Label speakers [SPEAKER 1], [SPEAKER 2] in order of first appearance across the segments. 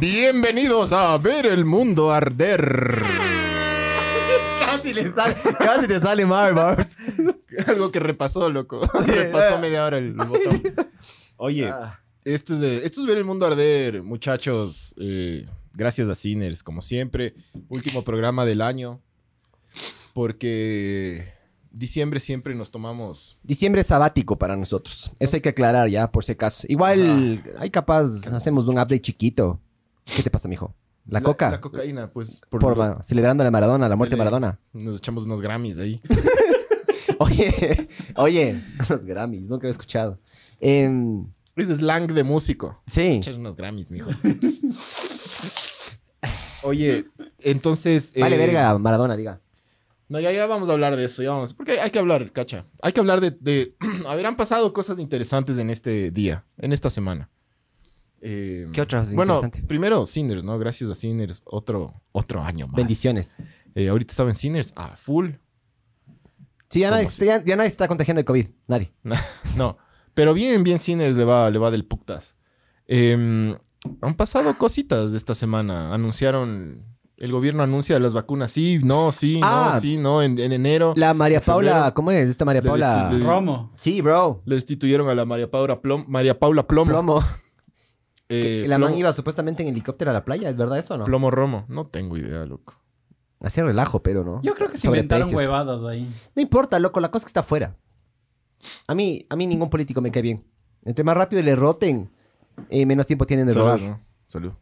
[SPEAKER 1] Bienvenidos a Ver el Mundo Arder.
[SPEAKER 2] Casi, le sale, casi te sale mal, Barbs.
[SPEAKER 1] Algo que repasó, loco. repasó media hora el botón. ah. Oye,
[SPEAKER 2] Ah.
[SPEAKER 1] esto, es de- esto es Ver el Mundo Arder, muchachos. Eh, gracias a Sinners, como siempre. Último programa del año. Porque diciembre siempre nos tomamos
[SPEAKER 2] Diciembre es sabático para nosotros. Eso hay que aclarar ya, por si acaso. Igual, hay capaz, hacemos un update chiquito. ¿Qué te pasa, mijo? ¿La, coca?
[SPEAKER 1] La cocaína, pues. Por,
[SPEAKER 2] por, ma- celebrando la Maradona, la muerte de
[SPEAKER 1] Dele.
[SPEAKER 2] Maradona.
[SPEAKER 1] nos echamos unos Grammys ahí.
[SPEAKER 2] Oye, oye, los Grammys, nunca había escuchado. Em,
[SPEAKER 1] Es slang de músico.
[SPEAKER 2] sí,
[SPEAKER 1] Echar unos Grammys, mijo. Oye, entonces. eh,
[SPEAKER 2] vale verga, Maradona, diga.
[SPEAKER 1] No, ya, ya vamos a hablar de eso, ya vamos. Porque hay, hay que hablar, cacha. Hay que hablar de, de- A ver, han pasado cosas interesantes en este día, en esta semana. Eh,
[SPEAKER 2] ¿Qué otras
[SPEAKER 1] Bueno,
[SPEAKER 2] interesante?
[SPEAKER 1] primero Sinners, ¿no? Gracias a Sinners, otro, otro año más.
[SPEAKER 2] Bendiciones.
[SPEAKER 1] Eh, ahorita estaba en Sinners a full.
[SPEAKER 2] Sí, ya nadie,
[SPEAKER 1] ¿Cómo se-
[SPEAKER 2] ya- ya nadie está contagiando de COVID. Nadie.
[SPEAKER 1] No, pero bien, bien Sinners le va, le va del putas. Eh, han pasado cositas esta semana. Anunciaron... El gobierno anuncia las vacunas. Sí, no, sí,
[SPEAKER 2] Ah.
[SPEAKER 1] no, sí, no. En, en enero...
[SPEAKER 2] La María
[SPEAKER 1] En febrero.
[SPEAKER 2] Paula, ¿cómo es esta María
[SPEAKER 1] Le
[SPEAKER 2] Paula?
[SPEAKER 1] desti- le-
[SPEAKER 3] Romo.
[SPEAKER 2] Sí, bro.
[SPEAKER 1] Le destituyeron a la María Paula Plomo. María Paula Plomo.
[SPEAKER 2] Plomo.
[SPEAKER 1] Eh,
[SPEAKER 2] la man
[SPEAKER 1] Plomo-
[SPEAKER 2] iba supuestamente en helicóptero a la playa, ¿es verdad eso o no?
[SPEAKER 1] Plomo Romo. No tengo idea, loco.
[SPEAKER 2] Hacía relajo, pero no.
[SPEAKER 3] Yo creo que se
[SPEAKER 2] Sobre
[SPEAKER 3] inventaron
[SPEAKER 2] precios.
[SPEAKER 3] huevadas ahí.
[SPEAKER 2] No importa, loco, la cosa es que está afuera. A mí, a mí ningún político me cae bien. Entre más rápido le roten, eh, menos tiempo tienen de robar.
[SPEAKER 1] Salud, ¿no? Salud.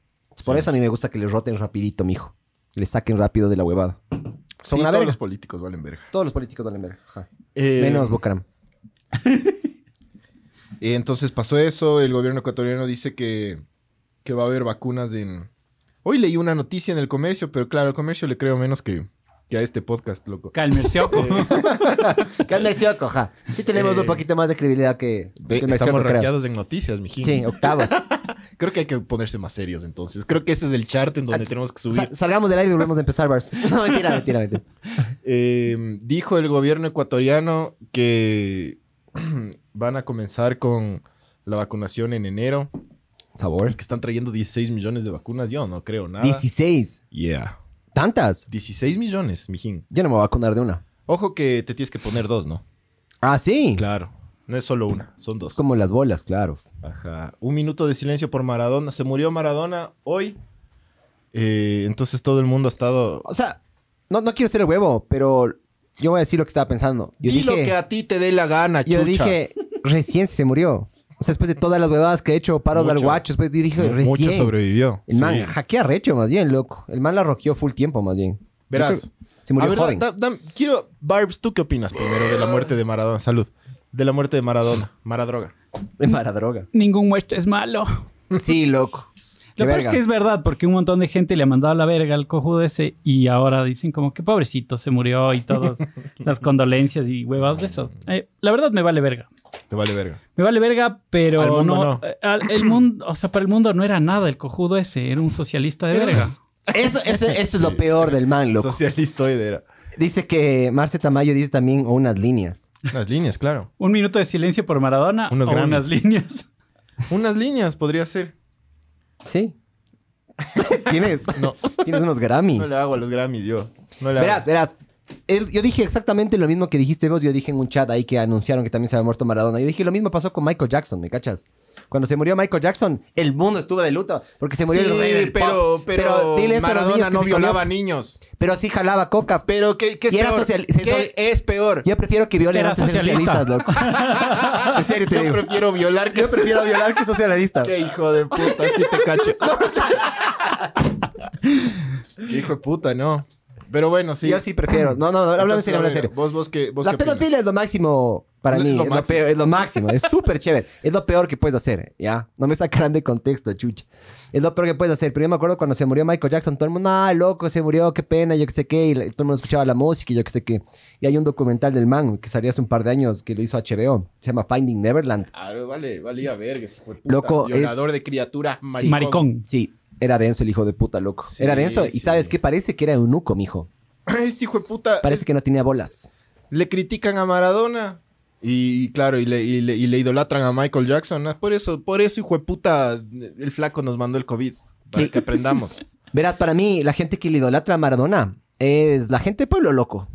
[SPEAKER 2] Por
[SPEAKER 1] Sí.
[SPEAKER 2] eso a mí me gusta que le roten rapidito, mijo. Que le saquen rápido de la huevada. Son
[SPEAKER 1] Sí,
[SPEAKER 2] una
[SPEAKER 1] todos
[SPEAKER 2] verga.
[SPEAKER 1] los políticos valen verga.
[SPEAKER 2] Todos los políticos valen verga. ajá.
[SPEAKER 1] Eh,
[SPEAKER 2] Menos Bucaram.
[SPEAKER 1] eh, entonces pasó eso. El gobierno ecuatoriano dice que, que va a haber vacunas en... Hoy leí una noticia en el comercio, pero claro, al comercio le creo menos que, que a este podcast, loco.
[SPEAKER 3] Calmercioco.
[SPEAKER 2] Cambia el sioco, ajá. Sí tenemos
[SPEAKER 1] Eh,
[SPEAKER 2] un poquito más de credibilidad que,
[SPEAKER 1] Ve,
[SPEAKER 2] que el
[SPEAKER 1] estamos
[SPEAKER 2] sioco, creo.
[SPEAKER 1] rankeados en noticias, mijín.
[SPEAKER 2] Sí, octavos.
[SPEAKER 1] Creo que hay que ponerse más serios, entonces. Creo que ese es el chart en donde
[SPEAKER 2] Ah,
[SPEAKER 1] tenemos que subir.
[SPEAKER 2] Sa- salgamos del aire y volvemos a empezar, Bars. No, mentira, mentira, mentira.
[SPEAKER 1] Eh, dijo el gobierno ecuatoriano que van a comenzar con la vacunación en enero
[SPEAKER 2] Sabor.
[SPEAKER 1] y que están trayendo 16 millones de vacunas. Yo no creo nada.
[SPEAKER 2] 16.
[SPEAKER 1] Yeah.
[SPEAKER 2] ¿Tantas?
[SPEAKER 1] 16 millones, mijín.
[SPEAKER 2] Yo no me voy a vacunar de una.
[SPEAKER 1] Ojo que te tienes que poner dos, ¿no?
[SPEAKER 2] Ah, sí.
[SPEAKER 1] Claro. No es solo una, son dos.
[SPEAKER 2] Es como las bolas, claro.
[SPEAKER 1] Ajá. Un minuto de silencio por Maradona. Se murió Maradona hoy. Eh, entonces todo el mundo ha estado...
[SPEAKER 2] O sea, no, no quiero ser el huevo, pero yo voy a decir lo que estaba pensando. Yo
[SPEAKER 1] Di lo
[SPEAKER 2] dije,
[SPEAKER 1] que a ti te dé la gana,
[SPEAKER 2] yo
[SPEAKER 1] chucha.
[SPEAKER 2] dije, recién se murió. O sea, después de todas las huevadas que he hecho, paro del
[SPEAKER 1] Mucho.
[SPEAKER 2] guacho, después pues, yo dije, recién.
[SPEAKER 1] Mucho sobrevivió.
[SPEAKER 2] El man
[SPEAKER 1] Sí.
[SPEAKER 2] hackea recho, más bien, loco. El man la roqueó full tiempo, más bien.
[SPEAKER 1] Verás.
[SPEAKER 2] Yo creo- Se murió
[SPEAKER 1] a ver,
[SPEAKER 2] joven.
[SPEAKER 1] da- da- da- quiero, Barbs, ¿tú qué opinas primero de la muerte de Maradona? Salud. De la muerte de Maradona. Maradroga.
[SPEAKER 2] De maradroga.
[SPEAKER 3] Ningún muerto es malo.
[SPEAKER 2] Sí, loco. Qué
[SPEAKER 3] Lo peor es
[SPEAKER 2] verga.
[SPEAKER 3] que es verdad, porque un montón de gente le ha mandado a la verga al cojudo ese y ahora dicen como que pobrecito se murió y todas las condolencias y huevadas de esos. Eh, la verdad me vale verga.
[SPEAKER 1] Te vale verga.
[SPEAKER 3] Me vale verga, pero
[SPEAKER 1] Al mundo
[SPEAKER 3] no.
[SPEAKER 1] no.
[SPEAKER 3] eh, al- el mundo, o sea, para el mundo no era nada el cojudo ese, era un socialista de verga.
[SPEAKER 2] Eso, eso- eso es lo peor del man, loco.
[SPEAKER 1] Socialistoide era.
[SPEAKER 2] Dice que Marce Tamayo dice también o unas líneas.
[SPEAKER 1] Unas líneas, claro.
[SPEAKER 3] Un minuto de silencio por Maradona
[SPEAKER 1] Unos
[SPEAKER 3] o
[SPEAKER 1] Grammys.
[SPEAKER 3] unas líneas.
[SPEAKER 1] Unas líneas podría ser.
[SPEAKER 2] Sí. ¿Tienes?
[SPEAKER 1] No,
[SPEAKER 2] Tienes unos Grammys.
[SPEAKER 1] no le hago a los Grammys yo. No le
[SPEAKER 2] Verás,
[SPEAKER 1] hago.
[SPEAKER 2] verás. Él- yo dije exactamente lo mismo que dijiste vos. Yo dije en un chat ahí que anunciaron que también se había muerto Maradona. Yo dije lo mismo pasó con Michael Jackson, ¿me cachas? Cuando se murió Michael Jackson, el mundo estuvo de luto porque se murió el rey del
[SPEAKER 1] Sí,
[SPEAKER 2] pop.
[SPEAKER 1] pero, pero,
[SPEAKER 2] dile eso a los niños
[SPEAKER 1] Maradona
[SPEAKER 2] que
[SPEAKER 1] no
[SPEAKER 2] se comió-
[SPEAKER 1] violaba niños.
[SPEAKER 2] Pero sí jalaba coca.
[SPEAKER 1] Pero ¿qué, qué es
[SPEAKER 2] Y era
[SPEAKER 1] peor?
[SPEAKER 2] social- se-
[SPEAKER 1] ¿Qué es peor?
[SPEAKER 2] Yo prefiero que violen
[SPEAKER 3] Era
[SPEAKER 2] antes de ser
[SPEAKER 3] socialista.
[SPEAKER 2] socialistas, loco. en serio te
[SPEAKER 1] Yo
[SPEAKER 2] digo.
[SPEAKER 1] prefiero violar que...
[SPEAKER 2] Yo prefiero violar que socialista.
[SPEAKER 1] Qué hijo de puta, si te cacho. Qué hijo de puta, no. Pero bueno, sí.
[SPEAKER 2] Yo sí prefiero. No, no, no, hablando en
[SPEAKER 1] Entonces,
[SPEAKER 2] serio,
[SPEAKER 1] a
[SPEAKER 2] hablando en
[SPEAKER 1] ver,
[SPEAKER 2] serio.
[SPEAKER 1] Vos, vos que. Vos
[SPEAKER 2] La
[SPEAKER 1] qué opinas?
[SPEAKER 2] pedofilia es lo máximo para
[SPEAKER 1] Es
[SPEAKER 2] mí.
[SPEAKER 1] lo
[SPEAKER 2] Es lo,
[SPEAKER 1] máximo.
[SPEAKER 2] peor- es lo máximo. Es súper chévere. Es lo peor que puedes hacer, ¿ya? No me sacarán de contexto, chucha. Es lo peor que puedes hacer. Pero yo me acuerdo cuando se murió Michael Jackson, todo el mundo, ah, loco, se murió, qué pena, yo qué sé qué. Y la- todo el mundo escuchaba la música y yo qué sé qué. Y hay un documental del man que salió hace un par de años que lo hizo HBO. Se llama Finding Neverland.
[SPEAKER 1] Claro, vale, valía verga. ese hijo de puta.
[SPEAKER 2] Loco, es-
[SPEAKER 1] Violador de criatura, maricón.
[SPEAKER 3] Maricón.
[SPEAKER 2] Sí, era denso el hijo de puta, loco.
[SPEAKER 1] Sí,
[SPEAKER 2] era denso.
[SPEAKER 1] sí.
[SPEAKER 2] Y ¿sabes qué? Parece que era eunuco, mijo.
[SPEAKER 1] Este hijo de puta.
[SPEAKER 2] Parece que no tenía bolas.
[SPEAKER 1] le critican a Maradona. Y claro, y le, y le- y le idolatran a Michael Jackson. ¿no? Por eso, por eso, hijo de puta, el flaco nos mandó el COVID. Para
[SPEAKER 2] Sí.
[SPEAKER 1] que aprendamos.
[SPEAKER 2] Verás, para mí, la gente que le idolatra a Maradona es la gente de pueblo loco.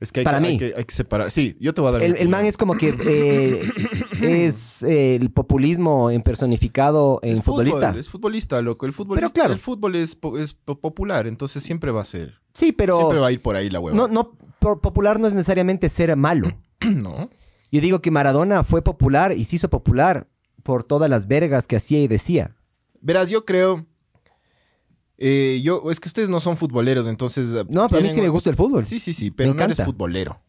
[SPEAKER 1] Es que hay,
[SPEAKER 2] Para
[SPEAKER 1] que,
[SPEAKER 2] mí.
[SPEAKER 1] hay que, hay que separar. Sí, yo te voy a dar.
[SPEAKER 2] El,
[SPEAKER 1] mi
[SPEAKER 2] el man
[SPEAKER 1] opinión.
[SPEAKER 2] es como que eh, es eh, el populismo en personificado en
[SPEAKER 1] Es fútbol,
[SPEAKER 2] futbolista.
[SPEAKER 1] es futbolista, loco. El futbolista,
[SPEAKER 2] claro.
[SPEAKER 1] el fútbol es, po- es po- popular, entonces siempre va a ser.
[SPEAKER 2] Sí,
[SPEAKER 1] Siempre
[SPEAKER 2] pero
[SPEAKER 1] va a ir por ahí la hueva.
[SPEAKER 2] no, no, por popular no es necesariamente ser malo.
[SPEAKER 1] No.
[SPEAKER 2] Yo digo que Maradona fue popular y se hizo popular por todas las vergas que hacía y decía.
[SPEAKER 1] Verás, yo creo. eh, yo, es que ustedes no son futboleros, entonces. eh,
[SPEAKER 2] No, pero a mí
[SPEAKER 1] tienen-
[SPEAKER 2] sí me gusta el fútbol.
[SPEAKER 1] Sí, sí, sí, pero
[SPEAKER 2] Me
[SPEAKER 1] no eres
[SPEAKER 2] encanta.
[SPEAKER 1] futbolero.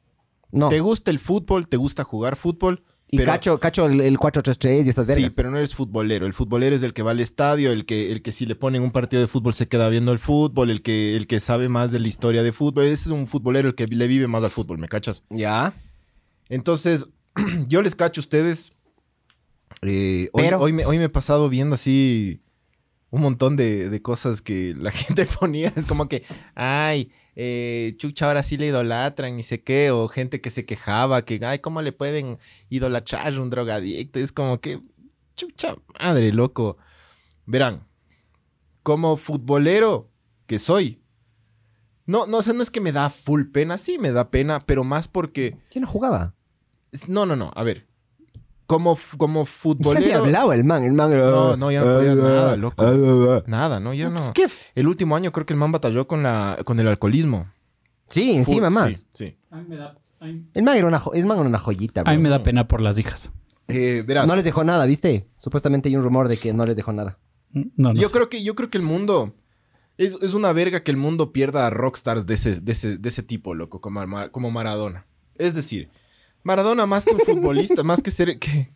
[SPEAKER 2] No.
[SPEAKER 1] Te gusta el fútbol, te gusta jugar fútbol.
[SPEAKER 2] Y
[SPEAKER 1] pero-
[SPEAKER 2] cacho, cacho el, el 4-3-3 y esas
[SPEAKER 1] Sí,
[SPEAKER 2] vergas.
[SPEAKER 1] pero no eres futbolero. El futbolero es el que va al estadio, el que, el que si le ponen un partido de fútbol se queda viendo el fútbol, el que, el que sabe más de la historia de fútbol. Ese es un futbolero el que le vive más al fútbol, ¿me cachas?
[SPEAKER 2] Ya.
[SPEAKER 1] Entonces, yo les cacho a ustedes. Eh, hoy,
[SPEAKER 2] Pero-
[SPEAKER 1] hoy me, hoy me he pasado viendo así un montón de, de cosas que la gente ponía. Es como que, ay, eh, chucha, ahora sí le idolatran, ni sé qué. O gente que se quejaba, que, ay, ¿cómo le pueden idolatrar un drogadicto? Es como que, chucha, madre, loco. Verán, como futbolero que soy. No, no, o sea, no es que me da full pena, sí me da pena, pero más porque
[SPEAKER 2] ¿Quién no jugaba?
[SPEAKER 1] es- No, no, no. A ver. Como, f- como
[SPEAKER 2] Ya ni
[SPEAKER 1] futbolero.
[SPEAKER 2] hablaba el man. El man.
[SPEAKER 1] No, no, ya no podía
[SPEAKER 2] Ah,
[SPEAKER 1] nada, loco.
[SPEAKER 2] ah, ah, ah.
[SPEAKER 1] Nada, no, ya no.
[SPEAKER 2] ¿Qué f-
[SPEAKER 1] El último año creo que el man batalló con, la, con el alcoholismo.
[SPEAKER 2] Sí, encima
[SPEAKER 1] Full,
[SPEAKER 2] más.
[SPEAKER 1] Sí. sí.
[SPEAKER 3] A mí me da,
[SPEAKER 2] El man era una, jo- el man era una joyita, bro.
[SPEAKER 3] pena por las hijas.
[SPEAKER 1] Eh, verás.
[SPEAKER 2] No les dejó nada, ¿viste? Supuestamente hay un rumor de que no les dejó nada.
[SPEAKER 3] Mm, No, no
[SPEAKER 1] yo,
[SPEAKER 3] sé.
[SPEAKER 1] creo que, yo creo que el mundo. Es, es una verga que el mundo pierda a rockstars de ese, de ese, de ese tipo, loco, como, a Mar- como Maradona. Es decir, Maradona más que un futbolista, más que ser. Que,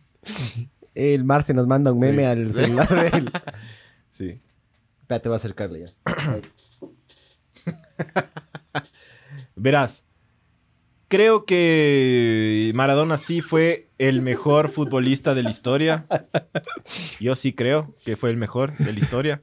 [SPEAKER 2] El Mar se nos manda un meme
[SPEAKER 1] Sí.
[SPEAKER 2] al celular de él.
[SPEAKER 1] sí.
[SPEAKER 2] Espérate, voy a acercarle ya.
[SPEAKER 1] Verás. Creo que Maradona sí fue el mejor futbolista de la historia. Yo sí creo que fue el mejor de la historia.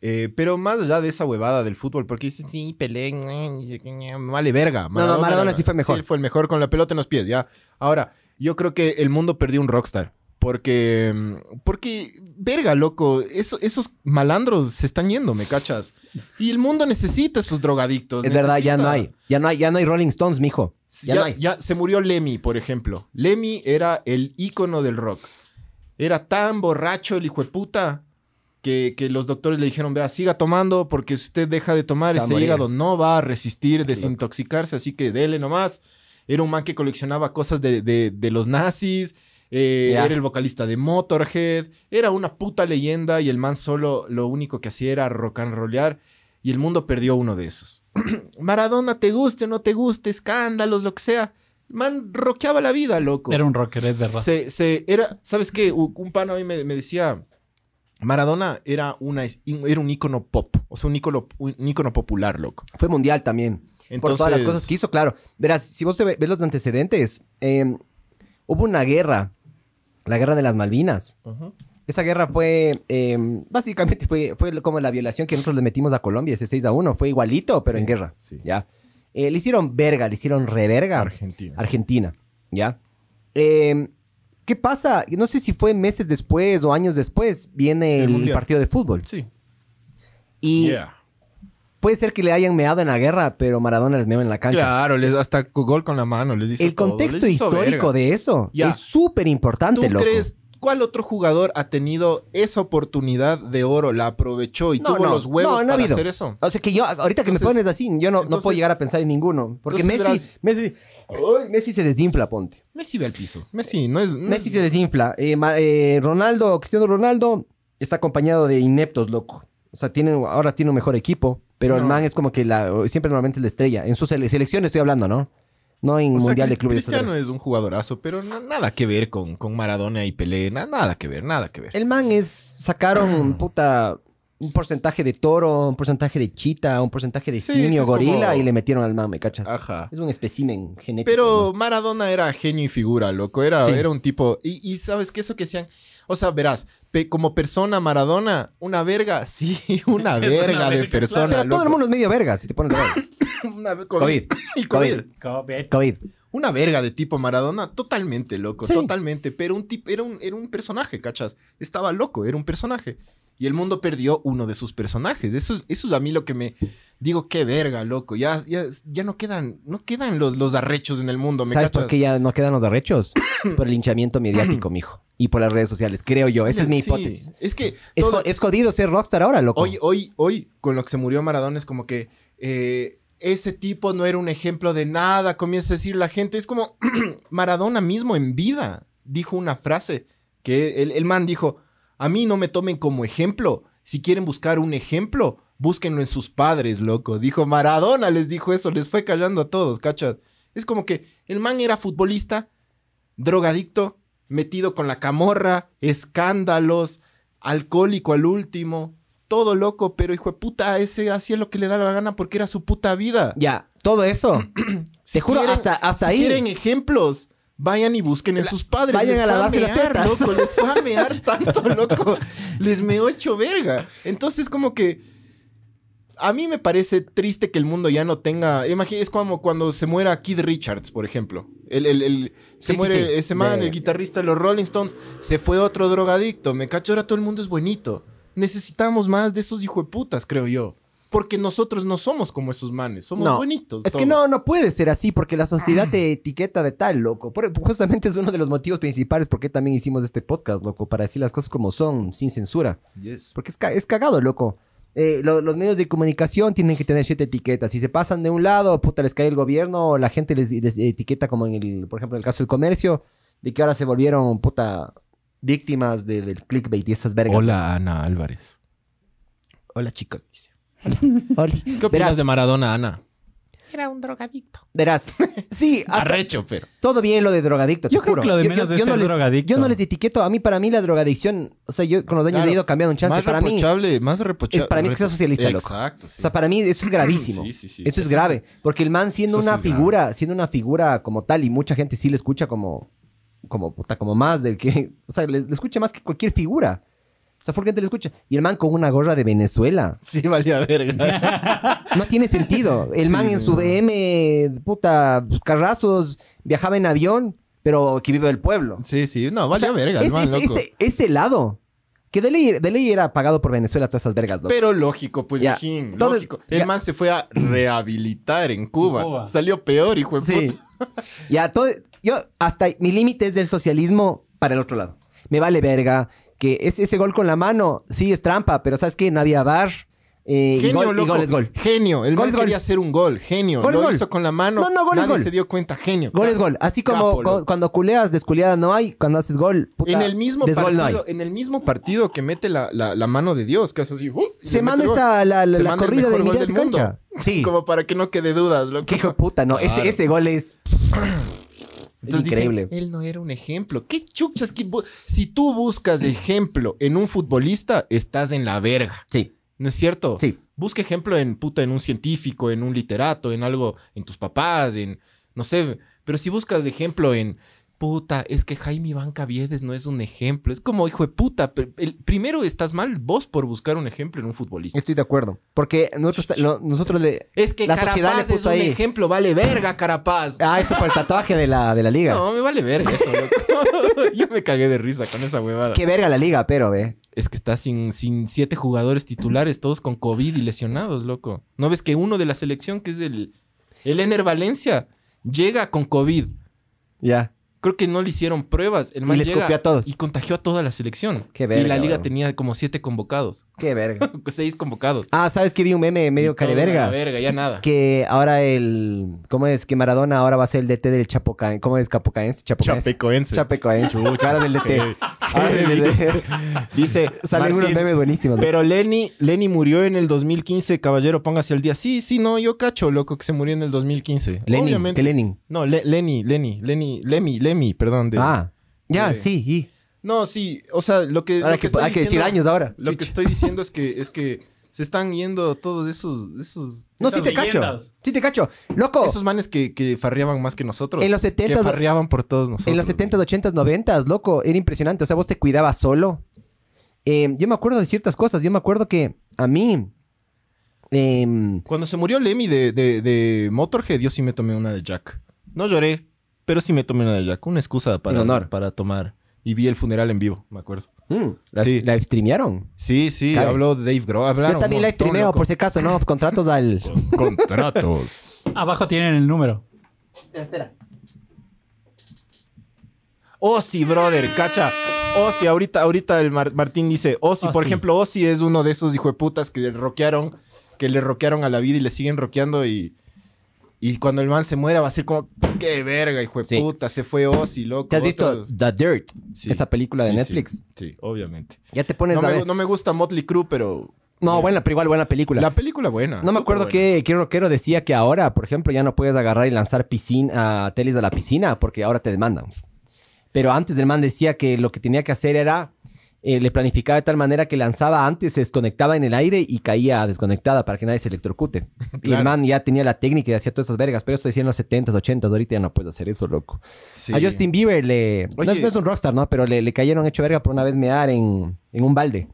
[SPEAKER 1] Eh, pero más allá de esa huevada del fútbol, porque dicen, sí, Pelé, eh, y se- que- vale verga.
[SPEAKER 2] no, Maradona sí fue mejor.
[SPEAKER 1] Sí, fue el mejor con la pelota en los pies, ya. Ahora, yo creo que el mundo perdió un rockstar. Porque, mm, porque, verga, loco, eso- esos malandros se están yendo, ¿me cachas? Y el mundo necesita esos drogadictos.
[SPEAKER 2] Es verdad, ya no
[SPEAKER 1] Pues necesita-
[SPEAKER 2] hay. Ya no hay, ya no hay Rolling Stones, mijo.
[SPEAKER 1] ya,
[SPEAKER 2] Ya, no hay.
[SPEAKER 1] ya se murió Lemmy, por ejemplo. Lemmy era el ícono del rock. Era tan borracho el hijo de puta que, que los doctores le dijeron, vea, siga tomando porque si usted deja de tomar
[SPEAKER 2] Se va a
[SPEAKER 1] ese
[SPEAKER 2] morir".
[SPEAKER 1] hígado no va a resistir desintoxicarse, así que dele nomás. Era un man que coleccionaba cosas de, de- de los nazis. eh,
[SPEAKER 2] Ya.
[SPEAKER 1] Era el vocalista de Motorhead. Era una puta leyenda y el man solo lo único que hacía era rock and rollear. Y el mundo perdió uno de esos. Maradona, te guste o no te guste, escándalos, lo que sea. Man, roqueaba la vida, loco.
[SPEAKER 3] Era un rocker, es verdad.
[SPEAKER 1] se, se- era, ¿sabes qué? U- Un pan hoy me, me decía, Maradona era, una, es- era un ícono pop, o sea, un ícono, un ícono popular, loco.
[SPEAKER 2] Fue mundial también.
[SPEAKER 1] Entonces,
[SPEAKER 2] por todas las cosas que hizo, claro. Verás, si vos te ve- ves los antecedentes, eh, hubo una guerra. La guerra de las Malvinas.
[SPEAKER 1] Ujú.
[SPEAKER 2] Esa guerra fue, eh, básicamente fue, fue como la violación que nosotros le metimos a Colombia, ese 6 a 1. Fue igualito, pero en guerra.
[SPEAKER 1] sí.
[SPEAKER 2] Ya. Eh, le hicieron verga, le hicieron reverga.
[SPEAKER 1] Argentina.
[SPEAKER 2] Argentina, ¿ya? Eh, ¿Qué pasa? No sé si fue meses después o años después, viene
[SPEAKER 1] El
[SPEAKER 2] el,
[SPEAKER 1] Mundial.
[SPEAKER 2] partido de fútbol.
[SPEAKER 1] sí.
[SPEAKER 2] Y
[SPEAKER 1] Yeah.
[SPEAKER 2] puede ser que le hayan meado en la guerra, pero Maradona les meó en la cancha.
[SPEAKER 1] Claro, les, hasta gol con la mano, les dice
[SPEAKER 2] El contexto histórico de eso
[SPEAKER 1] Ya.
[SPEAKER 2] es súper importante,
[SPEAKER 1] ¿Tú
[SPEAKER 2] loco.
[SPEAKER 1] crees cuál otro jugador ha tenido esa oportunidad de oro, la aprovechó y
[SPEAKER 2] No,
[SPEAKER 1] tuvo
[SPEAKER 2] no,
[SPEAKER 1] los huevos
[SPEAKER 2] no, no ha
[SPEAKER 1] para
[SPEAKER 2] habido.
[SPEAKER 1] hacer eso?
[SPEAKER 2] O sea que yo, ahorita que me
[SPEAKER 1] Entonces-
[SPEAKER 2] pones así, yo no, no puedo
[SPEAKER 1] entonces-
[SPEAKER 2] llegar a pensar en ninguno. Porque Messi,
[SPEAKER 1] entonces
[SPEAKER 2] Messi, ¡Ay! Messi se desinfla, ponte.
[SPEAKER 1] Messi ve al piso. Messi no es. no
[SPEAKER 2] Messi
[SPEAKER 1] es-
[SPEAKER 2] se desinfla. Eh, ma- eh, Ronaldo, Cristiano Ronaldo, está acompañado de ineptos, loco. O sea, tiene, ahora tiene un mejor equipo, Pero el
[SPEAKER 1] No.
[SPEAKER 2] man es como que la, siempre normalmente es la estrella. En su sele- selección estoy hablando, ¿no? No en
[SPEAKER 1] O sea,
[SPEAKER 2] Mundial de
[SPEAKER 1] Cris-
[SPEAKER 2] Clubes.
[SPEAKER 1] Cristiano es un jugadorazo, pero na- nada que ver con, con Maradona y Pelé. na- nada que ver, nada que ver.
[SPEAKER 2] El man es. Sacaron, puta. Un porcentaje de toro, un porcentaje de chita, un porcentaje de
[SPEAKER 1] Sí, sí,
[SPEAKER 2] simio,
[SPEAKER 1] es
[SPEAKER 2] gorila
[SPEAKER 1] como-
[SPEAKER 2] y le metieron al man, ¿me cachas?
[SPEAKER 1] Ajá.
[SPEAKER 2] Es un espécimen genético.
[SPEAKER 1] Pero Maradona era genio y figura, loco. Era,
[SPEAKER 2] Sí.
[SPEAKER 1] era un tipo. Y, y sabes que eso que sean. O sea, verás, pe- como persona Maradona, una verga, sí, una
[SPEAKER 3] Es una
[SPEAKER 1] verga de
[SPEAKER 3] verga,
[SPEAKER 1] persona.
[SPEAKER 3] claro.
[SPEAKER 2] Pero todo el
[SPEAKER 1] loco.
[SPEAKER 2] mundo es medio verga, si te pones a ver.
[SPEAKER 1] Una ve-
[SPEAKER 2] COVID.
[SPEAKER 1] Y
[SPEAKER 2] COVID.
[SPEAKER 1] COVID.
[SPEAKER 3] COVID.
[SPEAKER 2] COVID.
[SPEAKER 1] Una verga de tipo Maradona, totalmente loco,
[SPEAKER 2] Sí.
[SPEAKER 1] totalmente. Pero un tipo, era un, era un personaje, ¿cachas? Estaba loco, era un personaje. Y el mundo perdió uno de sus personajes. Eso, es- eso es a mí lo que me digo, qué verga, loco. Ya, ya, ya no quedan, no quedan los, los arrechos en el mundo, ¿me
[SPEAKER 2] ¿Sabes
[SPEAKER 1] cachas?
[SPEAKER 2] por qué ya no quedan los derechos? por el hinchamiento mediático, mijo. Y por las redes sociales, creo yo. Esa es mi
[SPEAKER 1] Sí,
[SPEAKER 2] hipótesis.
[SPEAKER 1] Es que
[SPEAKER 2] Es,
[SPEAKER 1] todo-
[SPEAKER 2] jo- es jodido ser rockstar ahora, loco.
[SPEAKER 1] hoy, hoy, hoy, con lo que se murió Maradona, es como que eh, ese tipo no era un ejemplo de nada. Comienza a decir la gente. Es como Maradona mismo en vida dijo una frase que el, el man dijo: A mí no me tomen como ejemplo. Si quieren buscar un ejemplo, búsquenlo en sus padres, loco. Dijo Maradona, les dijo eso, les fue callando a todos, ¿cachas? Es como que el man era futbolista, drogadicto, metido con la camorra, escándalos, alcohólico al último, todo loco, pero hijo de puta, ese hacía lo que le daba la gana porque era su puta vida.
[SPEAKER 2] Ya, todo eso.
[SPEAKER 1] Si
[SPEAKER 2] te juro,
[SPEAKER 1] quieren-
[SPEAKER 2] hasta, hasta
[SPEAKER 1] si
[SPEAKER 2] ahí.
[SPEAKER 1] quieren ejemplos, vayan y busquen en sus padres.
[SPEAKER 2] vayan
[SPEAKER 1] les
[SPEAKER 2] a
[SPEAKER 1] fue
[SPEAKER 2] lavarse las
[SPEAKER 1] mear,
[SPEAKER 2] tetas.
[SPEAKER 1] loco, les fue a mear tanto, loco. Les meó hecho verga. Entonces, como que. A mí me parece triste que el mundo ya no tenga. Imagina, es como cuando se muera Kid Richards, por ejemplo. El, el- el- se
[SPEAKER 2] Sí, sí,
[SPEAKER 1] muere
[SPEAKER 2] sí.
[SPEAKER 1] ese man,
[SPEAKER 2] De-
[SPEAKER 1] el guitarrista de los Rolling Stones. Se fue otro drogadicto. Me cacho, ahora todo el mundo es buenito. Necesitamos más de esos hijueputas, creo yo. Porque nosotros no somos como esos manes. Somos
[SPEAKER 2] No.
[SPEAKER 1] buenitos.
[SPEAKER 2] Es que
[SPEAKER 1] todos.
[SPEAKER 2] no, no puede ser así porque la sociedad te etiqueta de tal, loco. Por- justamente es uno de los motivos principales por qué también hicimos este podcast, loco, para decir las cosas como son, sin censura.
[SPEAKER 1] Yes.
[SPEAKER 2] Porque es, ca- es cagado, loco. Eh, lo- los medios de comunicación tienen que tener siete etiquetas. Si se pasan de un lado, puta, les cae el gobierno o la gente les, les etiqueta como en el, por ejemplo, en el caso del comercio, de que ahora se volvieron, puta, víctimas del, del clickbait y esas vergas.
[SPEAKER 1] Hola, Ana Álvarez. Hola, chicos.
[SPEAKER 2] Hola.
[SPEAKER 1] ¿Qué opinas
[SPEAKER 2] Verás.
[SPEAKER 1] de Maradona, Ana?
[SPEAKER 2] Verás. Sí, hasta-
[SPEAKER 1] Arrecho, pero.
[SPEAKER 2] Todo bien lo de drogadicto. te
[SPEAKER 3] Yo creo
[SPEAKER 2] juro.
[SPEAKER 3] que lo de menos es
[SPEAKER 2] no
[SPEAKER 3] ser
[SPEAKER 2] les,
[SPEAKER 3] drogadicto.
[SPEAKER 2] Yo no les etiqueto. A mí, para mí, la drogadicción, o sea, yo con los años
[SPEAKER 1] Claro.
[SPEAKER 2] he ido cambiando un chance.
[SPEAKER 1] más
[SPEAKER 2] Para mí, o
[SPEAKER 1] reprochable, más reprochable.
[SPEAKER 2] es- para mí es que sea socialista, loco.
[SPEAKER 1] Exacto. sí.
[SPEAKER 2] sea, para mí eso es gravísimo.
[SPEAKER 1] Sí, sí, sí.
[SPEAKER 2] Eso es grave. Porque el man siendo
[SPEAKER 1] Eso sí
[SPEAKER 2] una
[SPEAKER 1] es grave.
[SPEAKER 2] figura, siendo una figura como tal, y mucha gente sí le escucha como, como puta, como más del que, o sea, le, le escucha más que cualquier figura. O sea, full gente le escucha. Y el man con una gorra de Venezuela.
[SPEAKER 1] Sí, valía verga.
[SPEAKER 2] No tiene sentido. El
[SPEAKER 1] Sí,
[SPEAKER 2] man en
[SPEAKER 1] no.
[SPEAKER 2] su BM, puta, carrazos, viajaba en avión, pero que vive del pueblo.
[SPEAKER 1] sí, sí. No, valía
[SPEAKER 2] O sea,
[SPEAKER 1] verga, el
[SPEAKER 2] ese-
[SPEAKER 1] man,
[SPEAKER 2] ese-
[SPEAKER 1] loco.
[SPEAKER 2] ese- ese lado. Que de ley, de ley era pagado por Venezuela todas esas vergas, loco.
[SPEAKER 1] Pero lógico, pues,
[SPEAKER 2] Ya.
[SPEAKER 1] mijín,
[SPEAKER 2] Entonces,
[SPEAKER 1] lógico. El
[SPEAKER 2] ya.
[SPEAKER 1] man se fue a rehabilitar en Cuba.
[SPEAKER 3] Cuba.
[SPEAKER 1] Salió peor, hijo de
[SPEAKER 2] Sí.
[SPEAKER 1] puta.
[SPEAKER 2] Ya, todo. Yo, hasta mi límite es del socialismo para el otro lado. Me vale verga. Que es, ese gol con la mano, sí, es trampa, pero ¿sabes qué? No había bar. eh, y,
[SPEAKER 1] Genio,
[SPEAKER 2] gol, y
[SPEAKER 1] loco.
[SPEAKER 2] gol es gol.
[SPEAKER 1] Genio. El
[SPEAKER 2] Gol
[SPEAKER 1] man
[SPEAKER 2] es gol.
[SPEAKER 1] quería hacer un gol. Genio.
[SPEAKER 2] Gol es
[SPEAKER 1] Lo
[SPEAKER 2] gol.
[SPEAKER 1] hizo con la mano.
[SPEAKER 2] No, no, gol es
[SPEAKER 1] Nadie
[SPEAKER 2] gol.
[SPEAKER 1] se dio cuenta. Genio.
[SPEAKER 2] Gol es gol. Así como
[SPEAKER 1] Capo,
[SPEAKER 2] co-
[SPEAKER 1] loco.
[SPEAKER 2] cuando culeas, desculeada no hay. Cuando haces gol, puta,
[SPEAKER 1] en el mismo
[SPEAKER 2] desgol
[SPEAKER 1] partido,
[SPEAKER 2] no hay.
[SPEAKER 1] en el mismo partido que mete la, la- la mano de Dios, que hace así. ¡uh! y
[SPEAKER 2] Se
[SPEAKER 1] le
[SPEAKER 2] manda
[SPEAKER 1] mete el
[SPEAKER 2] esa la, la-
[SPEAKER 1] Se
[SPEAKER 2] la
[SPEAKER 1] manda el
[SPEAKER 2] corrida
[SPEAKER 1] mejor
[SPEAKER 2] de
[SPEAKER 1] gol
[SPEAKER 2] mitad de
[SPEAKER 1] del
[SPEAKER 2] cancha.
[SPEAKER 1] mundo.
[SPEAKER 2] Sí.
[SPEAKER 1] gol. Como para que no quede dudas, loco.
[SPEAKER 2] Qué hijo de puta, no. Ese,
[SPEAKER 1] Claro.
[SPEAKER 2] ese gol es
[SPEAKER 1] Entonces dicen,
[SPEAKER 2] increíble.
[SPEAKER 1] él no era un ejemplo. ¿Qué chuchas? que bu- si tú buscas ejemplo en un futbolista, estás en la verga.
[SPEAKER 2] Sí,
[SPEAKER 1] ¿No es cierto?
[SPEAKER 2] sí.
[SPEAKER 1] Busca ejemplo en puta, en un científico, en un literato, en algo, en tus papás, en no sé. Pero si buscas de ejemplo en puta, es que Jaime Iván Caviedes no es un ejemplo. Es como hijo de puta. pe- el- primero estás mal vos por buscar un ejemplo en un futbolista.
[SPEAKER 2] Estoy de acuerdo. Porque nosotros, no- nosotros le.
[SPEAKER 1] Es que
[SPEAKER 2] La sociedad
[SPEAKER 1] Carapaz
[SPEAKER 2] le
[SPEAKER 1] es
[SPEAKER 2] puso
[SPEAKER 1] un
[SPEAKER 2] ahí.
[SPEAKER 1] ejemplo, vale verga, Carapaz.
[SPEAKER 2] Ah, eso por el tatuaje de la, de la liga.
[SPEAKER 1] No, me vale verga eso, loco. Yo me cagué de risa con esa huevada.
[SPEAKER 2] Qué verga la liga, pero, ve.
[SPEAKER 1] Es que está sin, sin siete jugadores titulares, todos con COVID y lesionados, loco. ¿No ves que uno de la selección, que es el, el Ener Valencia, llega con COVID?
[SPEAKER 2] Ya.
[SPEAKER 1] creo que no le hicieron pruebas. El man
[SPEAKER 2] les
[SPEAKER 1] llega
[SPEAKER 2] copió a todos.
[SPEAKER 1] Y contagió a toda la selección.
[SPEAKER 2] Qué verga,
[SPEAKER 1] y la liga
[SPEAKER 2] weón.
[SPEAKER 1] tenía como siete convocados.
[SPEAKER 2] Qué verga.
[SPEAKER 1] Seis convocados.
[SPEAKER 2] Ah, ¿sabes que vi un meme medio
[SPEAKER 1] Y todo a la
[SPEAKER 2] careverga?
[SPEAKER 1] verga, ya nada.
[SPEAKER 2] Que ahora el... ¿Cómo es? Que Maradona ahora va a ser el DT del Chapocaense. ¿Cómo es? ¿Capocaense? ¿Chapocaense?
[SPEAKER 1] Chapecoense.
[SPEAKER 2] Chapecoense. Cara del DT. Ahora del DT.
[SPEAKER 1] Dice,
[SPEAKER 2] Salen unos
[SPEAKER 1] Martín,
[SPEAKER 2] memes buenísimos. ¿no?
[SPEAKER 1] Pero Lenny, Lenny murió en el 2015, caballero, póngase al día. Sí, sí, no, yo cacho, loco, que se murió en el 2015.
[SPEAKER 2] Lenin.
[SPEAKER 1] Obviamente.
[SPEAKER 2] ¿Qué Lenin?
[SPEAKER 1] No, Le- Lenny, Lenny, Lenny, Lemmy, Lemmy, perdón. de-
[SPEAKER 2] ah. Ya,
[SPEAKER 1] de-
[SPEAKER 2] sí. y-
[SPEAKER 1] No, sí, o sea, lo que,
[SPEAKER 2] Ahora
[SPEAKER 1] lo que
[SPEAKER 2] que,
[SPEAKER 1] estoy
[SPEAKER 2] hay que decir
[SPEAKER 1] diciendo-
[SPEAKER 2] años ahora.
[SPEAKER 1] Lo que
[SPEAKER 2] Chucha.
[SPEAKER 1] estoy diciendo es que, es que se están yendo todos esos, esos,
[SPEAKER 2] No, sí
[SPEAKER 3] Esas
[SPEAKER 2] te cacho.
[SPEAKER 3] leyendas.
[SPEAKER 2] Sí te cacho. Loco.
[SPEAKER 1] esos manes que, que farreaban más que nosotros.
[SPEAKER 2] En los
[SPEAKER 1] que
[SPEAKER 2] 70s,
[SPEAKER 1] farreaban por todos nosotros.
[SPEAKER 2] en los 70s, 80s, 90s, loco, era impresionante. O sea, vos te cuidabas solo. Eh, yo me acuerdo de ciertas cosas. Yo me acuerdo que a mí. em,
[SPEAKER 1] Cuando se murió Lemmy de, de, de Motorhead, yo sí me tomé una de Jack. No lloré, pero sí me tomé una de Jack. Una excusa para,
[SPEAKER 2] En honor.
[SPEAKER 1] para tomar. Y vi el funeral en vivo, me acuerdo.
[SPEAKER 2] mm, la,
[SPEAKER 1] Sí.
[SPEAKER 2] la streamearon.
[SPEAKER 1] Sí, sí,
[SPEAKER 2] Cabe.
[SPEAKER 1] habló de Dave Grohl. hablaron
[SPEAKER 2] yo
[SPEAKER 1] un
[SPEAKER 2] también la
[SPEAKER 1] montón,
[SPEAKER 2] streameo,
[SPEAKER 1] loco.
[SPEAKER 2] por si acaso, ¿no? Contratos al.
[SPEAKER 1] Contratos.
[SPEAKER 3] Abajo tienen el número.
[SPEAKER 1] Oh, sí, brother, cacha. Oh, sí, ahorita, ahorita el Mar- Martín dice, oh, sí,
[SPEAKER 3] Oh,
[SPEAKER 1] por
[SPEAKER 3] sí.
[SPEAKER 1] ejemplo, oh, sí es uno de esos hijo de putas que roquearon, que le roquearon a la vida y le siguen roqueando y... Y cuando el man se muera va a ser como, qué verga, hijo de
[SPEAKER 2] Sí.
[SPEAKER 1] puta, se fue Ozzy, loco.
[SPEAKER 2] ¿Te has visto
[SPEAKER 1] otros-
[SPEAKER 2] The Dirt?
[SPEAKER 1] Sí.
[SPEAKER 2] Esa película de
[SPEAKER 1] Sí, sí.
[SPEAKER 2] Netflix.
[SPEAKER 1] Sí, obviamente.
[SPEAKER 2] Ya te pones
[SPEAKER 1] No
[SPEAKER 2] a
[SPEAKER 1] me,
[SPEAKER 2] ver.
[SPEAKER 1] gu- no me gusta Motley Crue, pero
[SPEAKER 2] No, buena, pero igual buena película.
[SPEAKER 1] la película buena.
[SPEAKER 2] No
[SPEAKER 1] Ah,
[SPEAKER 2] me
[SPEAKER 1] súper
[SPEAKER 2] acuerdo
[SPEAKER 1] buena.
[SPEAKER 2] qué, qué rockero decía que ahora, por ejemplo, ya no puedes agarrar y lanzar piscina, a teles a la piscina porque ahora te demandan. Pero antes el man decía que lo que tenía que hacer era, eh, le planificaba de tal manera que lanzaba antes, se desconectaba en el aire y caía desconectada para que nadie se electrocute. Y el
[SPEAKER 1] Claro.
[SPEAKER 2] man ya tenía la técnica y hacía todas esas vergas, pero esto decía en los 70s, 80s, ahorita ya no puedes hacer eso, loco.
[SPEAKER 1] Sí.
[SPEAKER 2] A Justin Bieber le... No, es-
[SPEAKER 1] Oye.
[SPEAKER 2] no es un rockstar, ¿no? Pero le, le cayeron hecho verga por una vez mear en, en un balde.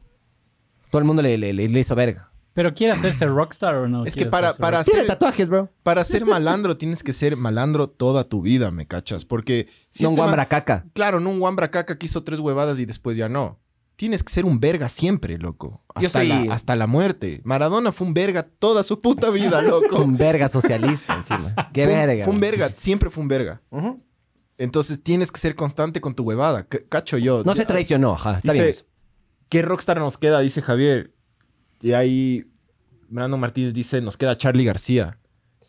[SPEAKER 2] Todo el mundo le, le- le- le hizo verga.
[SPEAKER 3] Pero quiere hacerse rockstar o no.
[SPEAKER 1] Es que
[SPEAKER 3] ¿Quiere
[SPEAKER 1] para,
[SPEAKER 3] hacerse
[SPEAKER 1] para
[SPEAKER 3] rock-
[SPEAKER 2] Tiene
[SPEAKER 1] ser,
[SPEAKER 2] tatuajes, bro.
[SPEAKER 1] para ser malandro tienes que ser malandro toda tu vida, ¿me cachas? Porque si
[SPEAKER 2] Son
[SPEAKER 1] este man-
[SPEAKER 2] guambracaca.
[SPEAKER 1] Claro, no un Wambra caca que hizo tres huevadas y después ya no. Tienes que ser un verga siempre, loco.
[SPEAKER 2] Yo
[SPEAKER 1] Hasta,
[SPEAKER 2] soy-
[SPEAKER 1] la, hasta la muerte. Maradona fue un verga toda su puta vida, loco.
[SPEAKER 2] Un verga socialista encima. Qué
[SPEAKER 1] Fue un-
[SPEAKER 2] verga.
[SPEAKER 1] Fue un verga, siempre fue un verga.
[SPEAKER 2] Ujú.
[SPEAKER 1] Entonces tienes que ser constante con tu huevada. C- Cacho yo.
[SPEAKER 2] No se
[SPEAKER 1] Ya-
[SPEAKER 2] traicionó, ajá. Está bien.
[SPEAKER 1] Dice, ¿qué rockstar nos queda? Dice Javier. Y ahí Brandon Martínez dice, nos queda Charlie García.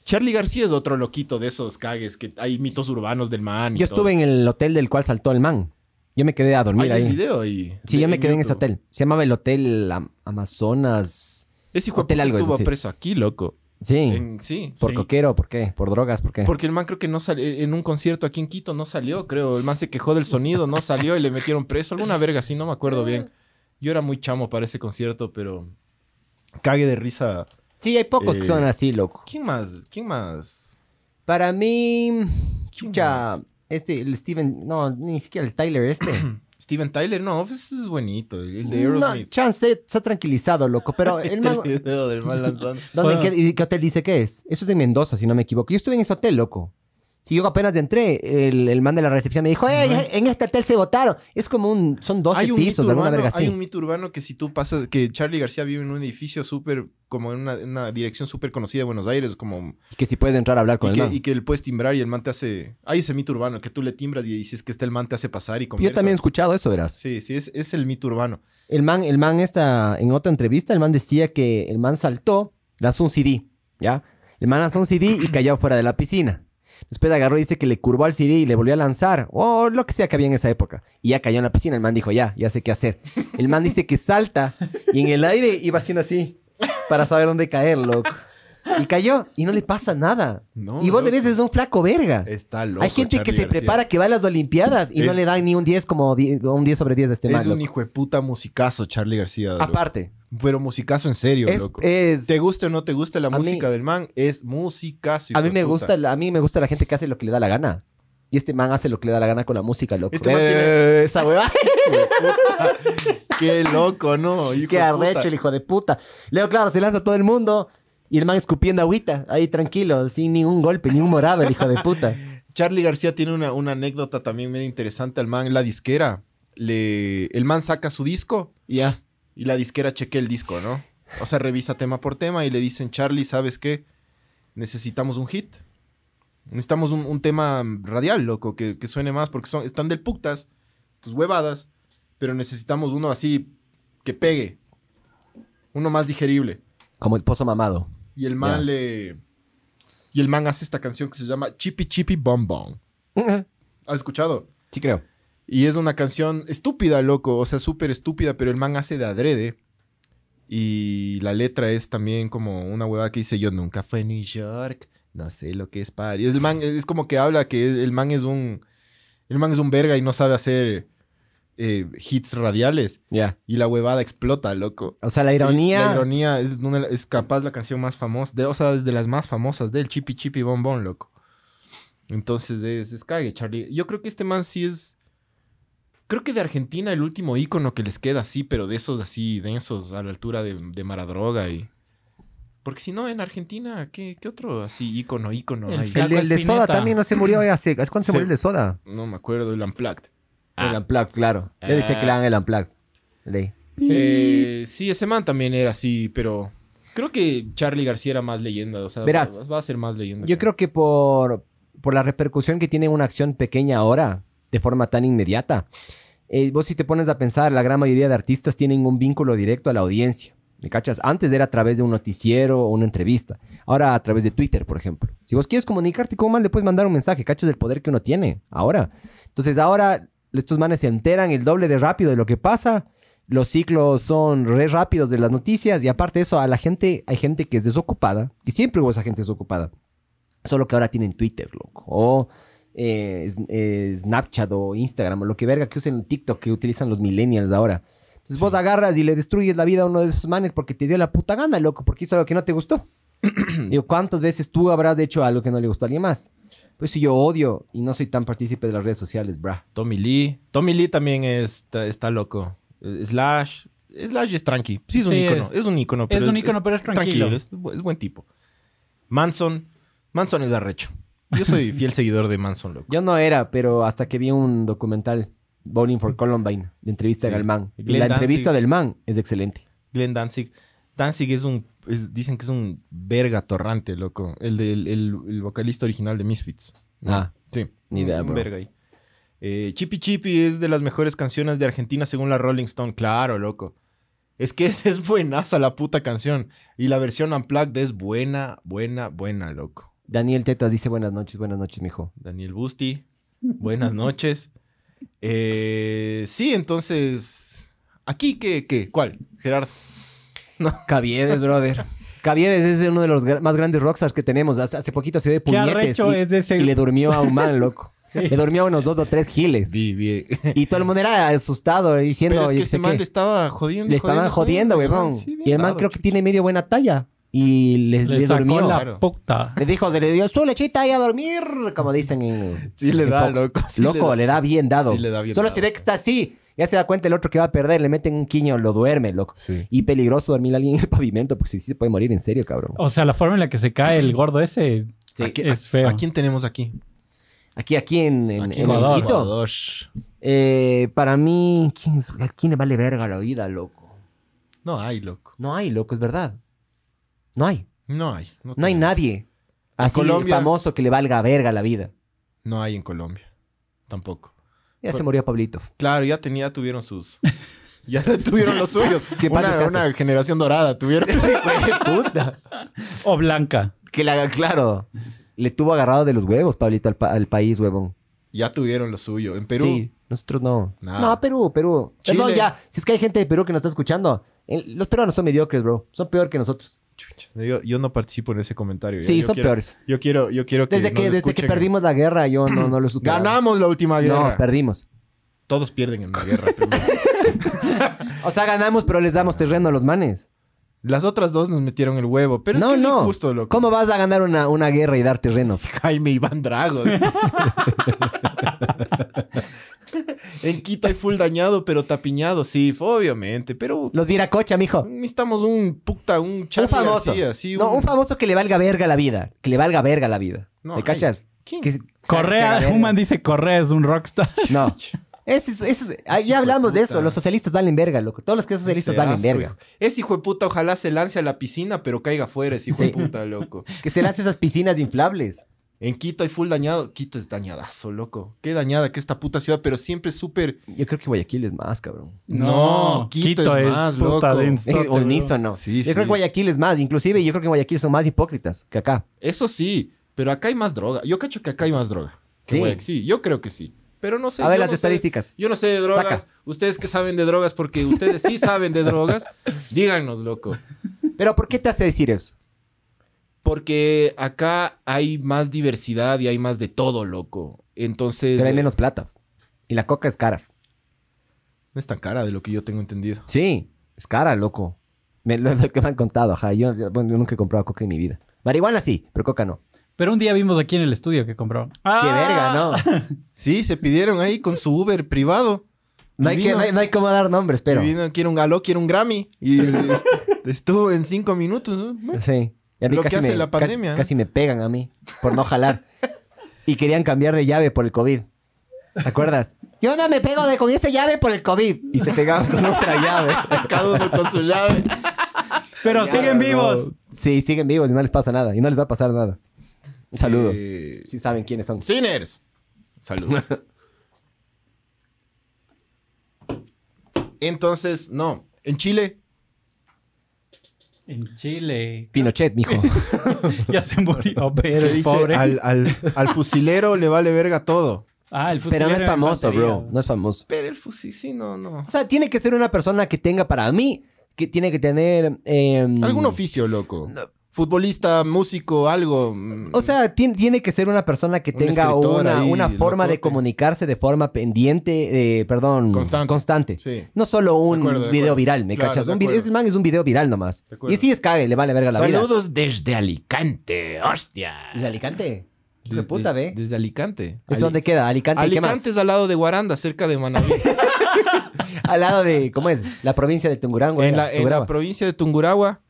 [SPEAKER 1] Charlie García es otro loquito de esos cagues que hay mitos urbanos del man. y
[SPEAKER 2] Yo
[SPEAKER 1] todo.
[SPEAKER 2] estuve en el hotel del cual saltó el man. Yo me quedé a dormir
[SPEAKER 1] Hay un
[SPEAKER 2] ahí.
[SPEAKER 1] video y...
[SPEAKER 2] Sí, yo me quedé en ese
[SPEAKER 1] YouTube.
[SPEAKER 2] hotel. Se llamaba el Hotel Am- Amazonas.
[SPEAKER 1] Ese hijo de
[SPEAKER 2] Hotel
[SPEAKER 1] puta
[SPEAKER 2] algo es
[SPEAKER 1] estuvo
[SPEAKER 2] así.
[SPEAKER 1] preso aquí, loco.
[SPEAKER 2] Sí.
[SPEAKER 1] En- sí.
[SPEAKER 2] ¿Por
[SPEAKER 3] Sí.
[SPEAKER 2] coquero? ¿Por qué? ¿Por drogas? ¿Por qué?
[SPEAKER 1] Porque el man creo que no salió en un concierto aquí en Quito, no salió, creo. El man se quejó del sonido, no salió y le metieron preso. Alguna verga así, no me acuerdo bien. Yo era muy chamo para ese concierto, pero cague de risa.
[SPEAKER 2] Sí, hay pocos que
[SPEAKER 1] Eh,
[SPEAKER 2] son así, loco.
[SPEAKER 1] ¿Quién más? ¿Quién más?
[SPEAKER 2] Para mí.
[SPEAKER 1] ¿Quién
[SPEAKER 2] Chucha.
[SPEAKER 1] más?
[SPEAKER 2] Este, el Steven. No, ni siquiera el Tyler este.
[SPEAKER 1] Steven Tyler, no, ese es bonito. El de
[SPEAKER 2] no,
[SPEAKER 1] Aerosmith.
[SPEAKER 2] chance, se ha tranquilizado, loco. Pero el man.
[SPEAKER 1] el video del man lanzando.
[SPEAKER 2] ¿Dónde,
[SPEAKER 3] Bueno.
[SPEAKER 2] ¿qué, qué hotel dice que es? Eso es de Mendoza, si no me equivoco. Yo estuve en ese hotel, loco. Si yo apenas entré, el, el man de la recepción me dijo, "Ey, en este hotel se votaron! Es como un... Son 12
[SPEAKER 1] Hay un, mito
[SPEAKER 2] pisos, alguna
[SPEAKER 1] urbano,
[SPEAKER 2] verga
[SPEAKER 1] hay
[SPEAKER 2] así.
[SPEAKER 1] un mito urbano que si tú pasas, que Charlie García vive en un edificio súper, como en una, en una dirección súper conocida de Buenos Aires, como
[SPEAKER 2] Que si puedes entrar a hablar con
[SPEAKER 1] Y
[SPEAKER 2] el
[SPEAKER 1] que,
[SPEAKER 2] man.
[SPEAKER 1] y que le puedes timbrar y el man te hace. Hay ese mito urbano que tú le timbras y dices que está el man te hace pasar y
[SPEAKER 2] Yo
[SPEAKER 1] conversas.
[SPEAKER 2] también he escuchado eso, verás.
[SPEAKER 1] Sí, sí, es, es el mito urbano.
[SPEAKER 2] El man, el man esta, en otra entrevista, el man decía que el man saltó, lanzó un CD, ¿ya? El man lanzó un CD y cayó fuera de la piscina. Después agarró y dice que le curvó al CD y le volvió a lanzar, o lo que sea que había en esa época. Y ya cayó en la piscina. El man dijo, ya, ya sé qué hacer. El man dice que salta y en el aire iba haciendo así para saber dónde caer, loco. Y cayó y no le pasa nada.
[SPEAKER 1] No,
[SPEAKER 2] y vos
[SPEAKER 1] loco.
[SPEAKER 2] tenés es un flaco verga.
[SPEAKER 1] Está loco.
[SPEAKER 2] Hay gente que
[SPEAKER 1] Charlie
[SPEAKER 2] se
[SPEAKER 1] García.
[SPEAKER 2] prepara que va a las Olimpiadas y no
[SPEAKER 1] Es-
[SPEAKER 2] le dan ni un 10 como die- un 10 sobre 10 de este man.
[SPEAKER 1] es un
[SPEAKER 2] loco.
[SPEAKER 1] hijo de puta musicazo, Charlie García. loco.
[SPEAKER 2] Aparte,
[SPEAKER 1] Pero musicazo en serio,
[SPEAKER 2] es,
[SPEAKER 1] loco.
[SPEAKER 2] es-
[SPEAKER 1] Te guste o no te guste la
[SPEAKER 2] mí-
[SPEAKER 1] música del man, es musicazo.
[SPEAKER 2] a mí
[SPEAKER 1] hijo de
[SPEAKER 2] me
[SPEAKER 1] puta.
[SPEAKER 2] gusta la- a mí me gusta la gente que hace lo que le da la gana. Y este man hace lo que le da la gana con la música, loco.
[SPEAKER 1] Este man
[SPEAKER 2] Eh,
[SPEAKER 1] tiene-
[SPEAKER 2] esa hueva.
[SPEAKER 1] Hijo de puta. Qué loco, ¿no? Hijo
[SPEAKER 2] Qué
[SPEAKER 1] de puta.
[SPEAKER 2] arrecho el hijo de puta. Leo, claro, se lanza a todo el mundo y el man escupiendo agüita, ahí tranquilo, sin ningún golpe, ni un morado, el hijo de puta.
[SPEAKER 1] Charlie García tiene una, una anécdota también medio interesante al man. La disquera. Le, el man saca su disco
[SPEAKER 2] Ya.
[SPEAKER 1] Y la disquera chequea el disco, ¿no? O sea, revisa tema por tema y le dicen, Charlie, ¿sabes qué? Necesitamos un hit. Necesitamos un, un tema radial, loco, que, que suene más, porque son, están del putas, tus huevadas, pero necesitamos uno así que pegue. Uno más digerible.
[SPEAKER 2] Como el pozo mamado.
[SPEAKER 1] Y el man
[SPEAKER 2] Ya.
[SPEAKER 1] le. Y el man hace esta canción que se llama Chippy Chippy Bom Bom. ¿Has escuchado?
[SPEAKER 2] Sí, creo.
[SPEAKER 1] Y es una canción estúpida, loco. O sea, súper estúpida, pero el man hace de adrede. Y la letra es también como una huevada que dice: Yo nunca fui a New York, no sé lo que es París. El man es como que habla que el man es un. El man es un verga y no sabe hacer eh, hits radiales.
[SPEAKER 2] Ya.
[SPEAKER 1] Y la huevada explota, loco.
[SPEAKER 2] O sea, la
[SPEAKER 1] Y
[SPEAKER 2] ironía.
[SPEAKER 1] La ironía es, una- es capaz la canción más famosa, de, o sea, es de las más famosas del Chippy Chippy Bon Bon, loco. Entonces es, es cague, Charlie. Yo creo que este man sí es. Creo que de Argentina el último ícono que les queda así, pero de esos así densos, a la altura de, de Maradroga y. Porque si no, en Argentina, ¿qué, qué otro así ícono, ícono
[SPEAKER 3] El
[SPEAKER 1] hay?
[SPEAKER 3] Flaco
[SPEAKER 2] El, el de
[SPEAKER 3] Espineta.
[SPEAKER 2] soda también no se murió ya hace. ¿Es cuándo se
[SPEAKER 1] Sí.
[SPEAKER 2] murió el de soda?
[SPEAKER 1] No me acuerdo, el Unplugged.
[SPEAKER 3] Ah.
[SPEAKER 2] El Unplugged, claro. Él dice
[SPEAKER 1] Ah.
[SPEAKER 2] que le dan el Unplugged. Ley.
[SPEAKER 1] Eh, sí, ese man también era así, pero. Creo que Charlie García era más leyenda. O sea,
[SPEAKER 2] Verás,
[SPEAKER 1] va, va a ser más leyenda.
[SPEAKER 2] Yo
[SPEAKER 1] que-
[SPEAKER 2] creo que por, por la repercusión que tiene una acción pequeña ahora, de forma tan inmediata, eh, vos si te pones a pensar, la gran mayoría de artistas tienen un vínculo directo a la audiencia. ¿Me cachas? Antes era a través de un noticiero o una entrevista. Ahora a través de Twitter, por ejemplo. Si vos quieres comunicarte con un man, le puedes mandar un mensaje. ¿Cachas el poder que uno tiene ahora? Entonces ahora estos manes se enteran el doble de rápido de lo que pasa. Los ciclos son re rápidos de las noticias. Y aparte de eso, a la gente, hay gente que es desocupada. Y siempre hubo esa gente desocupada. Solo que ahora tienen Twitter, loco. O eh, s- eh, Snapchat o Instagram o lo que verga que usen TikTok que utilizan los millennials ahora. Entonces vos agarras y le destruyes la vida a uno de esos manes porque te dio la puta gana, loco, porque hizo algo que no te gustó. Digo, ¿cuántas veces tú habrás hecho algo que no le gustó a alguien más? Pues si yo odio y no soy tan partícipe de las redes sociales, bra.
[SPEAKER 1] Tommy Lee. Tommy Lee también está, está loco. Eh, Slash. Slash es tranqui. Sí, es un
[SPEAKER 3] Sí,
[SPEAKER 1] ícono.
[SPEAKER 3] es-
[SPEAKER 1] Es, un ícono.
[SPEAKER 3] es un ícono, pero es tranquilo.
[SPEAKER 1] es, bu- es buen tipo. Manson. Manson es arrecho. Yo soy fiel seguidor de Manson, loco.
[SPEAKER 2] Yo no era, pero hasta que vi un documental, Bowling for Columbine, de entrevista
[SPEAKER 1] Sí.
[SPEAKER 2] al man. Y
[SPEAKER 1] Glenn
[SPEAKER 2] la
[SPEAKER 1] Danzig.
[SPEAKER 2] entrevista del man es excelente.
[SPEAKER 1] Glenn Danzig. Danzig es un... es- dicen que es un verga torrante, loco. El del el, el vocalista original de Misfits.
[SPEAKER 2] Ah,
[SPEAKER 1] Sí.
[SPEAKER 2] Ni
[SPEAKER 1] un-
[SPEAKER 2] idea,
[SPEAKER 1] un
[SPEAKER 2] bro.
[SPEAKER 1] verga ahí. Eh, Chippy Chippy es de las mejores canciones de Argentina según la Rolling Stone. Claro, loco. Es que es, es buenaza la puta canción. Y la versión unplugged es buena, buena, buena, loco.
[SPEAKER 2] Daniel Tetas dice buenas noches, buenas noches, mijo.
[SPEAKER 1] Daniel Busti, buenas noches. Eh, sí, entonces. ¿Aquí qué? qué? ¿Cuál? Gerardo.
[SPEAKER 2] Caviedes, brother. Caviedes es uno de los gra- más grandes rockstars que tenemos. Hace, hace poquito se dio de
[SPEAKER 3] ¿Qué
[SPEAKER 2] puñetes
[SPEAKER 3] arrecho
[SPEAKER 2] y,
[SPEAKER 3] es de ese?
[SPEAKER 2] y le durmió a un man, loco. Le durmió a unos dos o tres giles.
[SPEAKER 1] Vi, vi.
[SPEAKER 2] Y todo el mundo era asustado eh, diciendo,
[SPEAKER 1] Pero es que
[SPEAKER 2] yo sé
[SPEAKER 1] ese man
[SPEAKER 2] qué.
[SPEAKER 1] le estaba jodiendo.
[SPEAKER 2] Le estaban jodiendo, weón.
[SPEAKER 1] Sí, bien
[SPEAKER 2] y el man
[SPEAKER 1] dado,
[SPEAKER 2] creo que tiene medio buena talla. Y le,
[SPEAKER 3] Le
[SPEAKER 2] le
[SPEAKER 3] sacó
[SPEAKER 2] durmió.
[SPEAKER 3] la
[SPEAKER 1] Claro.
[SPEAKER 3] puta.
[SPEAKER 2] Le dijo, le dio su lechita ahí a dormir, como dicen en.
[SPEAKER 1] Sí le
[SPEAKER 2] en
[SPEAKER 1] da,
[SPEAKER 2] Fox.
[SPEAKER 1] loco, sí
[SPEAKER 2] loco, le
[SPEAKER 1] le
[SPEAKER 2] da,
[SPEAKER 1] da.
[SPEAKER 2] bien dado.
[SPEAKER 1] Sí le da bien
[SPEAKER 2] Solo
[SPEAKER 1] dado.
[SPEAKER 2] se ve que está así. Ya se da cuenta el otro que va a perder, le meten un quiño, lo duerme, loco.
[SPEAKER 1] Sí.
[SPEAKER 2] Y peligroso dormir a alguien en el pavimento, porque si sí se puede morir en serio, cabrón.
[SPEAKER 3] O sea, la forma en la que se cae el gordo ese.
[SPEAKER 2] Sí.
[SPEAKER 1] ¿A, qué-
[SPEAKER 3] Es feo.
[SPEAKER 1] ¿A quién tenemos aquí?
[SPEAKER 2] Aquí, aquí en, en,
[SPEAKER 1] Aquí
[SPEAKER 2] en el
[SPEAKER 3] Ecuador.
[SPEAKER 2] Quito. Eh, para mí, ¿quién, es- ¿a quién le vale verga la vida, loco?
[SPEAKER 1] No hay, loco.
[SPEAKER 2] No hay, loco, es verdad. No hay.
[SPEAKER 1] No hay.
[SPEAKER 2] No hay
[SPEAKER 1] tenemos.
[SPEAKER 2] nadie así
[SPEAKER 1] Colombia-
[SPEAKER 2] famoso que le valga verga la vida.
[SPEAKER 1] No hay en Colombia. Tampoco.
[SPEAKER 2] Ya se
[SPEAKER 1] Por-
[SPEAKER 2] murió Pablito.
[SPEAKER 1] Claro, ya tenía, tuvieron sus. Ya tuvieron los suyos.
[SPEAKER 2] Que en paz
[SPEAKER 1] Una,
[SPEAKER 2] descanse.
[SPEAKER 1] una generación dorada tuvieron.
[SPEAKER 2] puta.
[SPEAKER 3] O blanca.
[SPEAKER 2] Que la, claro. Le tuvo agarrado de los huevos, Pablito, al, pa- al país, huevón.
[SPEAKER 1] ya tuvieron lo suyo. En Perú.
[SPEAKER 2] Sí, nosotros no.
[SPEAKER 1] Nada.
[SPEAKER 2] No, Perú, Perú.
[SPEAKER 1] Chile.
[SPEAKER 2] Perdón, ya. Si es que hay gente de Perú que nos está escuchando. el- los peruanos son mediocres, bro. Son peor que nosotros.
[SPEAKER 1] Chucha, yo, yo no participo en ese comentario.
[SPEAKER 2] Sí,
[SPEAKER 1] yo
[SPEAKER 2] son
[SPEAKER 1] quiero-
[SPEAKER 2] peores.
[SPEAKER 1] Yo quiero, yo quiero que.
[SPEAKER 2] Desde, que,
[SPEAKER 1] nos
[SPEAKER 2] desde que
[SPEAKER 1] escuchen.
[SPEAKER 2] perdimos la guerra, yo no, no lo supe.
[SPEAKER 1] Ganamos la última guerra.
[SPEAKER 2] No, perdimos.
[SPEAKER 1] Todos pierden en la guerra. primero.
[SPEAKER 2] O sea, ganamos, pero les damos terreno a los manes.
[SPEAKER 1] Las otras dos nos metieron el huevo. Pero
[SPEAKER 2] no,
[SPEAKER 1] es que
[SPEAKER 2] no.
[SPEAKER 1] es injusto, loco.
[SPEAKER 2] ¿Cómo vas a ganar una, una guerra y dar terreno?
[SPEAKER 1] Jaime Iván Drago. en Quito hay full dañado, pero tapiñado, sí, obviamente. Pero
[SPEAKER 2] Los viracocha, mijo.
[SPEAKER 1] necesitamos un puta, un
[SPEAKER 2] Un
[SPEAKER 1] Charlie
[SPEAKER 2] famoso.
[SPEAKER 1] García, sí,
[SPEAKER 2] No,
[SPEAKER 1] un-
[SPEAKER 2] un famoso que le valga verga la vida. Que le valga verga la vida.
[SPEAKER 1] No,
[SPEAKER 2] ¿Me
[SPEAKER 1] ay.
[SPEAKER 2] cachas?
[SPEAKER 1] ¿Quién?
[SPEAKER 2] Que- que haga
[SPEAKER 3] Correa,
[SPEAKER 2] verga.
[SPEAKER 3] Human dice Correa es un rockstar.
[SPEAKER 2] No. Ese es- ese es- ah,
[SPEAKER 1] Ese
[SPEAKER 2] ya
[SPEAKER 1] hijo de
[SPEAKER 2] hablamos de
[SPEAKER 1] puta.
[SPEAKER 2] eso. Los socialistas valen verga, loco. Todos los que son socialistas
[SPEAKER 1] Ese
[SPEAKER 2] valen
[SPEAKER 1] asco,
[SPEAKER 2] verga.
[SPEAKER 1] hijo. Ese hijo de puta, ojalá se lance a la piscina, pero caiga afuera ese hijo
[SPEAKER 2] Sí.
[SPEAKER 1] de puta, loco.
[SPEAKER 2] Que se lancen esas piscinas inflables.
[SPEAKER 1] En Quito hay full dañado. Quito es dañadazo, loco. Qué dañada que esta puta ciudad, pero siempre súper.
[SPEAKER 2] Yo creo que Guayaquil es más, cabrón.
[SPEAKER 1] No, Quito es más, loco.
[SPEAKER 3] densote,
[SPEAKER 2] Eh,
[SPEAKER 3] bro.
[SPEAKER 2] Unísono.
[SPEAKER 1] Sí,
[SPEAKER 2] yo
[SPEAKER 1] sí.
[SPEAKER 2] creo que Guayaquil es más. Inclusive yo creo que en Guayaquil son más hipócritas que acá.
[SPEAKER 1] Eso sí, pero acá hay más droga. Yo cacho que acá hay más droga. que
[SPEAKER 2] Sí.
[SPEAKER 1] Guayaquil. Sí, yo creo que sí. Pero no sé.
[SPEAKER 2] A ver
[SPEAKER 1] yo
[SPEAKER 2] las
[SPEAKER 1] no sé-
[SPEAKER 2] estadísticas.
[SPEAKER 1] Yo no sé de drogas.
[SPEAKER 2] Saca.
[SPEAKER 1] Ustedes que saben de drogas, porque ustedes sí saben de drogas, díganos, loco.
[SPEAKER 2] Pero ¿por qué te hace decir eso?
[SPEAKER 1] Porque acá hay más diversidad y hay más de todo, loco. Entonces.
[SPEAKER 2] Pero hay menos plata. Y la coca es cara.
[SPEAKER 1] No es tan cara de lo que yo tengo entendido.
[SPEAKER 2] Sí, es cara, loco. Me, lo, lo que me han contado, ajá. Yo, yo- bueno, yo nunca he comprado coca en mi vida. Marihuana sí, pero coca no.
[SPEAKER 3] Pero un día vimos aquí en el estudio que compró.
[SPEAKER 1] Ah.
[SPEAKER 3] Ah,
[SPEAKER 2] ¡Qué verga, no!
[SPEAKER 1] Sí, se pidieron ahí con su Uber privado.
[SPEAKER 2] No hay,
[SPEAKER 1] Y
[SPEAKER 2] que,
[SPEAKER 1] vino-
[SPEAKER 2] no, hay, no hay cómo dar nombres, pero...
[SPEAKER 1] Y vino, quiere un galó, quiere un Grammy. Y est- estuvo en cinco minutos. ¿no? Bueno,
[SPEAKER 2] Sí. Y a mí
[SPEAKER 1] Lo que
[SPEAKER 2] casi
[SPEAKER 1] hace
[SPEAKER 2] me,
[SPEAKER 1] la
[SPEAKER 2] casi-
[SPEAKER 1] pandemia, ¿no?
[SPEAKER 2] Casi, me pegan a mí por no jalar. y querían cambiar de llave por el COVID. ¿Te acuerdas? Yo no me pego de con esa llave por el COVID. Y se pegaban con otra llave.
[SPEAKER 1] Cada uno con su llave.
[SPEAKER 3] Pero siguen vivos.
[SPEAKER 2] Sí, siguen vivos y no les pasa nada. Y no les va a pasar nada. Un saludo.
[SPEAKER 1] Eh,
[SPEAKER 2] Si saben quiénes son.
[SPEAKER 1] Sinners. Salud. Entonces, no. En Chile,
[SPEAKER 3] En Chile.
[SPEAKER 2] Pinochet, mijo.
[SPEAKER 1] Pues
[SPEAKER 3] Ya se murió, pero
[SPEAKER 1] se
[SPEAKER 3] el
[SPEAKER 1] dice,
[SPEAKER 3] pobre.
[SPEAKER 1] al, al- al fusilero le vale verga todo.
[SPEAKER 3] Ah, el
[SPEAKER 2] Pero no
[SPEAKER 3] fusilero
[SPEAKER 2] es
[SPEAKER 3] de
[SPEAKER 2] famoso,
[SPEAKER 3] infantería.
[SPEAKER 2] bro. No es famoso.
[SPEAKER 1] Pero el fusil, sí, no, no.
[SPEAKER 2] O sea, tiene que ser una persona que tenga para mí, que tiene que tener... eh,
[SPEAKER 1] Algún oficio, loco. Futbolista, músico, algo. mm,
[SPEAKER 2] O sea, tien- tiene que ser una persona que
[SPEAKER 1] Un
[SPEAKER 2] tenga
[SPEAKER 1] escritor
[SPEAKER 2] una,
[SPEAKER 1] ahí,
[SPEAKER 2] una forma de
[SPEAKER 1] locote.
[SPEAKER 2] comunicarse de forma pendiente, eh, perdón,
[SPEAKER 1] Constante. Sí.
[SPEAKER 2] No solo un
[SPEAKER 1] acuerdo, de
[SPEAKER 2] video
[SPEAKER 1] acuerdo.
[SPEAKER 2] viral, ¿me
[SPEAKER 1] Claro,
[SPEAKER 2] cachas?
[SPEAKER 1] de
[SPEAKER 2] Un video,
[SPEAKER 1] acuerdo.
[SPEAKER 2] ese man es un video viral nomás.
[SPEAKER 1] De acuerdo.
[SPEAKER 2] Y sí es cague, le vale verga la vida.
[SPEAKER 1] Saludos desde Alicante. Hostia.
[SPEAKER 2] ¿Desde Alicante? Hijo de
[SPEAKER 1] Des-
[SPEAKER 2] puta, ve.
[SPEAKER 1] des- Desde Alicante.
[SPEAKER 2] ¿Eso
[SPEAKER 1] Ali-
[SPEAKER 2] dónde queda? ¿Alicante? ¿Qué más?
[SPEAKER 1] Alicante es al lado de Guaranda, cerca de Manaví.
[SPEAKER 2] Al lado de, ¿cómo es? La provincia de Tungurango.
[SPEAKER 1] en,
[SPEAKER 2] era,
[SPEAKER 1] la, en la
[SPEAKER 2] Tungurahua.
[SPEAKER 1] provincia de Tungurahua.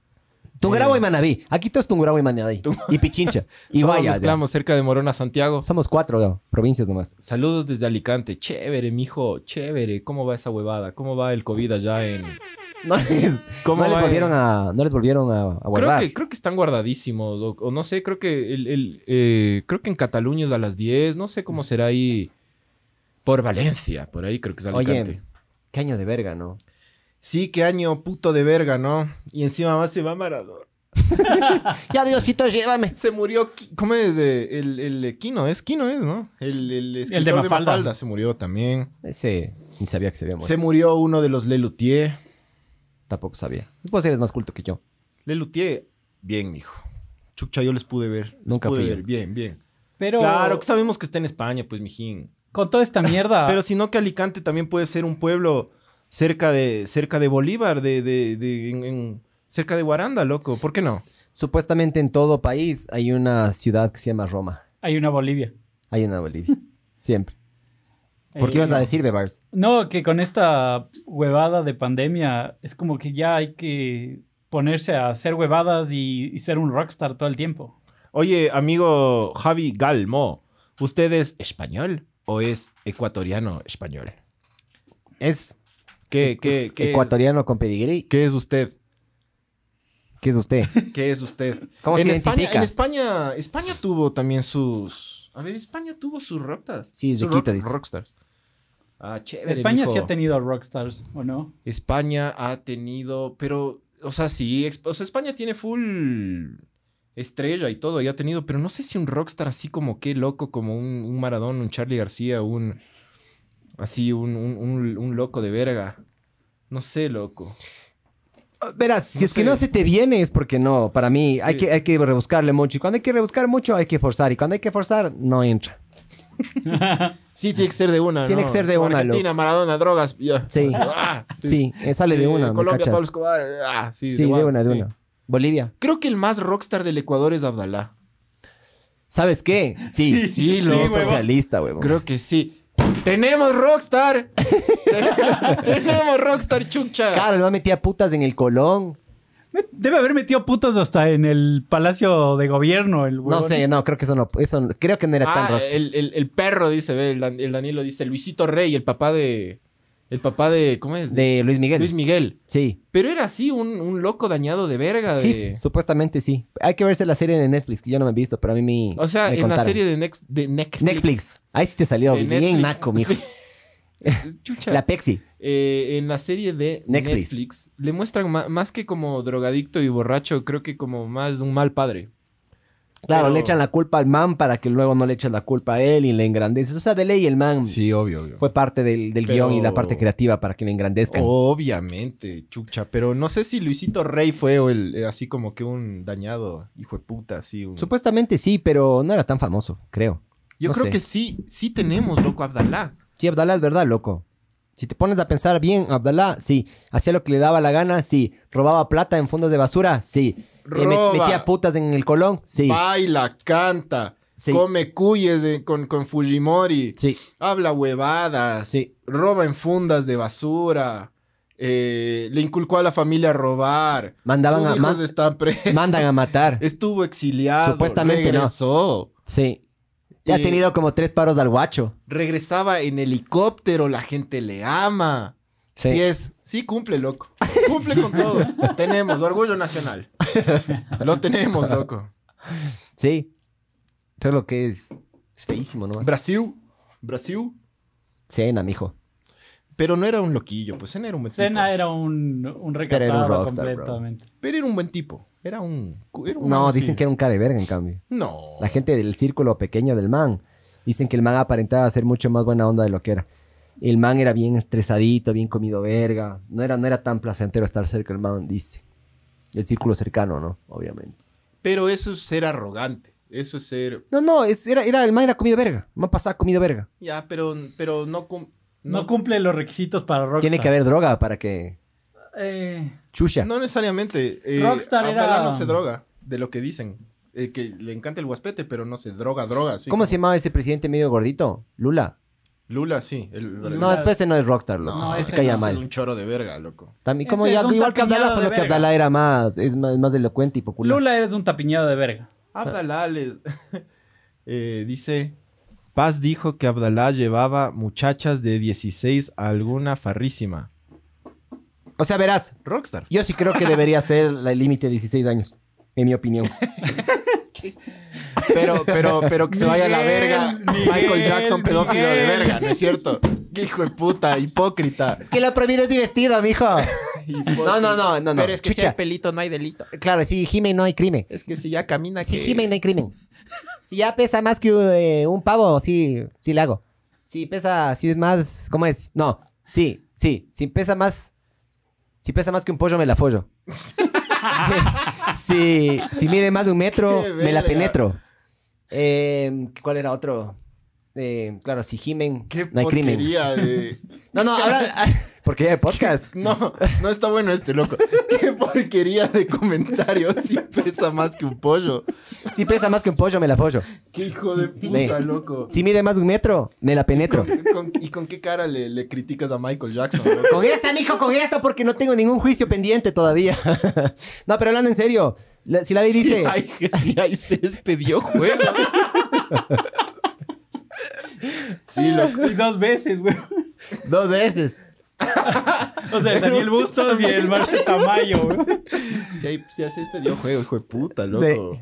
[SPEAKER 2] Tungurahua
[SPEAKER 1] eh,
[SPEAKER 2] y Manabí. Aquí todo es Tungurahua y Manabí. Y Pichincha. Y
[SPEAKER 1] todos
[SPEAKER 2] Guaya. ya.
[SPEAKER 1] mezclamos cerca de Morona, Santiago.
[SPEAKER 2] Somos cuatro ya, provincias nomás.
[SPEAKER 1] Saludos desde Alicante. Chévere, mijo. Chévere. ¿Cómo va esa huevada? ¿Cómo va el COVID allá en...?
[SPEAKER 2] No les,
[SPEAKER 1] ¿Cómo
[SPEAKER 2] no les
[SPEAKER 1] va, eh?
[SPEAKER 2] volvieron a, no les volvieron a, a
[SPEAKER 1] Creo
[SPEAKER 2] guardar.
[SPEAKER 1] que, creo que están guardadísimos. O, o no sé, creo que el, el, eh, creo que en Cataluña es a las 10. No sé cómo será ahí por Valencia. Por ahí creo que es Alicante.
[SPEAKER 2] Oye, qué año de verga, ¿no?
[SPEAKER 1] Sí, qué año puto de verga, ¿no? Y encima más se va Maradona.
[SPEAKER 2] Ya, Diosito, llévame.
[SPEAKER 1] Se murió, Qui- ¿cómo es? Eh, El, el, eh, Quino, es Quino, es, ¿no? El, el escritor de Mafalda.
[SPEAKER 3] Mafalda.
[SPEAKER 1] se murió también.
[SPEAKER 2] Ese ni sabía que se había muerto.
[SPEAKER 1] Se murió uno de los Lelutier.
[SPEAKER 2] Tampoco sabía. Supongo que eres más culto que yo.
[SPEAKER 1] Lelutier, bien, mijo. Chucha, yo les pude ver. Les
[SPEAKER 2] Nunca
[SPEAKER 1] pude
[SPEAKER 2] fui yo.
[SPEAKER 1] ver. Bien, bien.
[SPEAKER 3] Pero
[SPEAKER 1] Claro, que sabemos que está en España, pues, mijín.
[SPEAKER 3] con toda esta
[SPEAKER 2] Ah.
[SPEAKER 3] mierda.
[SPEAKER 1] Pero si no, que Alicante también puede ser un pueblo cerca de, cerca de Bolívar, de, de, de- en- en- cerca de Guaranda, loco. ¿Por qué no?
[SPEAKER 2] Supuestamente en todo país hay una ciudad que se llama Roma.
[SPEAKER 3] Hay una Bolivia.
[SPEAKER 2] Hay una en Bolivia. Siempre. ¿Por
[SPEAKER 3] Eh,
[SPEAKER 2] qué ibas
[SPEAKER 3] no.
[SPEAKER 2] a decir, Bebars?
[SPEAKER 3] No, que con esta huevada de pandemia es como que ya hay que ponerse a hacer huevadas y, y ser un rockstar todo el tiempo.
[SPEAKER 1] Oye, amigo Javi Galmo, ¿usted es español o es ecuatoriano español?
[SPEAKER 2] Es
[SPEAKER 1] ¿Qué,
[SPEAKER 2] E-,
[SPEAKER 1] qué, qué, es,
[SPEAKER 2] ecuatoriano con pedigrí.
[SPEAKER 1] qué es usted?
[SPEAKER 2] ¿Qué es usted?
[SPEAKER 1] ¿Qué es usted?
[SPEAKER 2] ¿Cómo
[SPEAKER 1] en
[SPEAKER 2] se
[SPEAKER 1] España,
[SPEAKER 2] identifica?
[SPEAKER 1] en España, España tuvo también sus. A ver, España tuvo sus rockstars.
[SPEAKER 2] Sí, de
[SPEAKER 1] sus
[SPEAKER 2] Quito,
[SPEAKER 1] rock-
[SPEAKER 2] dice.
[SPEAKER 1] rockstars. Ah, chévere.
[SPEAKER 3] España
[SPEAKER 1] mijo.
[SPEAKER 3] sí ha tenido rockstars, ¿o no?
[SPEAKER 1] España ha tenido, pero, o sea, sí, ex- o sea, España tiene full estrella y todo, y ha tenido, pero no sé si un rockstar así como qué loco, como un, un Maradona, un Charlie García, un, así, un, un- un- un loco de verga. No sé, loco.
[SPEAKER 2] oh, Verás, si
[SPEAKER 1] No
[SPEAKER 2] es que no
[SPEAKER 1] sé.
[SPEAKER 2] se te viene es porque no. Para mí
[SPEAKER 1] Es
[SPEAKER 2] hay,
[SPEAKER 1] que-
[SPEAKER 2] que, hay que rebuscarle mucho. Y cuando hay que rebuscar mucho hay que forzar. Y cuando hay que forzar, no entra.
[SPEAKER 1] Sí, tiene que ser de una,
[SPEAKER 2] Tiene
[SPEAKER 1] ¿no?
[SPEAKER 2] que ser de una,
[SPEAKER 1] Argentina, Maradona, drogas, ya.
[SPEAKER 2] Sí.
[SPEAKER 1] Ah,
[SPEAKER 2] Sí, eh, sale de
[SPEAKER 1] Eh,
[SPEAKER 2] una, ¿me
[SPEAKER 1] Colombia,
[SPEAKER 2] cachas?
[SPEAKER 1] Pablo Escobar, ah, sí,
[SPEAKER 2] Sí, de una, de
[SPEAKER 1] sí.
[SPEAKER 2] una. Bolivia.
[SPEAKER 1] Creo que el más rockstar del Ecuador es Abdalá.
[SPEAKER 2] ¿Sabes qué? Sí,
[SPEAKER 1] Sí, sí, lo-
[SPEAKER 2] socialista, huevón.
[SPEAKER 1] Creo que sí. ¡Tenemos Rockstar! ¡Tenemos Rockstar, chucha!
[SPEAKER 2] Claro, lo metía putas en el colón.
[SPEAKER 3] Me- Debe haber metido putas hasta en el Palacio de Gobierno, el
[SPEAKER 2] No
[SPEAKER 3] huevón.
[SPEAKER 2] sé, no, creo que eso no, eso no- creo que no era
[SPEAKER 1] Ah,
[SPEAKER 2] tan rockstar.
[SPEAKER 1] el, el- el perro dice, ve, el, Dan- el Danilo dice, Luisito Rey, el papá de... El papá de. ¿Cómo es?
[SPEAKER 2] De Luis Miguel.
[SPEAKER 1] Luis Miguel.
[SPEAKER 2] Sí.
[SPEAKER 1] Pero era así, un, un loco dañado de verga.
[SPEAKER 2] Sí,
[SPEAKER 1] de-
[SPEAKER 2] supuestamente sí. Hay que verse la serie de Netflix, que yo no me he visto, pero a mí me.
[SPEAKER 1] O sea,
[SPEAKER 2] me
[SPEAKER 1] en la
[SPEAKER 2] contaron.
[SPEAKER 1] serie de, Nex- de Netflix.
[SPEAKER 2] Netflix. Ahí sí te salió
[SPEAKER 1] De
[SPEAKER 2] bien
[SPEAKER 1] Netflix.
[SPEAKER 2] naco, mijo.
[SPEAKER 1] Sí. Chucha.
[SPEAKER 2] La Pexi.
[SPEAKER 1] Eh, en la serie de
[SPEAKER 2] Netflix.
[SPEAKER 1] Netflix. le muestran ma- más que como drogadicto y borracho, creo que como más un mal padre.
[SPEAKER 2] Claro,
[SPEAKER 1] Pero-
[SPEAKER 2] le echan la culpa al man para que luego no le eches la culpa a él y le engrandeces. O sea, de ley el man
[SPEAKER 1] Sí, obvio, obvio.
[SPEAKER 2] fue parte del, del
[SPEAKER 1] Pero- Oh.
[SPEAKER 2] guión y la parte creativa para que le engrandezcan.
[SPEAKER 1] Obviamente, chucha. Pero no sé si Luisito Rey fue o el, eh, así como que un dañado hijo de puta, así. un-
[SPEAKER 2] Supuestamente sí, pero no era tan famoso, creo.
[SPEAKER 1] Yo
[SPEAKER 2] no
[SPEAKER 1] creo
[SPEAKER 2] sé.
[SPEAKER 1] que sí, sí tenemos, loco, Abdalá.
[SPEAKER 2] Sí, Abdalá es verdad, loco. Si te pones a pensar bien, Abdalá, sí. Hacía lo que le daba la gana, sí. Robaba plata en fondos de basura, sí. Eh, me-
[SPEAKER 1] Roba.
[SPEAKER 2] metía putas en el colón, sí.
[SPEAKER 1] Baila, canta,
[SPEAKER 2] Sí.
[SPEAKER 1] come cuyes de- con, con Fujimori,
[SPEAKER 2] Sí,
[SPEAKER 1] habla huevadas,
[SPEAKER 2] sí.
[SPEAKER 1] roba en fundas de basura, eh, le inculcó a la familia a robar.
[SPEAKER 2] Mandaban
[SPEAKER 1] Sus
[SPEAKER 2] a-
[SPEAKER 1] hijos
[SPEAKER 2] ma-
[SPEAKER 1] están presos.
[SPEAKER 2] Mandan a matar.
[SPEAKER 1] Estuvo exiliado.
[SPEAKER 2] Supuestamente no.
[SPEAKER 1] regresó.
[SPEAKER 2] Sí. Ya ha
[SPEAKER 1] Y-
[SPEAKER 2] tenido como tres paros al guacho.
[SPEAKER 1] Regresaba en helicóptero, la gente le ama.
[SPEAKER 2] Sí.
[SPEAKER 1] Sí. es, sí cumple, loco. Cumple con todo. tenemos, orgullo nacional. Lo tenemos, loco.
[SPEAKER 2] Sí. Eso es lo que es. Es feísimo, ¿no?
[SPEAKER 1] Brasil, Brasil.
[SPEAKER 2] Cena, mijo.
[SPEAKER 1] Pero no era un loquillo, pues Senna era un buen
[SPEAKER 3] Cena
[SPEAKER 1] tipo.
[SPEAKER 3] era un, un
[SPEAKER 2] Pero era un
[SPEAKER 3] recatado
[SPEAKER 2] rockstar, bro.
[SPEAKER 3] completamente.
[SPEAKER 1] Pero era un buen tipo. Era un. era un
[SPEAKER 2] No,
[SPEAKER 1] man así.
[SPEAKER 2] dicen que era un cara de verga, en cambio.
[SPEAKER 1] No.
[SPEAKER 2] La gente del círculo pequeño del man. Dicen que el man aparentaba ser mucho más buena onda de lo que era. El man era bien estresadito, bien comido verga. No era, no era tan placentero estar cerca del man, dice. El círculo cercano, ¿no? Obviamente.
[SPEAKER 1] Pero eso es ser arrogante. Eso es ser.
[SPEAKER 2] No, no, es- era, era, el man era comido verga. El man pasaba comido verga.
[SPEAKER 1] Ya, pero, pero no. cum-
[SPEAKER 3] No cumple los requisitos para Rockstar.
[SPEAKER 2] Tiene que haber droga para que...
[SPEAKER 3] Eh,
[SPEAKER 2] Chucha.
[SPEAKER 1] No necesariamente. Eh,
[SPEAKER 3] Rockstar era-
[SPEAKER 1] Abdalá no se droga, de lo que dicen. Eh, que le encanta el guaspete, pero no se droga, droga. Así
[SPEAKER 2] ¿Cómo
[SPEAKER 1] como-
[SPEAKER 2] se llamaba ese presidente medio gordito? Lula.
[SPEAKER 1] Lula, sí. el- el-
[SPEAKER 2] No, después ese no es Rockstar, loco.
[SPEAKER 3] No,
[SPEAKER 2] No,
[SPEAKER 3] ese
[SPEAKER 2] se calla
[SPEAKER 1] ese
[SPEAKER 2] mal.
[SPEAKER 1] Es un choro de verga, loco.
[SPEAKER 2] También, como
[SPEAKER 3] Ese
[SPEAKER 2] ya,
[SPEAKER 3] es un
[SPEAKER 2] igual que Abdalá,
[SPEAKER 3] tapiñado de
[SPEAKER 2] solo que
[SPEAKER 3] verga.
[SPEAKER 2] Abdalá era más, es más, más elocuente y popular.
[SPEAKER 3] Lula eres un tapiñado de verga.
[SPEAKER 2] Ah.
[SPEAKER 1] Abdalá les eh, dice. Paz dijo que Abdalá llevaba muchachas de 16 a alguna farrísima.
[SPEAKER 2] O sea, verás,
[SPEAKER 1] Rockstar.
[SPEAKER 2] yo sí creo que debería ser la- el límite de 16 años, en mi opinión.
[SPEAKER 1] Pero, pero, pero que se vaya a la
[SPEAKER 3] Miguel,
[SPEAKER 1] verga.
[SPEAKER 3] Miguel,
[SPEAKER 1] Michael Jackson, pedófilo de
[SPEAKER 3] Miguel.
[SPEAKER 1] verga, ¿no es cierto? Qué hijo de puta, hipócrita.
[SPEAKER 2] Es que lo prohibido es divertido, mijo.
[SPEAKER 1] Hipócrita.
[SPEAKER 2] No, no, no, no, no.
[SPEAKER 1] Pero es que si
[SPEAKER 2] Chucha.
[SPEAKER 1] hay pelito no hay delito.
[SPEAKER 2] Claro, si gimen no hay crimen.
[SPEAKER 1] Es que si ya camina
[SPEAKER 2] Si
[SPEAKER 1] que-
[SPEAKER 2] gimen no hay crimen. Si ya pesa más que eh, un pavo, sí, sí le hago. Si pesa, si es más, ¿cómo es? No, sí, sí, si pesa más, si pesa más que un pollo, me la follo. Sí, si, si mide más de un metro,
[SPEAKER 1] Qué
[SPEAKER 2] me la
[SPEAKER 1] verga.
[SPEAKER 2] penetro. Eh, ¿Cuál era otro? Eh, claro, si gimen,
[SPEAKER 1] Qué
[SPEAKER 2] no hay crimen.
[SPEAKER 1] porquería de...
[SPEAKER 2] No, no, ahora... Porque ya hay podcast.
[SPEAKER 1] No, no está bueno este loco. Qué porquería de comentarios si pesa más que un pollo.
[SPEAKER 2] Si pesa más que un pollo, me la follo.
[SPEAKER 1] Qué hijo de puta,
[SPEAKER 2] Ve.
[SPEAKER 1] loco.
[SPEAKER 2] Si mide más de un metro, me la penetro.
[SPEAKER 1] ¿Con- ¿Y con qué cara le, le criticas a Michael Jackson? loco?
[SPEAKER 2] Con esta, mijo, con esta, porque no tengo ningún juicio pendiente todavía. no, pero hablando en serio, la- si la ley dice...
[SPEAKER 1] Sí hay, sí hay césped y hojuelas. Sí, loco.
[SPEAKER 3] Y dos veces, güey.
[SPEAKER 2] Dos veces.
[SPEAKER 3] O sea, Daniel Bustos y el Marcio Tamayo, güey.
[SPEAKER 1] Si hay, si hay césped y hojuelas, hijo de puta, loco.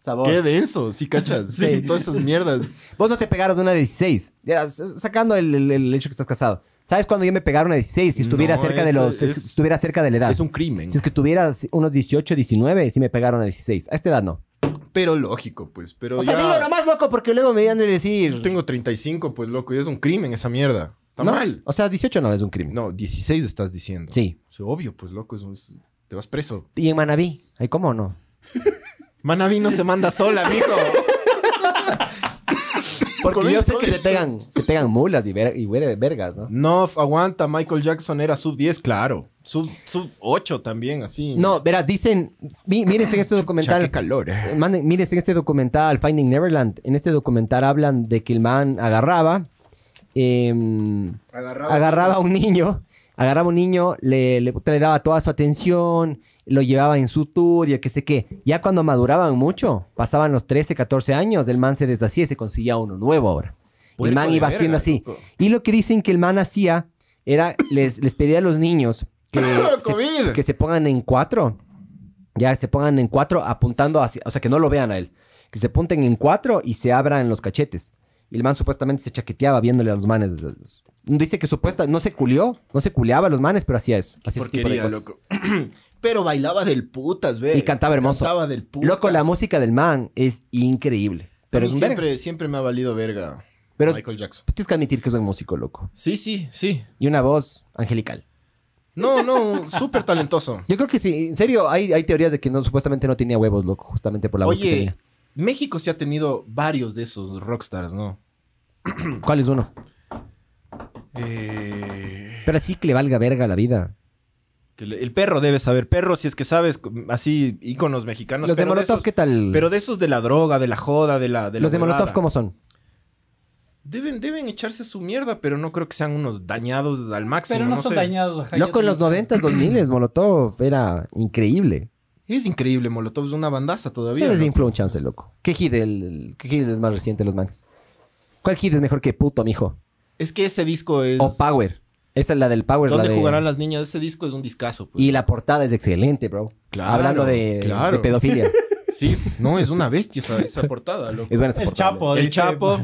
[SPEAKER 2] Sabor.
[SPEAKER 1] Qué denso, sí, cachas.
[SPEAKER 2] Sí.
[SPEAKER 1] Todas esas mierdas.
[SPEAKER 2] Vos no te pegaros una de 16. Ya, s- sacando el, el- el hecho que estás casado. ¿Sabes cuando yo me pegaron una de 16? Si estuviera
[SPEAKER 1] No,
[SPEAKER 2] cerca de
[SPEAKER 1] eso
[SPEAKER 2] los... si
[SPEAKER 1] es-
[SPEAKER 2] estuviera cerca de la edad.
[SPEAKER 1] Es un crimen.
[SPEAKER 2] Si es que tuviera unos 18, 19, sí me pegaron a 16. A esta edad no.
[SPEAKER 1] Pero lógico, pues. Pero
[SPEAKER 2] O sea,
[SPEAKER 1] ya
[SPEAKER 2] digo nomás loco porque luego me iban a decir...
[SPEAKER 1] tengo 35, pues, loco. Y es un crimen esa mierda. Está
[SPEAKER 2] No,
[SPEAKER 1] mal.
[SPEAKER 2] O sea, 18 no es un crimen.
[SPEAKER 1] No, 16 estás diciendo.
[SPEAKER 2] Sí.
[SPEAKER 1] O sea, obvio, pues, loco. es un- es- te vas preso.
[SPEAKER 2] Y en Manabí. Ay, ¿cómo no?
[SPEAKER 1] Manaví no se manda sola, mijo.
[SPEAKER 2] Porque
[SPEAKER 1] Con
[SPEAKER 2] yo
[SPEAKER 1] el-
[SPEAKER 2] sé
[SPEAKER 1] con
[SPEAKER 2] que
[SPEAKER 1] el-
[SPEAKER 2] se pegan, se pegan mulas y, ver- y ver- vergas, ¿no?
[SPEAKER 1] No, f- aguanta. Michael Jackson era sub 10, claro. Sub, sub 8 también, así.
[SPEAKER 2] No, verás, dicen, mi- mírense en este
[SPEAKER 1] Cha, qué
[SPEAKER 2] documental,
[SPEAKER 1] calor. eh.
[SPEAKER 2] eh, manden- mírense en este documental, Finding Neverland, en este documental hablan de que el man agarraba, em,
[SPEAKER 1] Agarraba.
[SPEAKER 2] agarraba a un niño, agarraba a un niño, le, le, puta, le daba toda su atención, lo llevaba en su tour, yo qué sé qué. Ya cuando maduraban mucho, pasaban los 13, 14 años, el man se deshacía y se conseguía uno nuevo ahora. El
[SPEAKER 1] Puerco
[SPEAKER 2] man
[SPEAKER 1] de
[SPEAKER 2] iba
[SPEAKER 1] verga,
[SPEAKER 2] haciendo así.
[SPEAKER 1] loco.
[SPEAKER 2] Y lo que dicen que el man hacía era, les, les pedía a los niños que, se,
[SPEAKER 4] COVID.
[SPEAKER 2] que se pongan en cuatro. Ya, se pongan en cuatro apuntando hacia, o sea, que no lo vean a él. Que se apunten en cuatro y se abran los cachetes. Y el man supuestamente se chaqueteaba viéndole a los manes. Dice que supuesta, no se culió, no se culeaba a los manes, pero hacía eso. Hacía ese tipo de
[SPEAKER 5] Porquería,
[SPEAKER 2] cosas.
[SPEAKER 5] loco. Pero bailaba del putas, ve.
[SPEAKER 2] Y cantaba hermoso.
[SPEAKER 5] Cantaba del putas.
[SPEAKER 2] Loco, la música del man es increíble. Pero
[SPEAKER 5] Pero
[SPEAKER 2] es un verga.
[SPEAKER 5] siempre, siempre me ha valido verga
[SPEAKER 2] Pero
[SPEAKER 5] Michael Jackson.
[SPEAKER 2] tienes que admitir que es buen músico, loco.
[SPEAKER 5] Sí, sí, sí.
[SPEAKER 2] Y una voz angelical.
[SPEAKER 5] No, no, súper talentoso.
[SPEAKER 2] Yo creo que sí, en serio, hay, hay teorías de que no, supuestamente no tenía huevos, loco, justamente por la voz que
[SPEAKER 5] Oye,
[SPEAKER 2] tenía.
[SPEAKER 5] México sí ha tenido varios de esos rockstars, ¿no?
[SPEAKER 2] ¿Cuál es uno?
[SPEAKER 5] Eh,
[SPEAKER 2] Pero así que le valga verga la vida.
[SPEAKER 5] que le- el perro debe saber. Perro, si es que sabes, así, íconos mexicanos.
[SPEAKER 2] Los de
[SPEAKER 5] pero
[SPEAKER 2] Molotov,
[SPEAKER 5] esos-
[SPEAKER 2] ¿qué tal?
[SPEAKER 5] Pero de esos de la droga, de la joda, de la. De la
[SPEAKER 2] Los de
[SPEAKER 5] huevada.
[SPEAKER 2] Molotov, ¿cómo son?
[SPEAKER 5] Deben, deben echarse su mierda, pero no creo que sean unos dañados al máximo.
[SPEAKER 3] Pero no,
[SPEAKER 5] no
[SPEAKER 3] son
[SPEAKER 5] sé.
[SPEAKER 3] dañados. ajá,
[SPEAKER 2] Loco,
[SPEAKER 3] ya
[SPEAKER 2] en los
[SPEAKER 3] te-
[SPEAKER 2] 90s, 2000 Molotov era increíble.
[SPEAKER 5] Es increíble, Molotov es una bandaza todavía.
[SPEAKER 2] Se les
[SPEAKER 5] ¿no?
[SPEAKER 2] infló un chance, loco. ¿Qué hit, el, qué hit es más reciente de los mangas? ¿Cuál hit es mejor que puto, mijo?
[SPEAKER 5] Es que ese disco es.
[SPEAKER 2] O Power. Esa es la del Power.
[SPEAKER 5] ¿Dónde
[SPEAKER 2] la de-
[SPEAKER 5] jugarán las niñas? Ese disco es un discazo. Pues.
[SPEAKER 2] Y la portada es excelente, bro.
[SPEAKER 5] Claro,
[SPEAKER 2] Hablando de,
[SPEAKER 5] claro.
[SPEAKER 2] de pedofilia.
[SPEAKER 5] Sí, no, es una bestia esa, esa portada, loco.
[SPEAKER 2] es buena esa
[SPEAKER 3] El
[SPEAKER 2] portada.
[SPEAKER 3] Chapo.
[SPEAKER 5] El
[SPEAKER 3] dice-
[SPEAKER 5] Chapo.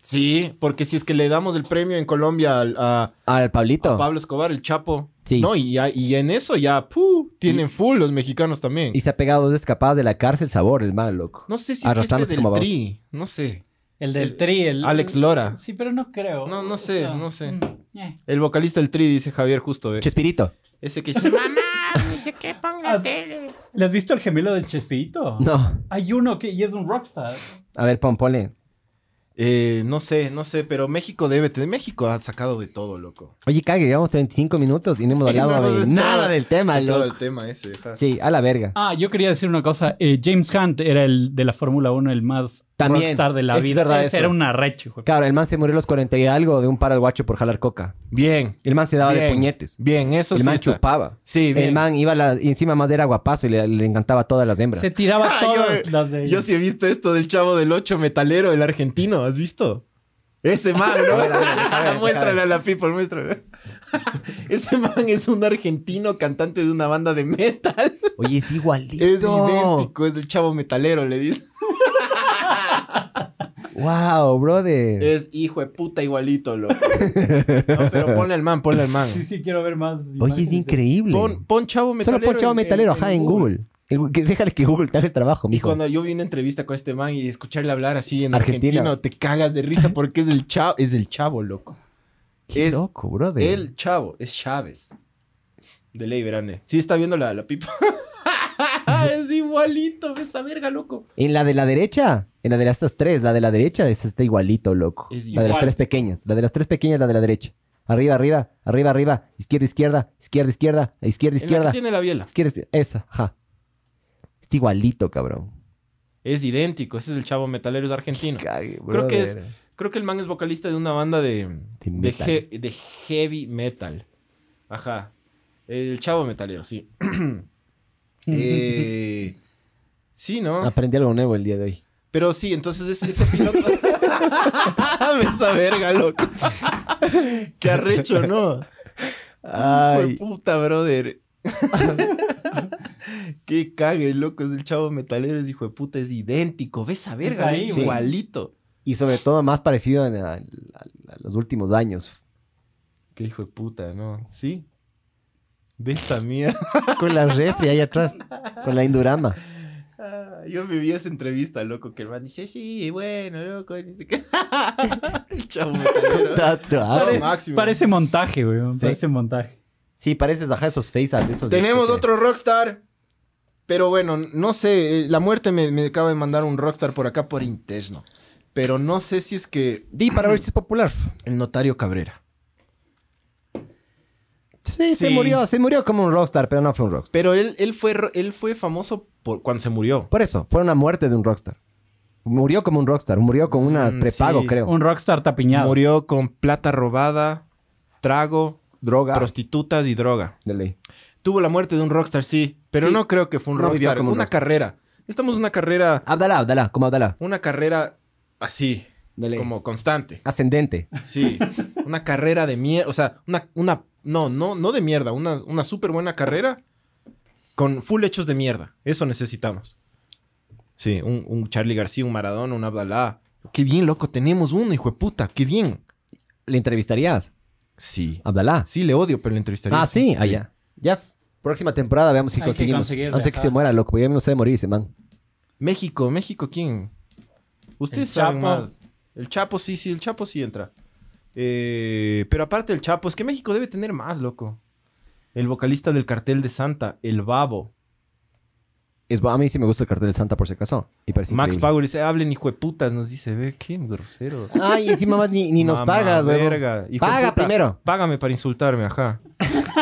[SPEAKER 5] Sí, porque si es que le damos el premio en Colombia al- a,
[SPEAKER 2] Al Pablito.
[SPEAKER 5] a Pablo Escobar, el Chapo.
[SPEAKER 2] Sí.
[SPEAKER 5] No, y, ya- y en eso ya, ¡puh! Tienen full los mexicanos también.
[SPEAKER 2] Y se ha pegado dos escapadas de la cárcel sabor, el mal, loco.
[SPEAKER 5] no sé si es que este
[SPEAKER 2] arrastrándose
[SPEAKER 5] del
[SPEAKER 2] como babos.
[SPEAKER 5] Tri, no sé.
[SPEAKER 3] El del Tri. El...
[SPEAKER 5] Alex Lora.
[SPEAKER 3] Sí, pero no creo.
[SPEAKER 5] No, no sé, no sé.
[SPEAKER 3] mm, eh.
[SPEAKER 5] El vocalista del Tri, dice Javier justo, ¿eh?
[SPEAKER 2] Chespirito.
[SPEAKER 5] Ese que dice, mamá,
[SPEAKER 3] Ah, ¿Le has visto el gemelo del Chespirito?
[SPEAKER 2] No.
[SPEAKER 3] Hay uno que y es un rockstar.
[SPEAKER 2] A ver, pon, ponle.
[SPEAKER 5] Eh, no sé, no sé, pero México debe tener. México ha sacado de todo, loco.
[SPEAKER 2] Oye, cague, llevamos 35 minutos y no hemos hablado
[SPEAKER 5] No,
[SPEAKER 2] de
[SPEAKER 5] de
[SPEAKER 2] nada
[SPEAKER 5] todo.
[SPEAKER 2] del tema,
[SPEAKER 5] De todo
[SPEAKER 2] loco.
[SPEAKER 5] el tema ese. ja.
[SPEAKER 2] Sí, a la verga.
[SPEAKER 3] Ah, yo quería decir una cosa. Eh, James Hunt era el de la Fórmula 1, el más
[SPEAKER 2] También,
[SPEAKER 3] rockstar de la
[SPEAKER 2] es
[SPEAKER 3] vida.
[SPEAKER 2] verdad
[SPEAKER 3] Ese
[SPEAKER 2] eso.
[SPEAKER 3] Era una reche, hijo de-
[SPEAKER 2] Claro, el man se murió a los 40 y algo de un par al guacho por jalar coca.
[SPEAKER 5] Bien,
[SPEAKER 2] El man se daba Ah, de
[SPEAKER 5] Bien.
[SPEAKER 2] puñetes.
[SPEAKER 5] bien, eso
[SPEAKER 2] el
[SPEAKER 5] sí
[SPEAKER 2] man
[SPEAKER 5] está.
[SPEAKER 2] chupaba.
[SPEAKER 5] Sí, bien.
[SPEAKER 2] El man iba a la, y encima más era guapazo y le, le encantaba a todas las hembras.
[SPEAKER 3] Se tiraba
[SPEAKER 5] Ah,
[SPEAKER 3] todas
[SPEAKER 5] yo-
[SPEAKER 3] las de...
[SPEAKER 5] Yo sí he visto esto del chavo del 8 metalero, el argentino, ¿has visto? Ese man,
[SPEAKER 2] A ver, a ver, deja ver,
[SPEAKER 5] ¿no?
[SPEAKER 2] deja
[SPEAKER 5] muéstrale
[SPEAKER 2] ver.
[SPEAKER 5] a la people, muéstrale. Ese man es un argentino cantante de una banda de metal.
[SPEAKER 2] Oye, es igualito.
[SPEAKER 5] Es idéntico, es el chavo metalero, le dice.
[SPEAKER 2] Wow, brother.
[SPEAKER 5] Es hijo de puta igualito, loco. No, pero ponle al man, ponle al man.
[SPEAKER 3] Sí, sí, quiero ver más.
[SPEAKER 2] Oye,
[SPEAKER 3] imágenes
[SPEAKER 2] es
[SPEAKER 3] de-
[SPEAKER 2] increíble.
[SPEAKER 5] Pon, pon chavo metalero.
[SPEAKER 2] Solo pon chavo
[SPEAKER 5] en-
[SPEAKER 2] metalero, ajá, en Google. En Gu- que- Déjale que Google te haga el trabajo,
[SPEAKER 5] Y
[SPEAKER 2] mijo.
[SPEAKER 5] cuando yo vi una entrevista con este man y escucharle hablar así en
[SPEAKER 2] Argentino.
[SPEAKER 5] argentino, te cagas de risa porque es el chavo, es el chavo, loco.
[SPEAKER 2] Qué
[SPEAKER 5] es
[SPEAKER 2] loco, brother.
[SPEAKER 5] El chavo, es Chávez. De ley, verane. Sí, está viendo la, la pipa. es igualito, esa verga, loco.
[SPEAKER 2] En la de la derecha, en la de las estas tres, la de la derecha es está igualito, loco.
[SPEAKER 5] Es
[SPEAKER 2] La de las
[SPEAKER 5] igual.
[SPEAKER 2] tres pequeñas, la de las tres pequeñas, la de la derecha. Arriba, arriba, arriba, arriba, izquierda, izquierda, izquierda, izquierda, izquierda,
[SPEAKER 5] En la que
[SPEAKER 2] izquierda.
[SPEAKER 5] tiene la biela.
[SPEAKER 2] Izquierda, izquierda, esa, ajá. Está igualito, cabrón.
[SPEAKER 5] Es idéntico, ese es el chavo metalero, es argentino.
[SPEAKER 2] Cague,
[SPEAKER 5] Creo que es-
[SPEAKER 2] brother.
[SPEAKER 5] Creo que el man es vocalista de una banda de,
[SPEAKER 2] De
[SPEAKER 5] de,
[SPEAKER 2] metal.
[SPEAKER 5] he- de heavy metal. Ajá. El chavo metalero, sí.
[SPEAKER 3] Mm,
[SPEAKER 2] Mm.
[SPEAKER 5] Eh, sí, ¿no?
[SPEAKER 2] Aprendí algo nuevo el día de hoy.
[SPEAKER 5] Pero sí, entonces ese, ese piloto. Esa verga, loco. Qué arrecho, ¿no? Hijo de
[SPEAKER 2] Ay,
[SPEAKER 5] puta, brother. Qué cague, loco. Es el chavo metalero, es hijo de puta, es idéntico. Ves a verga, ¿eh?
[SPEAKER 3] ahí,
[SPEAKER 5] es
[SPEAKER 2] güey.
[SPEAKER 5] igualito.
[SPEAKER 2] y sobre todo más parecido en- al- al- a los últimos años.
[SPEAKER 5] Qué hijo de puta, ¿no? ¿Sí? Ves esa mierda.
[SPEAKER 2] Con la refri ahí atrás, con la Indurama.
[SPEAKER 5] Ah, Yo viví esa entrevista, loco, que el man dice, sí, bueno, loco, y ni siquiera. el chavo metalero.
[SPEAKER 2] Tatuaje.
[SPEAKER 5] Lo máximo.
[SPEAKER 3] Parece montaje, güey.
[SPEAKER 2] Sí.
[SPEAKER 3] Parece montaje.
[SPEAKER 2] Sí, pareces ajá esos face ups, esos
[SPEAKER 5] Tenemos
[SPEAKER 2] etcétera.
[SPEAKER 5] otro rockstar. Pero bueno, no sé. eh, La muerte me, me acaba de mandar un rockstar por acá por interno. Pero no sé si es que
[SPEAKER 2] Di para ver si es popular.
[SPEAKER 5] el notario Cabrera.
[SPEAKER 2] Sí, se
[SPEAKER 3] Sí.
[SPEAKER 2] murió, se murió como un rockstar, pero no fue un rockstar.
[SPEAKER 5] Pero él, él, fue, ro- él fue famoso por cuando se murió.
[SPEAKER 2] Por eso, fue una muerte de un rockstar. Murió como un rockstar, murió con unas
[SPEAKER 5] Mm,
[SPEAKER 2] prepago,
[SPEAKER 5] sí.
[SPEAKER 2] creo.
[SPEAKER 3] Un rockstar tapiñado.
[SPEAKER 5] Murió con plata robada, trago,
[SPEAKER 2] Droga.
[SPEAKER 5] prostitutas y droga.
[SPEAKER 2] De ley.
[SPEAKER 5] Tuvo la muerte de un rockstar, sí. Pero
[SPEAKER 2] Sí.
[SPEAKER 5] no creo que fue un
[SPEAKER 2] No vivió
[SPEAKER 5] rockstar.
[SPEAKER 2] como un
[SPEAKER 5] una
[SPEAKER 2] rockstar.
[SPEAKER 5] carrera. Estamos en una carrera.
[SPEAKER 2] Abdalá, Abdalá, como Abdalá.
[SPEAKER 5] Una carrera así.
[SPEAKER 2] De ley.
[SPEAKER 5] Como constante.
[SPEAKER 2] Ascendente.
[SPEAKER 5] Sí. una carrera de mierda, o sea, una, una, no, no, no de mierda, una, una súper buena carrera con full hechos de mierda. Eso necesitamos. Sí, un, un Charlie García, un Maradona, un Abdalá. Qué bien, loco, tenemos uno, hijo de puta, qué bien.
[SPEAKER 2] ¿Le entrevistarías?
[SPEAKER 5] Sí.
[SPEAKER 2] Abdalá.
[SPEAKER 5] Sí, le odio, pero le entrevistaría.
[SPEAKER 2] Ah, sí, allá. Ya. Próxima temporada veamos si
[SPEAKER 3] Hay que
[SPEAKER 2] conseguimos.
[SPEAKER 3] conseguirle,
[SPEAKER 2] Antes que se
[SPEAKER 3] ajá.
[SPEAKER 2] muera, loco. pues, Ya no sé de morirse, man.
[SPEAKER 5] México, México, ¿quién? Ustedes
[SPEAKER 3] El
[SPEAKER 5] saben
[SPEAKER 3] Chapo.
[SPEAKER 5] más. El Chapo, sí, sí, el Chapo sí entra. Eh, pero aparte del Chapo, es que México debe tener más, loco. El vocalista del cartel de Santa, el Babo.
[SPEAKER 2] Es, a mí sí me gusta el cartel del Santa, por si acaso. Y parece
[SPEAKER 5] Max
[SPEAKER 2] increíble.
[SPEAKER 5] Power dice, hablen hijo de putas, nos dice, ve, qué grosero.
[SPEAKER 2] Ay, encima más ni, ni nos
[SPEAKER 5] Mamá
[SPEAKER 2] pagas, güey.
[SPEAKER 5] verga, hijo de
[SPEAKER 2] Paga
[SPEAKER 5] puta.
[SPEAKER 2] primero.
[SPEAKER 5] Págame para insultarme, ajá.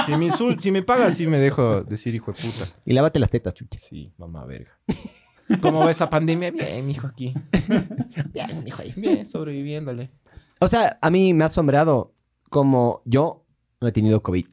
[SPEAKER 5] Si me, insul- si me pagas, sí me dejo decir hijo de puta.
[SPEAKER 2] Y lávate las tetas, chuches.
[SPEAKER 5] Sí, mamá verga. ¿Cómo va esa pandemia? Bien, hijo aquí.
[SPEAKER 2] Bien, mijo, ahí.
[SPEAKER 5] Bien, sobreviviéndole.
[SPEAKER 2] O sea, a mí me ha asombrado como yo no he tenido COVID.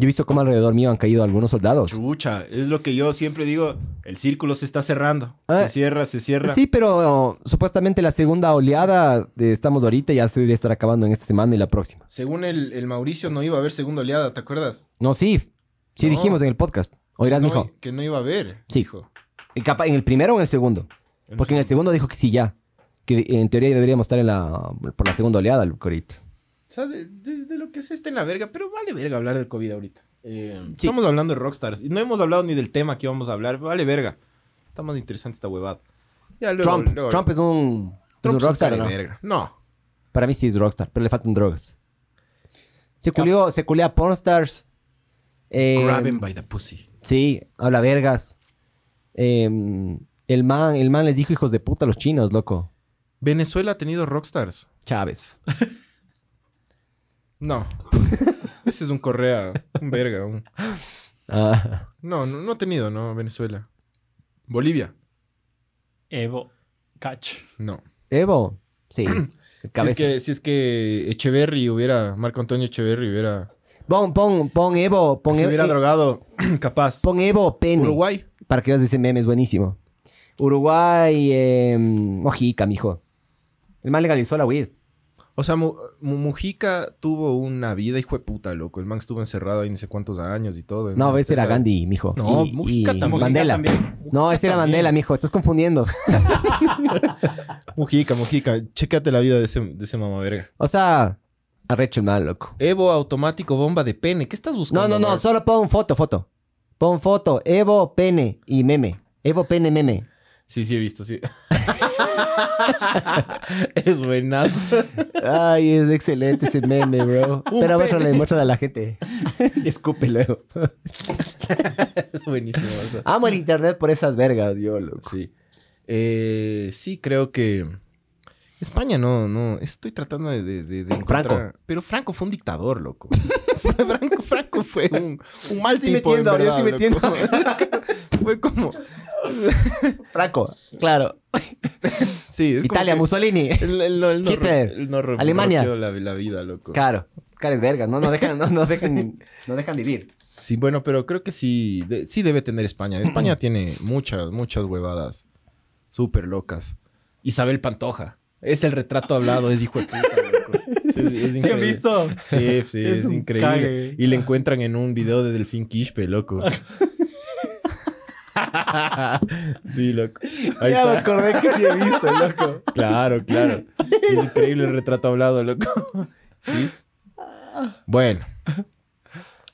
[SPEAKER 2] Yo he visto cómo alrededor mío han caído algunos soldados.
[SPEAKER 5] Chucha, es lo que yo siempre digo, el círculo se está cerrando.
[SPEAKER 2] Ah,
[SPEAKER 5] se cierra, se cierra.
[SPEAKER 2] Sí, pero supuestamente la segunda oleada de estamos ahorita ya se debería estar acabando en esta semana y la próxima.
[SPEAKER 5] Según el, el Mauricio no iba a haber segunda oleada, ¿te acuerdas?
[SPEAKER 2] No, sí. Sí
[SPEAKER 5] No.
[SPEAKER 2] dijimos en el podcast. Oirás,
[SPEAKER 5] No,
[SPEAKER 2] mijo.
[SPEAKER 5] Que no iba a haber.
[SPEAKER 2] Sí.
[SPEAKER 5] dijo.
[SPEAKER 2] Y capa- ¿En el primero o en el segundo? Porque en este- el segundo dijo que sí ya. Que en teoría deberíamos estar en la, por la segunda oleada, loco, ahorita.
[SPEAKER 5] O sea, de, de- de lo que se está en la verga, pero vale verga hablar del COVID ahorita. Eh, Estamos hablando de Rockstars y no hemos hablado ni del tema que íbamos a hablar, vale verga. Está más interesante esta huevada. Ya, luego-
[SPEAKER 2] Trump.
[SPEAKER 5] luego-
[SPEAKER 2] Trump es un, es
[SPEAKER 5] Trump
[SPEAKER 2] un
[SPEAKER 5] es un
[SPEAKER 2] rockstar,
[SPEAKER 5] cara
[SPEAKER 2] ¿no?
[SPEAKER 5] de verga. No.
[SPEAKER 2] Para mí sí es rockstar, pero le faltan drogas. Se culió, se culea a pornstars. Eh,
[SPEAKER 5] Grab him by the pussy.
[SPEAKER 2] sí, habla vergas. Eh, el, man, el man les dijo hijos de puta a los chinos, loco.
[SPEAKER 5] Venezuela ha tenido Rockstars.
[SPEAKER 2] Chávez.
[SPEAKER 5] No. Ese es un Correa, un verga, un...
[SPEAKER 2] Ah,
[SPEAKER 5] No, no, no ha tenido, ¿no? Venezuela. Bolivia.
[SPEAKER 3] Evo. Catch.
[SPEAKER 5] No.
[SPEAKER 2] Evo. Sí.
[SPEAKER 5] Si
[SPEAKER 2] Cabeza.
[SPEAKER 5] es, que, si es que Echeverry hubiera, Marco Antonio Echeverry hubiera,
[SPEAKER 2] Pon, pon, pon Evo. Pon,
[SPEAKER 5] se
[SPEAKER 2] Evo,
[SPEAKER 5] hubiera
[SPEAKER 2] eh,
[SPEAKER 5] drogado, capaz.
[SPEAKER 2] pon Evo pene.
[SPEAKER 5] Uruguay.
[SPEAKER 2] Para que veas ese meme, es buenísimo. Uruguay, eh, Mojica, mijo. El man legalizó la weed.
[SPEAKER 5] O sea, Mu- Mu- Mujica tuvo una vida, hijo de puta, loco. El man estuvo encerrado ahí no sé cuántos años y todo. en
[SPEAKER 2] No,
[SPEAKER 5] una
[SPEAKER 2] ese era
[SPEAKER 5] celda.
[SPEAKER 2] Gandhi, mijo.
[SPEAKER 5] No,
[SPEAKER 2] Y-
[SPEAKER 5] Mujica
[SPEAKER 2] y
[SPEAKER 5] también.
[SPEAKER 2] Mandela.
[SPEAKER 3] Mujica también.
[SPEAKER 2] No, ese era
[SPEAKER 5] también.
[SPEAKER 2] Mandela, mijo. Estás confundiendo.
[SPEAKER 5] Mujica, Mujica. Chécate la vida de ese, de ese mamá verga.
[SPEAKER 2] O sea, arrecho el mal, loco.
[SPEAKER 5] Evo automático bomba de pene. ¿Qué estás
[SPEAKER 2] No,
[SPEAKER 5] buscando?
[SPEAKER 2] no, no.
[SPEAKER 5] amor?
[SPEAKER 2] Solo pon foto, foto. Pon foto. Evo, pene y meme. Evo, pene, meme.
[SPEAKER 5] Sí, sí, he visto, sí. es buenazo.
[SPEAKER 2] Ay, es excelente ese meme, bro.
[SPEAKER 5] Un
[SPEAKER 2] Pero muéstrale,
[SPEAKER 5] pene.
[SPEAKER 2] muéstrale a la gente. Escupe luego.
[SPEAKER 5] es buenísimo. o sea.
[SPEAKER 2] Amo el internet por esas vergas, yo, loco.
[SPEAKER 5] Sí. Eh, sí, creo que. España no, no. Estoy tratando de, de- de- de encontrar-
[SPEAKER 2] Franco.
[SPEAKER 5] Pero Franco fue un dictador, loco. Franco, Franco fue un, un mal
[SPEAKER 2] Estoy
[SPEAKER 5] tipo, en
[SPEAKER 2] metiendo, yo
[SPEAKER 5] verdad,
[SPEAKER 2] estoy metiendo.
[SPEAKER 5] loco. fue como.
[SPEAKER 2] Franco, claro.
[SPEAKER 5] Sí, es como
[SPEAKER 2] Italia,
[SPEAKER 5] que
[SPEAKER 2] Mussolini.
[SPEAKER 5] él- él no- él no
[SPEAKER 2] Hitler,
[SPEAKER 5] ro- él no ro-
[SPEAKER 2] Alemania.
[SPEAKER 5] roqueó La, la vida, loco.
[SPEAKER 2] Claro. Cares vergas, no nos dejan, no nos dejan, no dejan vivir.
[SPEAKER 5] Sí, bueno, pero creo que sí, de- sí debe tener España. España tiene muchas, muchas huevadas súper locas. Isabel Pantoja. Es el retrato hablado, es hijo de puta, loco. Sí, es- es
[SPEAKER 3] ¿Se han
[SPEAKER 5] increíble.
[SPEAKER 3] visto?
[SPEAKER 5] Sí, sí, es,
[SPEAKER 3] Es un
[SPEAKER 5] increíble.
[SPEAKER 3] cague.
[SPEAKER 5] Y le encuentran en un video de Delfín Quispe, loco. sí, loco. Ahí
[SPEAKER 2] ya me
[SPEAKER 5] está.
[SPEAKER 2] acordé que sí he visto, loco.
[SPEAKER 5] Claro, claro. Es increíble el retrato hablado, loco. Sí. Bueno.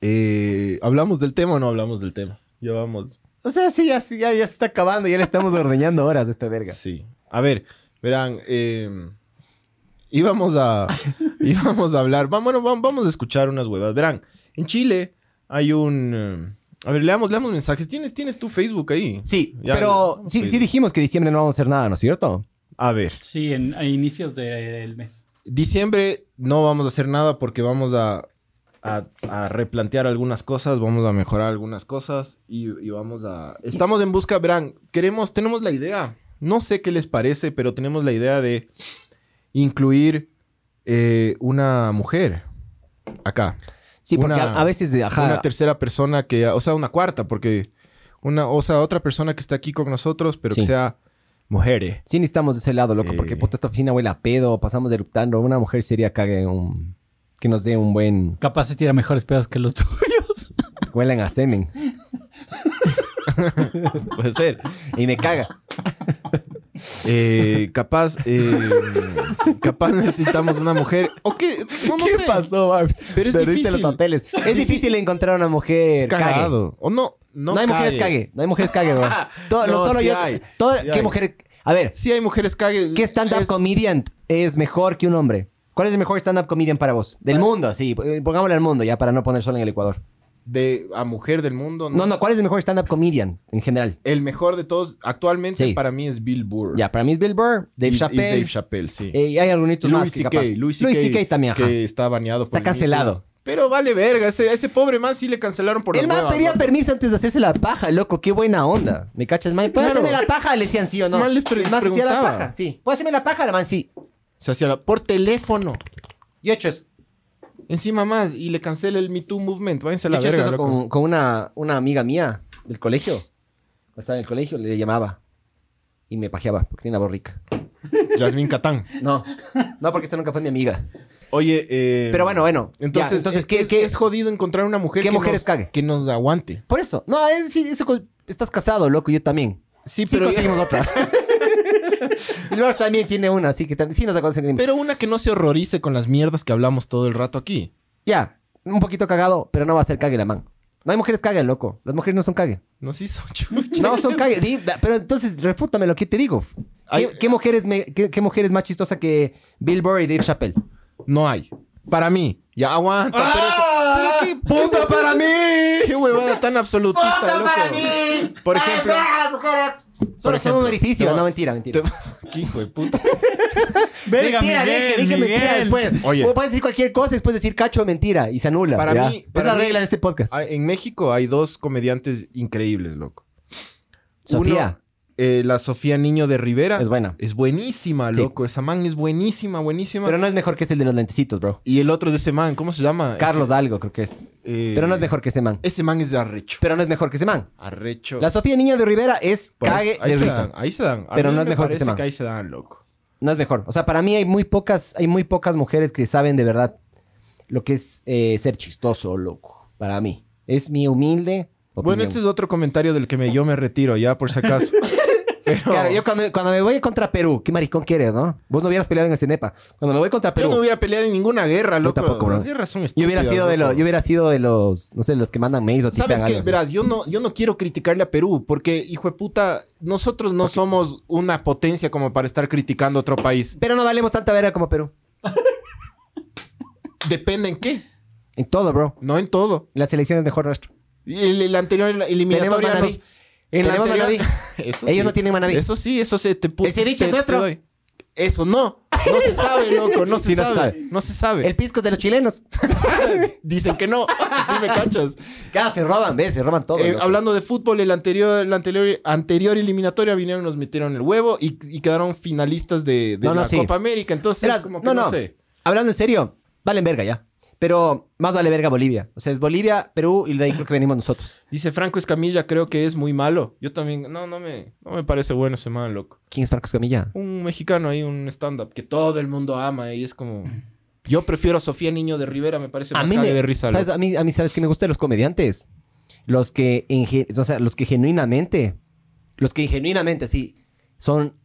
[SPEAKER 5] Eh, ¿Hablamos del tema o no hablamos del tema? Llevamos.
[SPEAKER 2] O sea, sí, ya, sí, ya, ya se está acabando, ya le estamos ordeñando horas a esta verga.
[SPEAKER 5] Sí. A ver, verán. eh, íbamos a. íbamos a hablar. Va- Bueno, va- vamos a escuchar unas huevas. Verán, en Chile hay un. eh, A ver, leamos, leamos mensajes. ¿Tienes, tienes tu Facebook ahí?
[SPEAKER 2] Sí,
[SPEAKER 5] Ya,
[SPEAKER 2] pero
[SPEAKER 5] ya.
[SPEAKER 2] sí, sí dijimos que diciembre no vamos a hacer nada, ¿no es cierto?
[SPEAKER 5] A ver.
[SPEAKER 3] Sí, en, a inicios del mes.
[SPEAKER 5] diciembre no vamos a hacer nada porque vamos a, a- a replantear algunas cosas, vamos a mejorar algunas cosas y, y vamos a... Estamos en busca, verán, queremos, tenemos la idea, no sé qué les parece, pero tenemos la idea de incluir eh, una mujer acá.
[SPEAKER 2] Sí, porque
[SPEAKER 5] Una-
[SPEAKER 2] a, a veces, de- ajá,
[SPEAKER 5] Una tercera persona que, o sea, una cuarta, porque una, o sea, otra persona que está aquí con nosotros, pero que
[SPEAKER 2] Sí.
[SPEAKER 5] sea eh, mujeres.
[SPEAKER 2] sí necesitamos de ese lado, loco, porque
[SPEAKER 5] Eh.
[SPEAKER 2] puta, esta oficina huele a pedo, pasamos eruptando, una mujer sería cague en un... que nos dé un buen...
[SPEAKER 3] Capaz se tira mejores pedos que los tuyos.
[SPEAKER 2] Huelen a semen.
[SPEAKER 5] Puede ser.
[SPEAKER 2] Y me caga.
[SPEAKER 5] Eh, capaz, eh, capaz necesitamos una mujer. ¿O qué? No, no
[SPEAKER 2] ¿Qué
[SPEAKER 5] sé.
[SPEAKER 2] pasó, Barbs?
[SPEAKER 5] Pero es
[SPEAKER 2] Perdiste
[SPEAKER 5] difícil.
[SPEAKER 2] los papeles. Es difícil encontrar una mujer cague.
[SPEAKER 5] Cagado. O no, no,
[SPEAKER 2] No, hay mujeres
[SPEAKER 5] cague.
[SPEAKER 2] cague. No hay mujeres cague, bro. Todo- lo
[SPEAKER 5] No,
[SPEAKER 2] solo
[SPEAKER 5] sí
[SPEAKER 2] yo-
[SPEAKER 5] hay.
[SPEAKER 2] todo-
[SPEAKER 5] Sí
[SPEAKER 2] ¿Qué
[SPEAKER 5] hay.
[SPEAKER 2] mujer...? A ver,
[SPEAKER 5] Sí hay mujeres cague.
[SPEAKER 2] ¿qué stand-up
[SPEAKER 5] Es-
[SPEAKER 2] comedian es mejor que un hombre? ¿Cuál es el mejor stand-up comedian para vos? Del mundo, sí. eh, Pongámosle al mundo ya para no poner solo en el Ecuador.
[SPEAKER 5] de a mujer del mundo?
[SPEAKER 2] No, no. ¿Cuál es el mejor stand-up comedian en general?
[SPEAKER 5] El mejor de todos actualmente
[SPEAKER 2] Sí.
[SPEAKER 5] para mí es Bill Burr.
[SPEAKER 2] Ya, para mí es Bill Burr, Dave
[SPEAKER 5] Y- y
[SPEAKER 2] Chappelle.
[SPEAKER 5] Dave Chappelle, sí.
[SPEAKER 2] eh, y hay algunos más
[SPEAKER 5] Louis
[SPEAKER 2] que capaz.
[SPEAKER 5] C.K. Louis
[SPEAKER 2] Louis C.K. también, ajá.
[SPEAKER 5] Que está baneado. por
[SPEAKER 2] Está
[SPEAKER 5] el
[SPEAKER 2] cancelado.
[SPEAKER 5] MeToo. Pero vale verga. Ese, ese pobre man sí le cancelaron por
[SPEAKER 2] El
[SPEAKER 5] la
[SPEAKER 2] man
[SPEAKER 5] hueva,
[SPEAKER 2] pedía
[SPEAKER 5] ¿no?
[SPEAKER 2] permiso antes de hacerse la paja, loco. Qué buena onda. ¿Me cachas, man? ¿Puedes
[SPEAKER 5] Claro.
[SPEAKER 2] hacerme la paja? Le decían sí o no.
[SPEAKER 5] El man les pre-
[SPEAKER 2] El man se hacía la
[SPEAKER 5] preguntaba.
[SPEAKER 2] paja, sí. ¿Puedes hacerme la paja? La man sí.
[SPEAKER 5] Se hacía la- por teléfono.
[SPEAKER 2] Yo he hecho eso.
[SPEAKER 5] Encima más. Y le cancela el Me Too Movement. Váyanse a
[SPEAKER 2] Yo
[SPEAKER 5] la
[SPEAKER 2] he hecho
[SPEAKER 5] verga,
[SPEAKER 2] eso
[SPEAKER 5] loco.
[SPEAKER 2] con, con una, una amiga mía del colegio. Cuando Estaba en el colegio, le llamaba. Y me pajeaba, porque tiene una voz rica.
[SPEAKER 5] Jasmine Catán.
[SPEAKER 2] No, no, porque esa nunca fue mi amiga.
[SPEAKER 5] Oye, eh,
[SPEAKER 2] Pero bueno, bueno. ya,
[SPEAKER 5] Entonces,
[SPEAKER 2] entonces
[SPEAKER 5] es,
[SPEAKER 2] ¿qué,
[SPEAKER 5] es-
[SPEAKER 2] qué-
[SPEAKER 5] es jodido encontrar una mujer
[SPEAKER 2] ¿Qué
[SPEAKER 5] que,
[SPEAKER 2] mujeres
[SPEAKER 5] nos,
[SPEAKER 2] cague?
[SPEAKER 5] que nos aguante.
[SPEAKER 2] Por eso. No, es, sí, eso con- estás casado, loco, yo también.
[SPEAKER 5] Sí,
[SPEAKER 2] Sí
[SPEAKER 5] pero,
[SPEAKER 2] conseguimos otra. y luego también tiene una, así que también, sí nos conseguimos.
[SPEAKER 5] pero una que no se horrorice con las mierdas que hablamos todo el rato aquí.
[SPEAKER 2] Ya, un poquito cagado, pero no va a ser cague la man. No hay mujeres cague, loco. Las mujeres no son cague.
[SPEAKER 5] No, sí, son chucha.
[SPEAKER 2] No son cague. Di- da- Pero entonces, refútame lo que te digo. ¿Qué,
[SPEAKER 5] Hay-
[SPEAKER 2] qué mujer, es me- qué, qué mujer es más chistosa que Bill Burr y Dave Chappelle?
[SPEAKER 5] No hay. Para mí. Ya aguanta.
[SPEAKER 2] Ah,
[SPEAKER 5] Pero eso, pero qué puta para mí. Qué huevada tan absolutista, loco. Por ejemplo.
[SPEAKER 2] Solo son un
[SPEAKER 5] ejemplo,
[SPEAKER 2] orificio.
[SPEAKER 5] te va-
[SPEAKER 2] No, mentira, mentira.
[SPEAKER 5] te- ¿Qué hijo de puta?
[SPEAKER 3] Verga,
[SPEAKER 2] mentira, dije, dije mentira después.
[SPEAKER 5] Oye.
[SPEAKER 2] O puedes decir cualquier cosa y después decir cacho o mentira y se anula.
[SPEAKER 5] Para
[SPEAKER 2] ¿ya?
[SPEAKER 5] mí-
[SPEAKER 2] es
[SPEAKER 5] para
[SPEAKER 2] la
[SPEAKER 5] mí-
[SPEAKER 2] regla de este podcast.
[SPEAKER 5] Ah, En México hay dos comediantes increíbles, loco.
[SPEAKER 2] Sofía.
[SPEAKER 5] Uno, eh, la Sofía Niño de Rivera.
[SPEAKER 2] Es buena.
[SPEAKER 5] Es buenísima,
[SPEAKER 2] Sí.
[SPEAKER 5] loco. Esa man es buenísima, buenísima.
[SPEAKER 2] Pero no es mejor que es el de los lentecitos, bro.
[SPEAKER 5] Y el otro de ese man, ¿cómo se llama?
[SPEAKER 2] Carlos algo, creo que es.
[SPEAKER 5] Ese, eh,
[SPEAKER 2] Pero no es mejor que ese man.
[SPEAKER 5] Ese man es de arrecho.
[SPEAKER 2] Pero no es mejor que ese man.
[SPEAKER 5] Arrecho.
[SPEAKER 2] La Sofía Niña de Rivera es
[SPEAKER 5] Por eso-
[SPEAKER 2] cague
[SPEAKER 5] Pues, ahí
[SPEAKER 2] de
[SPEAKER 5] se
[SPEAKER 2] risa.
[SPEAKER 5] dan, ahí se dan. A
[SPEAKER 2] Pero
[SPEAKER 5] mí
[SPEAKER 2] no es
[SPEAKER 5] me
[SPEAKER 2] mejor que ese
[SPEAKER 5] parece
[SPEAKER 2] man.
[SPEAKER 5] ahí se dan, loco.
[SPEAKER 2] No es mejor. O sea, para mí hay muy pocas, hay muy pocas mujeres que saben de verdad lo que es eh, ser chistoso, loco. Para mí. Es mi humilde opinión.
[SPEAKER 5] Bueno, este es otro comentario del que me- yo me retiro ya, por si acaso. Pero
[SPEAKER 2] Claro, yo
[SPEAKER 5] yo,
[SPEAKER 2] cuando, cuando me voy contra Perú, ¿qué maricón quieres, no? Vos no hubieras peleado en el Cenepa. Cuando me voy contra Perú,
[SPEAKER 5] no hubiera peleado en ninguna guerra, loco.
[SPEAKER 2] tampoco, bro.
[SPEAKER 5] Las guerras son
[SPEAKER 2] yo
[SPEAKER 5] estúpidas.
[SPEAKER 2] hubiera sido de
[SPEAKER 5] loco.
[SPEAKER 2] los, yo hubiera sido de los, no sé, los que mandan mails o
[SPEAKER 5] ¿Sabes
[SPEAKER 2] tipean
[SPEAKER 5] qué?
[SPEAKER 2] algo, ¿sí?
[SPEAKER 5] Verás, yo no, yo no quiero criticarle a Perú porque, hijo de puta, nosotros no somos una potencia como para estar criticando a otro país.
[SPEAKER 2] Pero no valemos tanta verga como Perú.
[SPEAKER 5] Depende en qué,
[SPEAKER 2] En todo, bro.
[SPEAKER 5] no en todo.
[SPEAKER 2] La selección es mejor nuestro.
[SPEAKER 5] Y el, el anterior el- eliminatoria
[SPEAKER 2] Manaví.
[SPEAKER 5] nos- en la
[SPEAKER 2] Tenemos
[SPEAKER 5] anterior-
[SPEAKER 2] Manaví.
[SPEAKER 5] Eso
[SPEAKER 2] Ellos no tienen Manaví.
[SPEAKER 5] Eso sí, eso se te pu-
[SPEAKER 2] El ceviche
[SPEAKER 5] te-
[SPEAKER 2] es nuestro.
[SPEAKER 5] te doy. Eso no. No se sabe, loco. No se,
[SPEAKER 2] Sí, no se
[SPEAKER 5] sabe.
[SPEAKER 2] sabe.
[SPEAKER 5] No se sabe.
[SPEAKER 2] El pisco es de los chilenos.
[SPEAKER 5] Dicen que no. Así me cachas.
[SPEAKER 2] Ya, se roban, ve, se roban todo.
[SPEAKER 5] Eh,
[SPEAKER 2] loco.
[SPEAKER 5] hablando de fútbol, el anterior, la anterior, anterior eliminatoria vinieron, nos metieron el huevo y, y quedaron finalistas de, de
[SPEAKER 2] No, no,
[SPEAKER 5] la
[SPEAKER 2] sí.
[SPEAKER 5] Copa América. Entonces,
[SPEAKER 2] Verás,
[SPEAKER 5] como que
[SPEAKER 2] no,
[SPEAKER 5] no,
[SPEAKER 2] no.
[SPEAKER 5] sé.
[SPEAKER 2] Hablando en serio, valen verga ya. Pero más vale verga Bolivia. O sea, es Bolivia, Perú y de ahí creo que venimos nosotros.
[SPEAKER 5] Dice Franco Escamilla, creo que es muy malo. Yo también, no, no me, no me parece bueno ese man, loco.
[SPEAKER 2] ¿Quién es Franco Escamilla?
[SPEAKER 5] un mexicano ahí, un stand-up que todo el mundo ama y es como... Yo prefiero a Sofía Niño de Rivera, me parece más cague
[SPEAKER 2] Mm. me-
[SPEAKER 5] de risa.
[SPEAKER 2] ¿sabes?
[SPEAKER 5] loco.
[SPEAKER 2] A mí, a mí, ¿sabes qué me gustan los comediantes? Los que, en ge- o sea, los que genuinamente, los que genuinamente, sí, son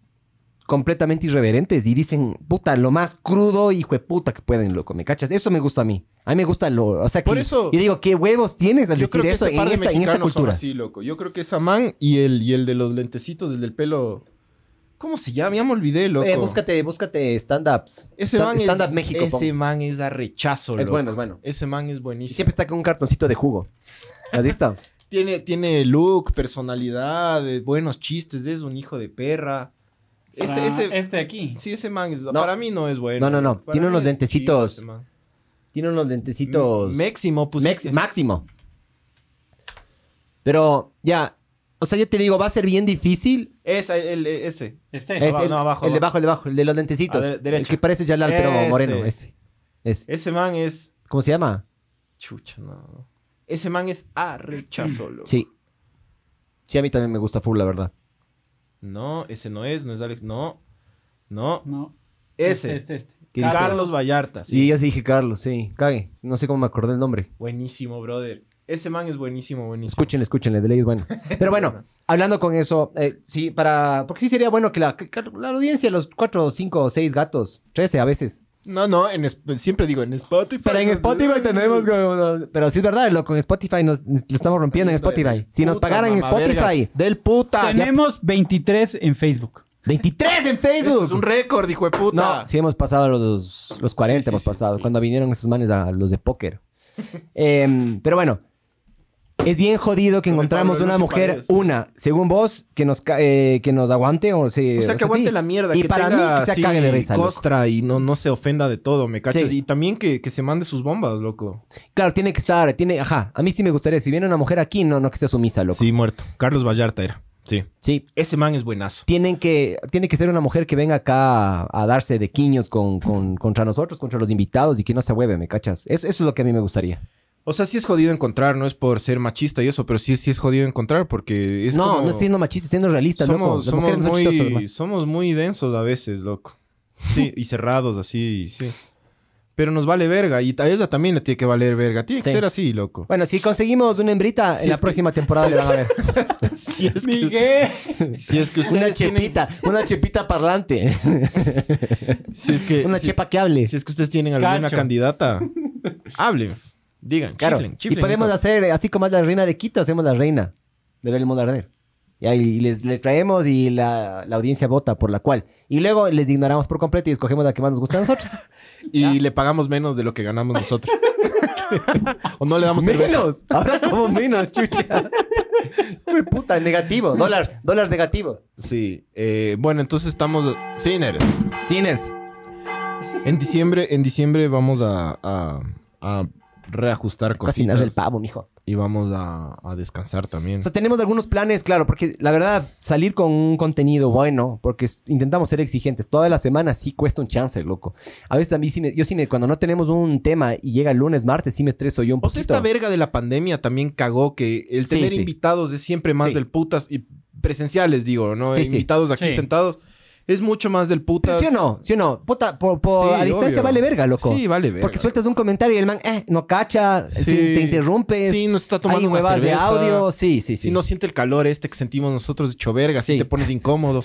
[SPEAKER 2] completamente irreverentes y dicen, puta, lo más crudo y puta que pueden, loco, ¿me cachas? Eso me gusta a mí. A mí me gusta lo, o sea, que,
[SPEAKER 5] Por eso-
[SPEAKER 2] y digo, ¿qué huevos tienes al
[SPEAKER 5] Yo
[SPEAKER 2] decir
[SPEAKER 5] creo que
[SPEAKER 2] eso
[SPEAKER 5] ese
[SPEAKER 2] en
[SPEAKER 5] par de
[SPEAKER 2] esta, en
[SPEAKER 5] mexicanos
[SPEAKER 2] esta
[SPEAKER 5] son
[SPEAKER 2] cultura?
[SPEAKER 5] así, loco. Yo creo que esa man y el, y el de los lentecitos, el del pelo... ¿Cómo se llama? Ya me olvidé, loco.
[SPEAKER 2] Eh, búscate, búscate stand-ups.
[SPEAKER 5] Ese
[SPEAKER 2] Stand-
[SPEAKER 5] man es...
[SPEAKER 2] stand-up México. pon.
[SPEAKER 5] Ese man es a rechazo,
[SPEAKER 2] Es
[SPEAKER 5] loco.
[SPEAKER 2] bueno, es bueno.
[SPEAKER 5] Ese man es
[SPEAKER 2] Y
[SPEAKER 5] buenísimo.
[SPEAKER 2] siempre está con un cartoncito de jugo. ¿Has visto?
[SPEAKER 5] Tiene, tiene look, personalidad, eh, buenos chistes, es un hijo de perra. Ese, ese,
[SPEAKER 3] Este de aquí.
[SPEAKER 5] Sí, ese man es...
[SPEAKER 2] No.
[SPEAKER 5] Para mí no es bueno.
[SPEAKER 2] No, no, no.
[SPEAKER 5] Para
[SPEAKER 2] Tiene
[SPEAKER 5] mí
[SPEAKER 2] unos
[SPEAKER 5] es
[SPEAKER 2] lentecitos.
[SPEAKER 5] chido ese man.
[SPEAKER 2] Tiene unos lentecitos.
[SPEAKER 5] Méximo, pues.
[SPEAKER 2] Mex- máximo. Pero ya, o sea, yo te digo, va a ser bien difícil.
[SPEAKER 5] Esa, el, el- ese.
[SPEAKER 3] Este.
[SPEAKER 2] Es
[SPEAKER 5] abajo,
[SPEAKER 2] el,
[SPEAKER 5] no, abajo,
[SPEAKER 2] el de abajo,
[SPEAKER 5] abajo.
[SPEAKER 2] el de abajo, el de los
[SPEAKER 5] A
[SPEAKER 2] lentecitos.
[SPEAKER 5] ver, derecha.
[SPEAKER 2] el que parece Yalal, pero
[SPEAKER 5] Ese.
[SPEAKER 2] moreno, ese. Ese.
[SPEAKER 5] Ese man es.
[SPEAKER 2] ¿Cómo se llama?
[SPEAKER 5] Chucha, no. Ese man es arrechazo, loco.
[SPEAKER 2] Sí. Sí, a mí también me gusta full, la verdad.
[SPEAKER 5] No, ese no es, no es Alex. No. No.
[SPEAKER 3] No.
[SPEAKER 5] Ese.
[SPEAKER 3] Este, este, este.
[SPEAKER 2] ¿Qué dice?
[SPEAKER 5] Carlos Vallarta. sí.
[SPEAKER 2] Y yo sí dije Carlos, sí. Cague. No sé cómo me acordé el nombre.
[SPEAKER 5] Buenísimo, brother. Ese man es buenísimo, buenísimo.
[SPEAKER 2] Escúchenle, escúchenle, de ley es bueno. Pero bueno, hablando con eso, eh, sí, para. Porque sí sería bueno que la, que la audiencia, los cuatro, cinco o seis gatos, trece a veces.
[SPEAKER 5] No, no, en, Sp- siempre digo en Spotify.
[SPEAKER 2] Pero en
[SPEAKER 5] nos-
[SPEAKER 2] Spotify tenemos como- Pero sí es verdad, loco, en Spotify nos lo estamos rompiendo en Spotify. Si nos
[SPEAKER 5] Puta
[SPEAKER 2] pagaran en
[SPEAKER 5] mamavergas.
[SPEAKER 2] Spotify,
[SPEAKER 5] Del puta.
[SPEAKER 3] Tenemos 23 en Facebook.
[SPEAKER 2] 23 en
[SPEAKER 5] Eso
[SPEAKER 2] Facebook.
[SPEAKER 5] es un récord, hijo de puta.
[SPEAKER 2] No, sí hemos pasado a los, los 40,
[SPEAKER 5] Sí, sí,
[SPEAKER 2] hemos
[SPEAKER 5] sí,
[SPEAKER 2] pasado.
[SPEAKER 5] sí.
[SPEAKER 2] Cuando vinieron esos manes a los de póker. Em, pero bueno, es bien jodido que
[SPEAKER 5] Con el
[SPEAKER 2] encontramos
[SPEAKER 5] Pablo
[SPEAKER 2] una
[SPEAKER 5] Lucio
[SPEAKER 2] mujer,
[SPEAKER 5] Paredes.
[SPEAKER 2] una, según vos, que nos, ca- eh, que nos aguante o, se,
[SPEAKER 5] O sea, que aguante
[SPEAKER 2] sí.
[SPEAKER 5] la mierda.
[SPEAKER 2] Y
[SPEAKER 5] que
[SPEAKER 2] para
[SPEAKER 5] tenga
[SPEAKER 2] mí que se
[SPEAKER 5] así
[SPEAKER 2] cague de risa. loco.
[SPEAKER 5] Costra y no, no se ofenda de todo, ¿me cachas?
[SPEAKER 2] Sí.
[SPEAKER 5] Y también que, que se mande sus bombas, loco.
[SPEAKER 2] Claro, tiene que estar, tiene, ajá, a mí sí me gustaría. Si viene una mujer aquí, no, no que sea sumisa, loco. Sí.
[SPEAKER 5] Sí, muerto. Carlos Vallarta era. Sí. Ese man es buenazo.
[SPEAKER 2] Tienen que, tiene que ser una mujer que venga acá a, a darse de quiños con, con- contra nosotros, contra los invitados y que no se hueve, ¿me cachas? Eso, eso es lo que a mí me gustaría.
[SPEAKER 5] O sea, sí es jodido encontrar, no es por ser machista y eso, pero sí, sí es jodido encontrar porque es
[SPEAKER 2] no,
[SPEAKER 5] como-
[SPEAKER 2] no siendo machista, siendo realista, loco. Las
[SPEAKER 5] somos, somos
[SPEAKER 2] mujeres no son chistosas, más.
[SPEAKER 5] muy, somos muy densos a veces, loco. Sí, y cerrados así, sí. Pero nos vale verga y a ella también le tiene que valer verga. Tiene que
[SPEAKER 2] Sí.
[SPEAKER 5] ser así, loco.
[SPEAKER 2] Bueno, si conseguimos una hembrita,
[SPEAKER 5] Sí,
[SPEAKER 2] en la
[SPEAKER 5] es que-
[SPEAKER 2] próxima temporada le van a ver.
[SPEAKER 5] Si es
[SPEAKER 3] Miguel.
[SPEAKER 5] si es que
[SPEAKER 2] Una
[SPEAKER 5] ustedes tienen,
[SPEAKER 2] chepita, una chepita parlante.
[SPEAKER 5] si es que,
[SPEAKER 2] Una
[SPEAKER 5] si-
[SPEAKER 2] chepa que hable.
[SPEAKER 5] si es que ustedes tienen alguna
[SPEAKER 3] Cacho.
[SPEAKER 5] candidata, hablen, digan,
[SPEAKER 2] claro.
[SPEAKER 5] chiflen, chiflen,
[SPEAKER 2] y podemos
[SPEAKER 5] hijos.
[SPEAKER 2] hacer, eh, así como es la reina de Quito, hacemos la reina de ver el mundo arder. Y ahí les, le traemos y la, la audiencia vota por la cual. Y luego les ignoramos por completo y escogemos la que más nos gusta a nosotros.
[SPEAKER 5] y le pagamos menos de lo que ganamos nosotros. o no le damos cerveza.
[SPEAKER 2] menos. Ahora como menos, chucha. Hue puta, negativo. Dólar, dólar negativo.
[SPEAKER 5] Sí, eh, bueno, entonces estamos sí, Neres.
[SPEAKER 2] Sinners.
[SPEAKER 5] En diciembre, en diciembre vamos a, a- a reajustar
[SPEAKER 2] Cocinas del
[SPEAKER 5] cositas
[SPEAKER 2] pavo, mijo.
[SPEAKER 5] y vamos a, a descansar también.
[SPEAKER 2] O sea, tenemos algunos planes, claro, porque la verdad, salir con un contenido bueno, porque s- intentamos ser exigentes. Toda la semana sí cuesta un chance, loco. A veces a mí sí me, yo sí me, cuando no tenemos un tema y llega el lunes, martes, sí me estreso yo un
[SPEAKER 5] O sea,
[SPEAKER 2] poquito.
[SPEAKER 5] esta verga de la pandemia también cagó que el
[SPEAKER 2] Sí,
[SPEAKER 5] tener
[SPEAKER 2] sí.
[SPEAKER 5] invitados es siempre más
[SPEAKER 2] Sí.
[SPEAKER 5] del putas y presenciales, digo, ¿no?
[SPEAKER 2] Sí, sí.
[SPEAKER 5] invitados aquí
[SPEAKER 3] Sí.
[SPEAKER 5] sentados es mucho más del putas.
[SPEAKER 2] ¿Sí o no? ¿Sí o no? Puta, por, por-
[SPEAKER 5] Sí,
[SPEAKER 2] a distancia
[SPEAKER 5] obvio.
[SPEAKER 2] vale verga, loco.
[SPEAKER 5] Sí, vale verga.
[SPEAKER 2] porque sueltas un comentario y el man, eh, no cacha,
[SPEAKER 5] Sí.
[SPEAKER 2] sí, te interrumpes.
[SPEAKER 5] Sí, nos está tomando
[SPEAKER 2] hay
[SPEAKER 5] una
[SPEAKER 2] huevas de
[SPEAKER 5] cerveza.
[SPEAKER 2] audio. Sí, sí, sí.
[SPEAKER 5] Si no siente el calor este que sentimos nosotros hecho verga, si
[SPEAKER 2] Sí.
[SPEAKER 5] te pones incómodo.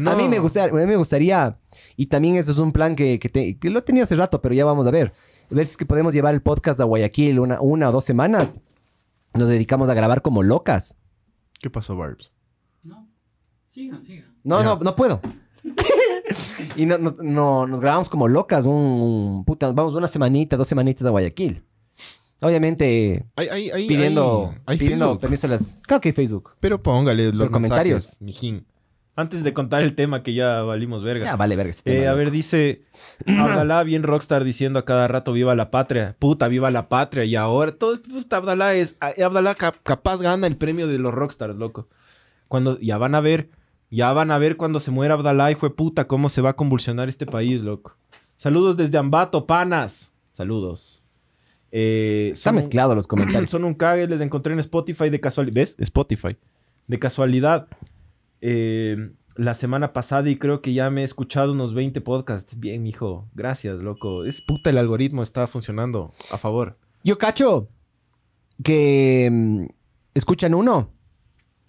[SPEAKER 5] No.
[SPEAKER 2] A mí me gusta, a mí me gustaría, y también eso es un plan que, que, te- que lo tenía hace rato, pero ya vamos a ver. Ver si es que podemos llevar el podcast a Guayaquil una, una o dos semanas. Nos dedicamos a grabar como locas.
[SPEAKER 5] ¿Qué pasó, Barbs?
[SPEAKER 3] No. Sigan, sigan.
[SPEAKER 2] No,
[SPEAKER 5] Ya.
[SPEAKER 2] no, no puedo. y no, no- no, nos grabamos como locas. Un, un- puta, vamos una semanita, dos semanitas a Guayaquil. Obviamente
[SPEAKER 5] Hay, hay, hay,
[SPEAKER 2] pidiendo,
[SPEAKER 5] hay, hay
[SPEAKER 2] pidiendo
[SPEAKER 5] Facebook.
[SPEAKER 2] permiso a las. Claro que hay Facebook.
[SPEAKER 5] Pero póngale los
[SPEAKER 2] Por comentarios.
[SPEAKER 5] comentarios, mijín. Antes de contar el tema que ya valimos verga.
[SPEAKER 2] Ya vale verga ese
[SPEAKER 5] Eh,
[SPEAKER 2] tema,
[SPEAKER 5] a
[SPEAKER 2] loco.
[SPEAKER 5] ver, dice, Abdalá bien rockstar diciendo a cada rato viva la patria, puta, viva la patria, y ahora, todo, puta, Abdalá es, a- Abdalá cap- capaz gana el premio de los rockstars, loco. Cuando, ya van a ver, ya van a ver cuando se muera Abdalá, hijo de puta, cómo se va a convulsionar este país, loco. Saludos desde Ambato, panas. Saludos. Eh,
[SPEAKER 2] Está
[SPEAKER 5] son un-
[SPEAKER 2] mezclado los comentarios.
[SPEAKER 5] son un cague, les encontré en Spotify de casualidad. ¿Ves? Spotify. De casualidad. Eh, la semana pasada y creo que ya me he escuchado unos 20 podcasts. Bien, mijo. Gracias, loco. Es puta, el algoritmo está funcionando a favor.
[SPEAKER 2] Yo cacho que mm, escuchan uno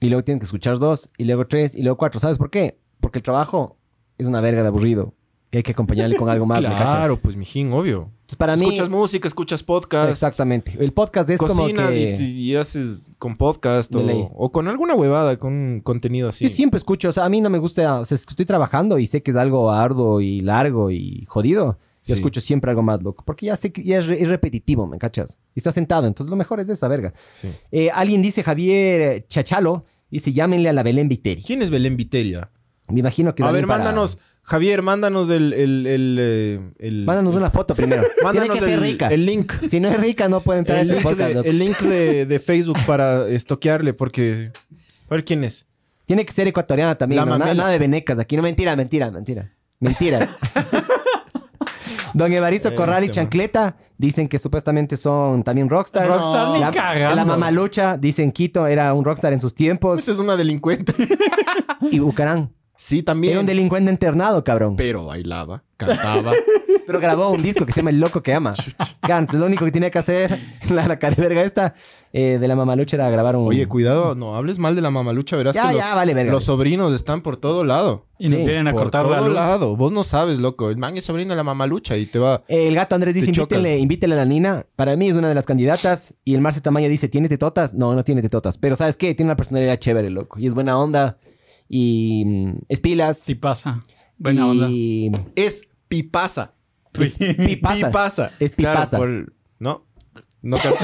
[SPEAKER 2] y luego tienen que escuchar dos y luego tres y luego cuatro. ¿Sabes por qué? Porque el trabajo es una verga de aburrido y hay que acompañarle con algo más. Ah, ¿me cachas?
[SPEAKER 5] claro, pues, mijín, obvio.
[SPEAKER 2] Entonces, para mí,
[SPEAKER 5] escuchas música, escuchas podcast.
[SPEAKER 2] exactamente. El podcast es como
[SPEAKER 5] Cocinas
[SPEAKER 2] que
[SPEAKER 5] y, y haces con podcast
[SPEAKER 2] De
[SPEAKER 5] o,
[SPEAKER 2] ley.
[SPEAKER 5] o con alguna huevada, con un contenido así.
[SPEAKER 2] yo siempre escucho. O sea, a mí no me gusta. O sea, es que estoy trabajando y sé que es algo arduo y largo y jodido. Yo
[SPEAKER 5] Sí.
[SPEAKER 2] escucho siempre algo más loco porque ya sé que ya es, re- es repetitivo, ¿me cachas? Y estás sentado, entonces lo mejor es esa verga.
[SPEAKER 5] Sí.
[SPEAKER 2] Eh, alguien dice Javier eh, Chachalo. Dice, llámenle a la Belén Viteri.
[SPEAKER 5] ¿Quién es Belén Viteria?
[SPEAKER 2] Me imagino que.
[SPEAKER 5] A
[SPEAKER 2] también
[SPEAKER 5] ver,
[SPEAKER 2] para-
[SPEAKER 5] mándanos, Javier, mándanos el... el, el, eh, el-
[SPEAKER 2] Mándanos una foto primero. Tiene
[SPEAKER 5] Mándanos
[SPEAKER 2] que ser
[SPEAKER 5] el-
[SPEAKER 2] rica.
[SPEAKER 5] el link.
[SPEAKER 2] Si no es rica, no puede entrar
[SPEAKER 5] El
[SPEAKER 2] en este
[SPEAKER 5] link,
[SPEAKER 2] podcast.
[SPEAKER 5] de,
[SPEAKER 2] loco.
[SPEAKER 5] el link de- de Facebook para estoquearle, porque. A ver quién es.
[SPEAKER 2] Tiene que ser ecuatoriana también.
[SPEAKER 5] La
[SPEAKER 2] ¿no? Nada,
[SPEAKER 5] mamela.
[SPEAKER 2] nada de venecas aquí. No, mentira, mentira, mentira. Mentira. Don Evaristo
[SPEAKER 5] Eh,
[SPEAKER 2] Corral y
[SPEAKER 5] este man.
[SPEAKER 2] Chancleta dicen que supuestamente son también rockstars.
[SPEAKER 3] Rockstar ni
[SPEAKER 2] La,
[SPEAKER 3] cagando.
[SPEAKER 2] la Pues mamalucha, dicen Quito, era un rockstar en sus tiempos.
[SPEAKER 5] Esa es una delincuente.
[SPEAKER 2] Y Bucarán.
[SPEAKER 5] Sí,
[SPEAKER 2] Era un
[SPEAKER 5] también.
[SPEAKER 2] delincuente internado, cabrón.
[SPEAKER 5] Pero bailaba, cantaba.
[SPEAKER 2] Pero grabó un disco que se llama El Loco que Ama. Gantz, lo único que tenía que hacer la, la cara de verga esta eh, de la mamalucha era grabar un...
[SPEAKER 5] Oye, cuidado, no hables mal de la mamalucha, verás
[SPEAKER 2] ya,
[SPEAKER 5] que los,
[SPEAKER 2] ya, vale verga.
[SPEAKER 5] los sobrinos están por todo lado.
[SPEAKER 3] Y nos
[SPEAKER 2] Sí,
[SPEAKER 3] vienen a
[SPEAKER 5] por
[SPEAKER 3] cortar
[SPEAKER 5] todo
[SPEAKER 3] la luz.
[SPEAKER 5] lado. Vos no sabes, loco. El man es sobrino de la mamalucha y te va.
[SPEAKER 2] El gato Andrés dice,
[SPEAKER 5] Te chocas.
[SPEAKER 2] invítele, invítele a la Nina. Para mí es una de las candidatas. Y el Marce Tamaño dice, ¿tiene tetotas? No, no tiene tetotas. Pero ¿sabes qué? Tiene una personalidad chévere, loco. Y es buena onda. Y mm, es pilas.
[SPEAKER 3] Sí pasa. Buena onda.
[SPEAKER 2] y... mm,
[SPEAKER 5] Es pipaza.
[SPEAKER 3] Es
[SPEAKER 2] pipaza. Es
[SPEAKER 5] Claro,
[SPEAKER 2] pipaza.
[SPEAKER 5] por- No. No caché.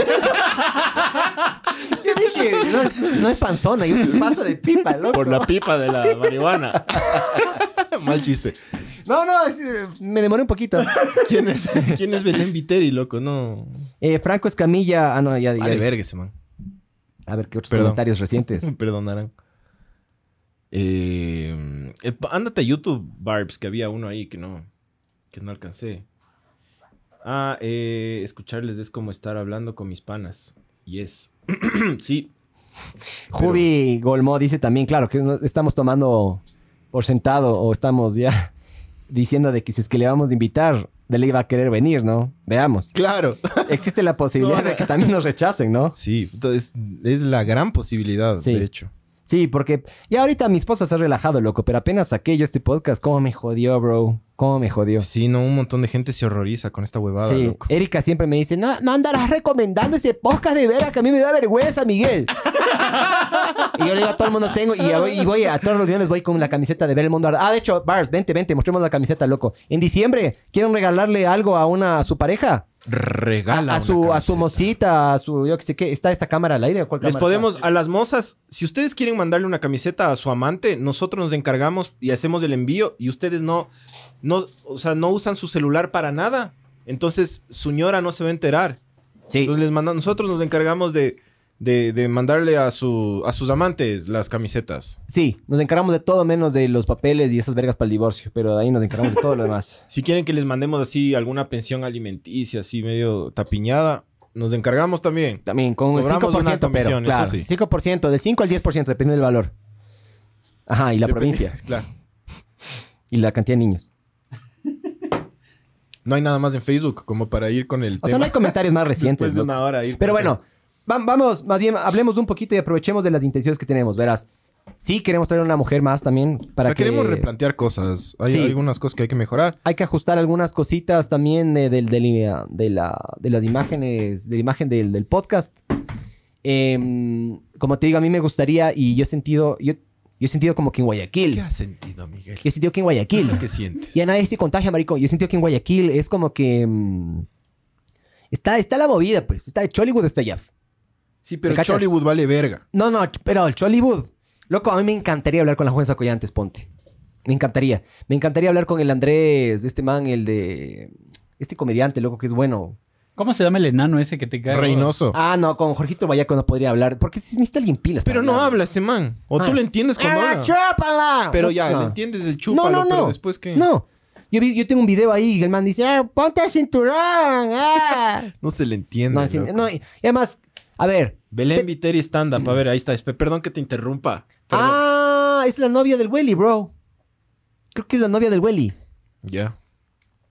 [SPEAKER 2] Yo dije, no es, no es panzona, yo un paso de pipa, loco.
[SPEAKER 6] Por la pipa de la marihuana.
[SPEAKER 5] Mal chiste.
[SPEAKER 2] No, no, es, eh, me demoré un poquito.
[SPEAKER 5] ¿Quién es, ¿Quién es Belén Viteri, loco? No.
[SPEAKER 2] Eh, Franco Escamilla. Ah, no, ya, ya.
[SPEAKER 5] Vale, verga ese man.
[SPEAKER 2] A ver qué otros
[SPEAKER 5] Perdón.
[SPEAKER 2] comentarios recientes.
[SPEAKER 5] Perdonarán. Eh, eh, pa- ándate a YouTube, Barbs, que había uno ahí que no, que no alcancé. Ah, eh, escucharles es como estar hablando con mis panas. Yes. sí.
[SPEAKER 2] Jubi Golmó dice también, claro, que no- estamos tomando por sentado o estamos ya diciendo de que si es que le vamos a invitar, de ley va a querer venir, ¿no? Veamos.
[SPEAKER 5] Claro.
[SPEAKER 2] Existe la posibilidad
[SPEAKER 5] No,
[SPEAKER 2] de que también nos rechacen, ¿no?
[SPEAKER 5] Sí, entonces es la gran posibilidad,
[SPEAKER 2] Sí.
[SPEAKER 5] de hecho.
[SPEAKER 2] Sí, porque ya ahorita mi esposa se ha relajado, loco, pero apenas saqué yo este podcast, ¿cómo me jodió, bro? ¿Cómo me jodió?
[SPEAKER 5] Sí, no, un montón de gente se horroriza con esta huevada,
[SPEAKER 2] Sí,
[SPEAKER 5] loco.
[SPEAKER 2] Erika siempre me dice, no, no andarás recomendando ese podcast de veras que a mí me da vergüenza, Miguel. y yo le digo a todo el mundo, tengo, y voy, y voy a todos los reuniones, voy con la camiseta de ver el mundo. Arder. Ah, de hecho, Bars, vente, vente, mostremos la camiseta, loco. En diciembre, ¿quieren regalarle algo a una, a su pareja?
[SPEAKER 5] Regala
[SPEAKER 2] A, a
[SPEAKER 5] una
[SPEAKER 2] su, a su
[SPEAKER 5] camiseta.
[SPEAKER 2] mosita, a su, yo qué sé qué, ¿está esta cámara al aire o cuál
[SPEAKER 5] Les
[SPEAKER 2] cámara
[SPEAKER 5] podemos,
[SPEAKER 2] está?
[SPEAKER 5] a las mozas, si ustedes quieren mandarle una camiseta a su amante, nosotros nos encargamos y hacemos el envío y ustedes no, no, o sea, no usan su celular para nada. Entonces, su ñora no se va a enterar.
[SPEAKER 2] Sí.
[SPEAKER 5] Entonces, les manda- nosotros nos encargamos de, de- de mandarle a, su, a sus amantes las camisetas.
[SPEAKER 2] Sí, nos encargamos de todo menos de los papeles y esas vergas para el divorcio, pero de ahí nos encargamos de todo lo demás.
[SPEAKER 5] Si quieren que les mandemos así alguna pensión alimenticia, así medio tapiñada, nos encargamos también.
[SPEAKER 2] También con el 5%,
[SPEAKER 5] Cobramos una
[SPEAKER 2] pero
[SPEAKER 5] comisión, eso
[SPEAKER 2] claro,
[SPEAKER 5] sí.
[SPEAKER 2] 5%, del 5 al 10% depende del valor. Ajá, y la
[SPEAKER 5] Dep-
[SPEAKER 2] provincia
[SPEAKER 5] Claro.
[SPEAKER 2] y la cantidad de niños.
[SPEAKER 5] No hay nada más en Facebook como para ir con el
[SPEAKER 2] O sea, no hay comentarios más recientes.
[SPEAKER 5] Después de
[SPEAKER 2] loco.
[SPEAKER 5] una hora ir
[SPEAKER 2] Pero
[SPEAKER 5] con-
[SPEAKER 2] bueno, vam- vamos, más bien hablemos un poquito y aprovechemos de las intenciones que tenemos, verás. Sí queremos traer una mujer más también para
[SPEAKER 5] O sea,
[SPEAKER 2] que
[SPEAKER 5] queremos replantear cosas. Hay
[SPEAKER 2] Sí.
[SPEAKER 5] algunas cosas que hay que mejorar.
[SPEAKER 2] hay que ajustar algunas cositas también eh, del- del- de, la, de las imágenes, de la imagen del, del podcast. Em, como te digo, a mí me gustaría y yo he sentido, yo, yo he sentido como que en Guayaquil,
[SPEAKER 5] ¿Qué
[SPEAKER 2] yo
[SPEAKER 5] has sentido, Miguel?
[SPEAKER 2] he sentido que en
[SPEAKER 5] ¿Qué
[SPEAKER 2] Guayaquil,
[SPEAKER 5] es lo que sientes?
[SPEAKER 2] ya nadie se contagia, marico, yo he sentido que en Guayaquil es como que em, está, está la movida, pues, está Chollywood, está allá.
[SPEAKER 5] Sí,
[SPEAKER 2] ¿Me
[SPEAKER 5] pero
[SPEAKER 2] cachas?
[SPEAKER 5] Chollywood vale verga.
[SPEAKER 2] No, no, ch- pero el Chollywood. Loco, a mí me encantaría hablar con la joven Sacoyantes, ponte. Me encantaría. Me encantaría hablar con el Andrés, este man, el de. Este comediante, loco, que es bueno.
[SPEAKER 3] ¿Cómo se llama el enano ese que te cae?
[SPEAKER 5] Reynoso.
[SPEAKER 2] Ah, no, con Jorgito Vallaco no podría hablar. Porque si necesita alguien pilas. para
[SPEAKER 5] pero no
[SPEAKER 2] hablar.
[SPEAKER 5] habla ese man. O
[SPEAKER 2] Ah.
[SPEAKER 5] tú le entiendes cuando
[SPEAKER 2] ¡Ah,
[SPEAKER 5] habla.
[SPEAKER 2] chúpala!
[SPEAKER 5] Pero
[SPEAKER 2] O
[SPEAKER 5] ya,
[SPEAKER 2] sea,
[SPEAKER 5] le entiendes el
[SPEAKER 2] No,
[SPEAKER 5] chúpalo.
[SPEAKER 2] no, no.
[SPEAKER 5] Pero después que...
[SPEAKER 2] No. Yo, vi- yo tengo un video ahí y el man dice: "Ah, ¡Ponte el cinturón! ah".
[SPEAKER 5] No se le entiende.
[SPEAKER 2] no, así-
[SPEAKER 5] loco.
[SPEAKER 2] no, y y además, a ver.
[SPEAKER 5] Belén Viteri stand-up. A ver, ahí está. Espe- Perdón que te interrumpa. Perdón.
[SPEAKER 2] Ah, es la novia del Welly, bro. Creo que es la novia del Welly.
[SPEAKER 5] Ya.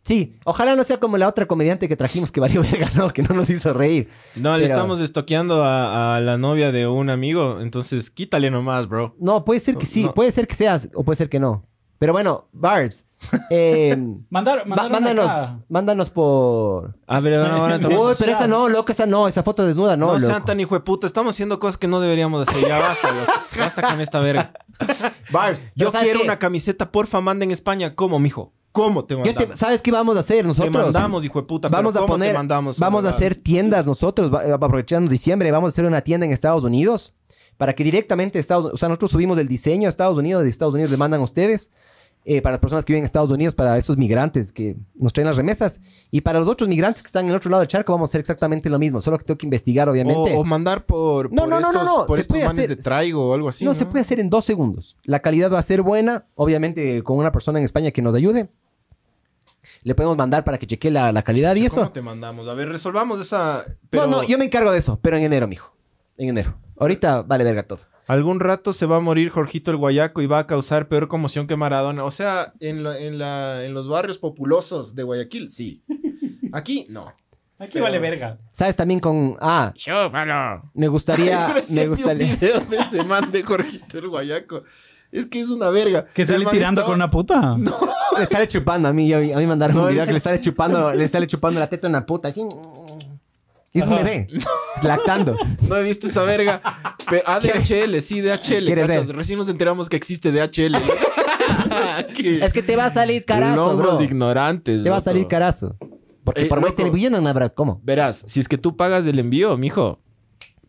[SPEAKER 2] Sí, ojalá no sea como la otra comediante que trajimos que valió verga, ¿no? Que no nos hizo reír.
[SPEAKER 5] No, le
[SPEAKER 2] Pero-
[SPEAKER 5] estamos estoqueando a, a la novia de un amigo. Entonces, quítale nomás, bro.
[SPEAKER 2] No, puede ser que sí,
[SPEAKER 5] No.
[SPEAKER 2] puede ser que seas o puede ser que no. Pero bueno, Barbs, eh,
[SPEAKER 3] Mandar,
[SPEAKER 2] ma-
[SPEAKER 3] mandar una
[SPEAKER 2] mándanos,
[SPEAKER 3] acá.
[SPEAKER 2] mándanos por...
[SPEAKER 5] A ver, ahora, ahora
[SPEAKER 3] Pero-
[SPEAKER 2] Uy,
[SPEAKER 5] tomamos-
[SPEAKER 2] pero esa no, loco, esa no, esa foto desnuda, no,
[SPEAKER 5] No,
[SPEAKER 2] loco.
[SPEAKER 5] sean tan hijo de puta. Estamos haciendo cosas que no deberíamos hacer. Ya basta, loco. Basta con esta verga.
[SPEAKER 2] Barbs, pero
[SPEAKER 5] Yo
[SPEAKER 2] ¿sabes
[SPEAKER 5] quiero
[SPEAKER 2] qué?
[SPEAKER 5] una camiseta, porfa, manda en España. ¿Cómo, mijo? ¿Cómo te
[SPEAKER 2] Yo
[SPEAKER 5] mandamos?
[SPEAKER 2] te- ¿Sabes qué vamos a hacer
[SPEAKER 5] te,
[SPEAKER 2] nosotros?
[SPEAKER 5] mandamos, hijo de puta. pero
[SPEAKER 2] Vamos a
[SPEAKER 5] ¿cómo te
[SPEAKER 2] poner,
[SPEAKER 5] mandamos,
[SPEAKER 2] vamos a
[SPEAKER 5] verdad?
[SPEAKER 2] hacer tiendas nosotros, va- eh, aprovechando diciembre, vamos a hacer una tienda en Estados Unidos para que directamente Estados o sea, nosotros subimos el diseño a Estados Unidos, de Estados Unidos le mandan a ustedes, eh, para las personas que viven en Estados Unidos, para esos migrantes que nos traen las remesas, y para los otros migrantes que están en el otro lado del charco vamos a hacer exactamente lo mismo, solo que tengo que investigar, obviamente.
[SPEAKER 5] O, o mandar por,
[SPEAKER 2] No,
[SPEAKER 5] por
[SPEAKER 2] no, no, no,
[SPEAKER 5] estos,
[SPEAKER 2] no,
[SPEAKER 5] por
[SPEAKER 2] se
[SPEAKER 5] estos
[SPEAKER 2] puede
[SPEAKER 5] manes
[SPEAKER 2] hacer.
[SPEAKER 5] de traigo o oh, algo así.
[SPEAKER 2] no, se puede hacer en dos segundos. La calidad va a ser buena, obviamente con una persona en España que nos ayude. Le podemos mandar para que chequee la, la calidad y eso.
[SPEAKER 5] ¿Cómo te mandamos? A ver, resolvamos esa. pero-
[SPEAKER 2] No, no, yo me encargo de eso, pero en enero, mijo. En enero. Ahorita vale verga todo.
[SPEAKER 1] Algún rato se va a morir Jorgito el Guayaco y va a causar peor conmoción que Maradona. O sea, en, la- en la- en los barrios populosos de Guayaquil, sí. Aquí, no.
[SPEAKER 3] Aquí vale verga.
[SPEAKER 2] ¿Sabes también con. Ah, me gustaría. Ah, me
[SPEAKER 1] Recién vi
[SPEAKER 2] gustaría.
[SPEAKER 1] un video de ese man de Jorgito el Guayaco. Es que es una verga.
[SPEAKER 3] Que
[SPEAKER 1] El
[SPEAKER 3] sale
[SPEAKER 1] man
[SPEAKER 3] tirando
[SPEAKER 1] estaba-
[SPEAKER 3] con una puta.
[SPEAKER 2] Le sale chupando a mí. yo- a mí mandaron
[SPEAKER 1] No,
[SPEAKER 2] un video
[SPEAKER 1] es-
[SPEAKER 2] que le sale chupando, le sale chupando la teta a una puta. Así. Y es un
[SPEAKER 3] Ajá.
[SPEAKER 2] bebé. Lactando.
[SPEAKER 1] No he visto esa verga. Pe- ah, DHL, sí, DHL.
[SPEAKER 2] ¿Quieres
[SPEAKER 1] cachas.
[SPEAKER 2] ver?
[SPEAKER 1] Recién nos enteramos que existe DHL. Que-
[SPEAKER 2] Es que te va a salir carazo,
[SPEAKER 1] Longos
[SPEAKER 2] bro.
[SPEAKER 1] ¿eh? ignorantes.
[SPEAKER 2] Te va a
[SPEAKER 1] loco.
[SPEAKER 2] sabrá carazo. Porque
[SPEAKER 1] Eh,
[SPEAKER 2] por más
[SPEAKER 1] loco.
[SPEAKER 2] television no habrá cómo.
[SPEAKER 1] Verás, si es que tú pagas el envío, mijo,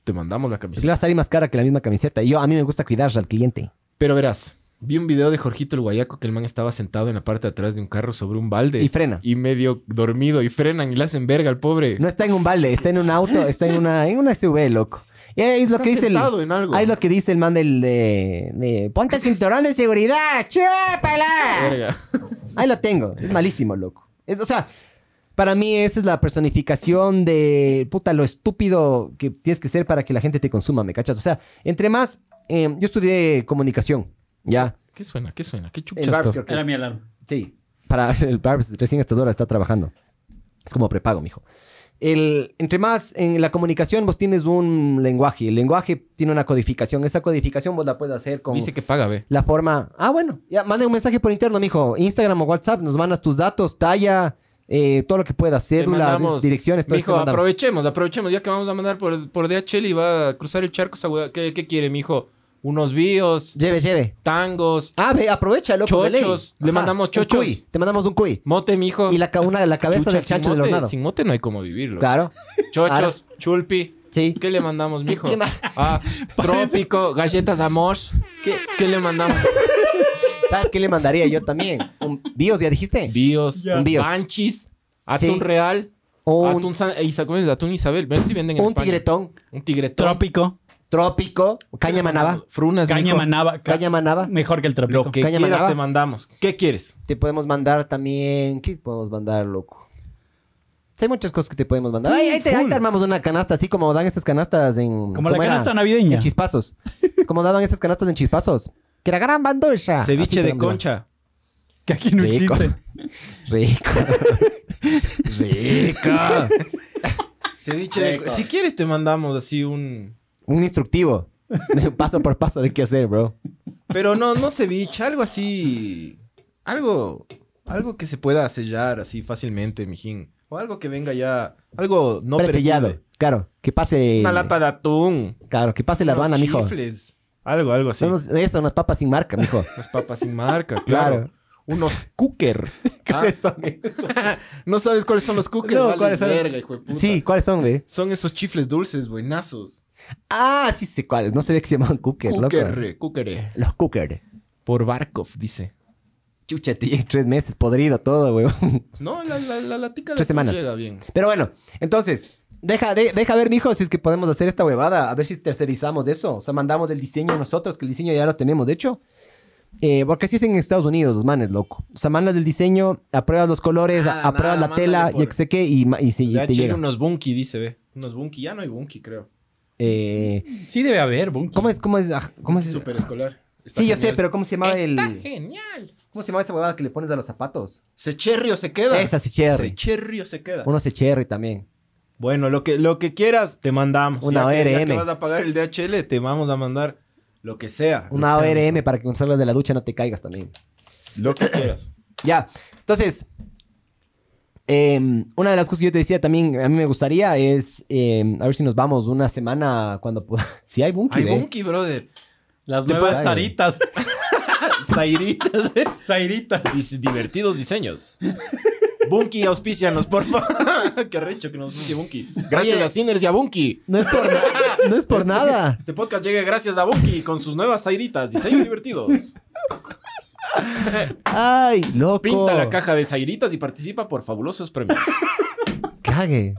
[SPEAKER 1] te mandamos la camiseta.
[SPEAKER 2] Si le va a salir más cara que la misma camiseta. Y yo, a mí me gusta cuidar al cliente.
[SPEAKER 1] Pero verás, vi un video de Jorgito el Guayaco que el man estaba sentado en la parte de atrás de un carro sobre un balde.
[SPEAKER 2] Y frena.
[SPEAKER 1] Y medio dormido y frenan y le hacen verga al pobre.
[SPEAKER 2] No está en un balde, está en un auto, está en una, en una SUV, loco. Y ahí es lo
[SPEAKER 1] Está
[SPEAKER 2] que dice el.
[SPEAKER 1] sentado en algo.
[SPEAKER 2] Ahí es lo que dice el man del de, de, Ponte el cinturón de seguridad, chúpala.
[SPEAKER 1] Verga.
[SPEAKER 2] Ahí lo tengo. Es malísimo, loco. Es, o sea, para mí esa es la personificación de puta lo estúpido que tienes que ser para que la gente te consuma, ¿me cachas? O sea, entre más, eh, yo estudié comunicación, ¿ya?
[SPEAKER 1] ¿Qué suena? ¿Qué suena? ¿Qué
[SPEAKER 2] El Barbs,
[SPEAKER 1] chuchas
[SPEAKER 2] creo que
[SPEAKER 3] Era
[SPEAKER 2] es.
[SPEAKER 3] mi alarma.
[SPEAKER 2] Sí. Para el Barbs, recién hasta ahora está trabajando. Es como prepago, mijo. El, entre más, en la comunicación vos tienes un lenguaje. El lenguaje tiene una codificación. Esa codificación vos la puedes hacer con
[SPEAKER 1] Dice que paga, ve.
[SPEAKER 2] la forma. Ah, bueno. Ya, manda un mensaje por interno, mijo. Instagram o WhatsApp. Nos mandas tus datos, talla, eh, todo lo que puedas. Cédula,
[SPEAKER 1] mandamos-
[SPEAKER 2] direcciones, todo
[SPEAKER 1] Mijo,
[SPEAKER 2] esto mandamos.
[SPEAKER 1] aprovechemos, aprovechemos. Ya que vamos a mandar por, por DHL y va a cruzar el charco esa weá. ¿Qué, qué quiere, mijo? Unos bios,
[SPEAKER 2] Lleve, lleve.
[SPEAKER 1] tangos,
[SPEAKER 2] Ah, ve, aprovecha, loco. de ley.
[SPEAKER 1] Chochos. Le mandamos
[SPEAKER 2] un
[SPEAKER 1] chochos.
[SPEAKER 2] cuy. Te mandamos un cuy.
[SPEAKER 1] mote, mijo.
[SPEAKER 2] Y la, ca- una, la cabeza
[SPEAKER 1] Chucha,
[SPEAKER 2] del
[SPEAKER 1] sin
[SPEAKER 2] chancho del
[SPEAKER 1] mote-
[SPEAKER 2] hornado.
[SPEAKER 1] Sin mote no hay cómo vivirlo.
[SPEAKER 2] Claro.
[SPEAKER 1] Chochos, chulpi.
[SPEAKER 2] Sí.
[SPEAKER 1] ¿Qué le mandamos, mijo?
[SPEAKER 2] ¿Qué ma-
[SPEAKER 1] Ah, trópico, galletas amor. ¿Qué, qué le mandamos?
[SPEAKER 2] ¿Sabes qué le mandaría yo también? Un Dios, ¿ya dijiste?
[SPEAKER 1] Bios,
[SPEAKER 2] Ya. Bios.
[SPEAKER 1] banchis, atún
[SPEAKER 2] Sí.
[SPEAKER 1] real, atún,
[SPEAKER 2] Un,
[SPEAKER 1] San- eh, Isa- ¿cómo es? atún Isabel. Ven si venden en
[SPEAKER 2] un
[SPEAKER 1] España.
[SPEAKER 2] tigretón
[SPEAKER 1] Un tigretón.
[SPEAKER 3] Trópico.
[SPEAKER 2] trópico, caña manaba.
[SPEAKER 1] Frunas,
[SPEAKER 3] Caña
[SPEAKER 1] mijo.
[SPEAKER 3] manaba. ca-
[SPEAKER 2] Caña manaba.
[SPEAKER 3] Mejor que el trópico.
[SPEAKER 1] Lo que
[SPEAKER 2] Caña
[SPEAKER 1] quieras
[SPEAKER 2] manaba.
[SPEAKER 1] te mandamos. ¿Qué quieres?
[SPEAKER 2] Te podemos mandar también. ¿Qué podemos mandar, loco? Sí, Hay muchas cosas que te podemos mandar. Ay, ahí, te, ahí te armamos una canasta, así como dan esas canastas en.
[SPEAKER 3] Como la
[SPEAKER 2] ¿cómo era?
[SPEAKER 3] canasta navideña.
[SPEAKER 2] En chispazos. como daban esas canastas en chispazos. Que era gran bandolcha. Ah, Así
[SPEAKER 1] Ceviche
[SPEAKER 2] te
[SPEAKER 1] de
[SPEAKER 2] mandaba.
[SPEAKER 1] concha.
[SPEAKER 3] Que aquí no
[SPEAKER 2] Rico.
[SPEAKER 3] existe.
[SPEAKER 2] Rico. Rico.
[SPEAKER 1] Ceviche de concha. Eh, Si quieres te mandamos así un...
[SPEAKER 2] Un instructivo. paso por paso de qué hacer, bro.
[SPEAKER 1] Pero no, no ceviche, algo así... Algo... Algo que se pueda sellar así fácilmente, mijín. O algo que venga ya... Algo no
[SPEAKER 2] Presellado.
[SPEAKER 1] perecible.
[SPEAKER 2] Claro, que pase.
[SPEAKER 1] Una lata de atún.
[SPEAKER 2] Claro, que pase Eh, la
[SPEAKER 1] Unos
[SPEAKER 2] aduana, mijo.
[SPEAKER 1] chifles. Algo, algo así.
[SPEAKER 2] Son unos- eso, unas papas sin marca, mijo.
[SPEAKER 1] Las papas sin marca, claro.
[SPEAKER 2] Claro.
[SPEAKER 1] Unos cooker.
[SPEAKER 2] ¿Cuáles son?
[SPEAKER 1] Ah, no sabes cuáles son los cooker.
[SPEAKER 2] No,
[SPEAKER 1] vales
[SPEAKER 2] ¿cuáles son?
[SPEAKER 1] verga, hijo de puta.
[SPEAKER 2] Sí, ¿cuáles son, güey?
[SPEAKER 1] Son esos chifles dulces, buenazos.
[SPEAKER 2] Ah, sí sé cuáles. No sabía que se llamaban cooker, loco.
[SPEAKER 1] Cooker, cooker.
[SPEAKER 2] Los cooker.
[SPEAKER 1] Por Barkov, dice.
[SPEAKER 2] Chucha, te llevo tres meses podrido todo, güey.
[SPEAKER 1] No, la, la, la latica de
[SPEAKER 2] Tres
[SPEAKER 1] atún
[SPEAKER 2] semanas.
[SPEAKER 1] llega bien.
[SPEAKER 2] Pero bueno, entonces, deja, de- deja ver, mijo, si es que podemos hacer esta huevada. A ver si tercerizamos eso. O sea, mandamos el diseño nosotros, que el diseño ya lo tenemos, de hecho. Eh, porque así es en Estados Unidos, los manes, loco. O sea, mandas el diseño, apruebas los colores,
[SPEAKER 1] Nada,
[SPEAKER 2] apruebas
[SPEAKER 1] Ah, nada,
[SPEAKER 2] la tela,
[SPEAKER 1] mándale por-
[SPEAKER 2] yo qué sé qué, y, ma- y sí, y
[SPEAKER 1] Ya
[SPEAKER 2] te llega.
[SPEAKER 1] unos bunky, dice, ve. Unos bunky. Ya no hay bunky, creo.
[SPEAKER 2] Eh,
[SPEAKER 3] Sí debe haber, Bunky.
[SPEAKER 2] ¿Cómo es? ¿Cómo es? aj- ¿Cómo es?
[SPEAKER 1] Super escolar.
[SPEAKER 2] Sí, yo sé, pero ¿cómo se llamaba el...?
[SPEAKER 1] Está genial.
[SPEAKER 2] ¿Cómo se llama esa huevada que le pones a los zapatos?
[SPEAKER 1] Secherrio se queda.
[SPEAKER 2] Esa Secherri.
[SPEAKER 1] Secherrio se queda.
[SPEAKER 2] Uno se cherry también.
[SPEAKER 1] Bueno, lo que, lo que quieras, te mandamos.
[SPEAKER 2] Una
[SPEAKER 1] Ya que- ya que
[SPEAKER 2] ORM.
[SPEAKER 1] vas a pagar el DHL, te vamos a mandar lo que sea. lo
[SPEAKER 2] Una
[SPEAKER 1] que sea,
[SPEAKER 2] ORM para que cuando salgas de la ducha no te caigas también.
[SPEAKER 1] Lo que quieras.
[SPEAKER 2] Ya, entonces, em, una de las cosas que yo te decía también, a mí me gustaría es, em, a ver si nos vamos una semana cuando pueda. Si hay bunky,
[SPEAKER 1] Ay,
[SPEAKER 2] ¿eh?
[SPEAKER 1] Bunky, brother.
[SPEAKER 3] Las
[SPEAKER 1] Te
[SPEAKER 3] nuevas
[SPEAKER 1] puedes-
[SPEAKER 3] Zaritas.
[SPEAKER 1] Zairitas. eh.
[SPEAKER 3] Zairitas.
[SPEAKER 1] Dis- divertidos diseños. Bunky, auspicianos, por favor. Qué recho que nos auspicie Bunky. Gracias
[SPEAKER 2] Oye.
[SPEAKER 1] a Sinners y a Bunky.
[SPEAKER 2] No es por, nada, no es por nada.
[SPEAKER 1] Este podcast llega gracias a Bunky con sus nuevas Zairitas. Diseños divertidos.
[SPEAKER 2] Ay, loco.
[SPEAKER 1] Pinta la caja de Zairitas y participa por fabulosos premios.
[SPEAKER 2] Cague.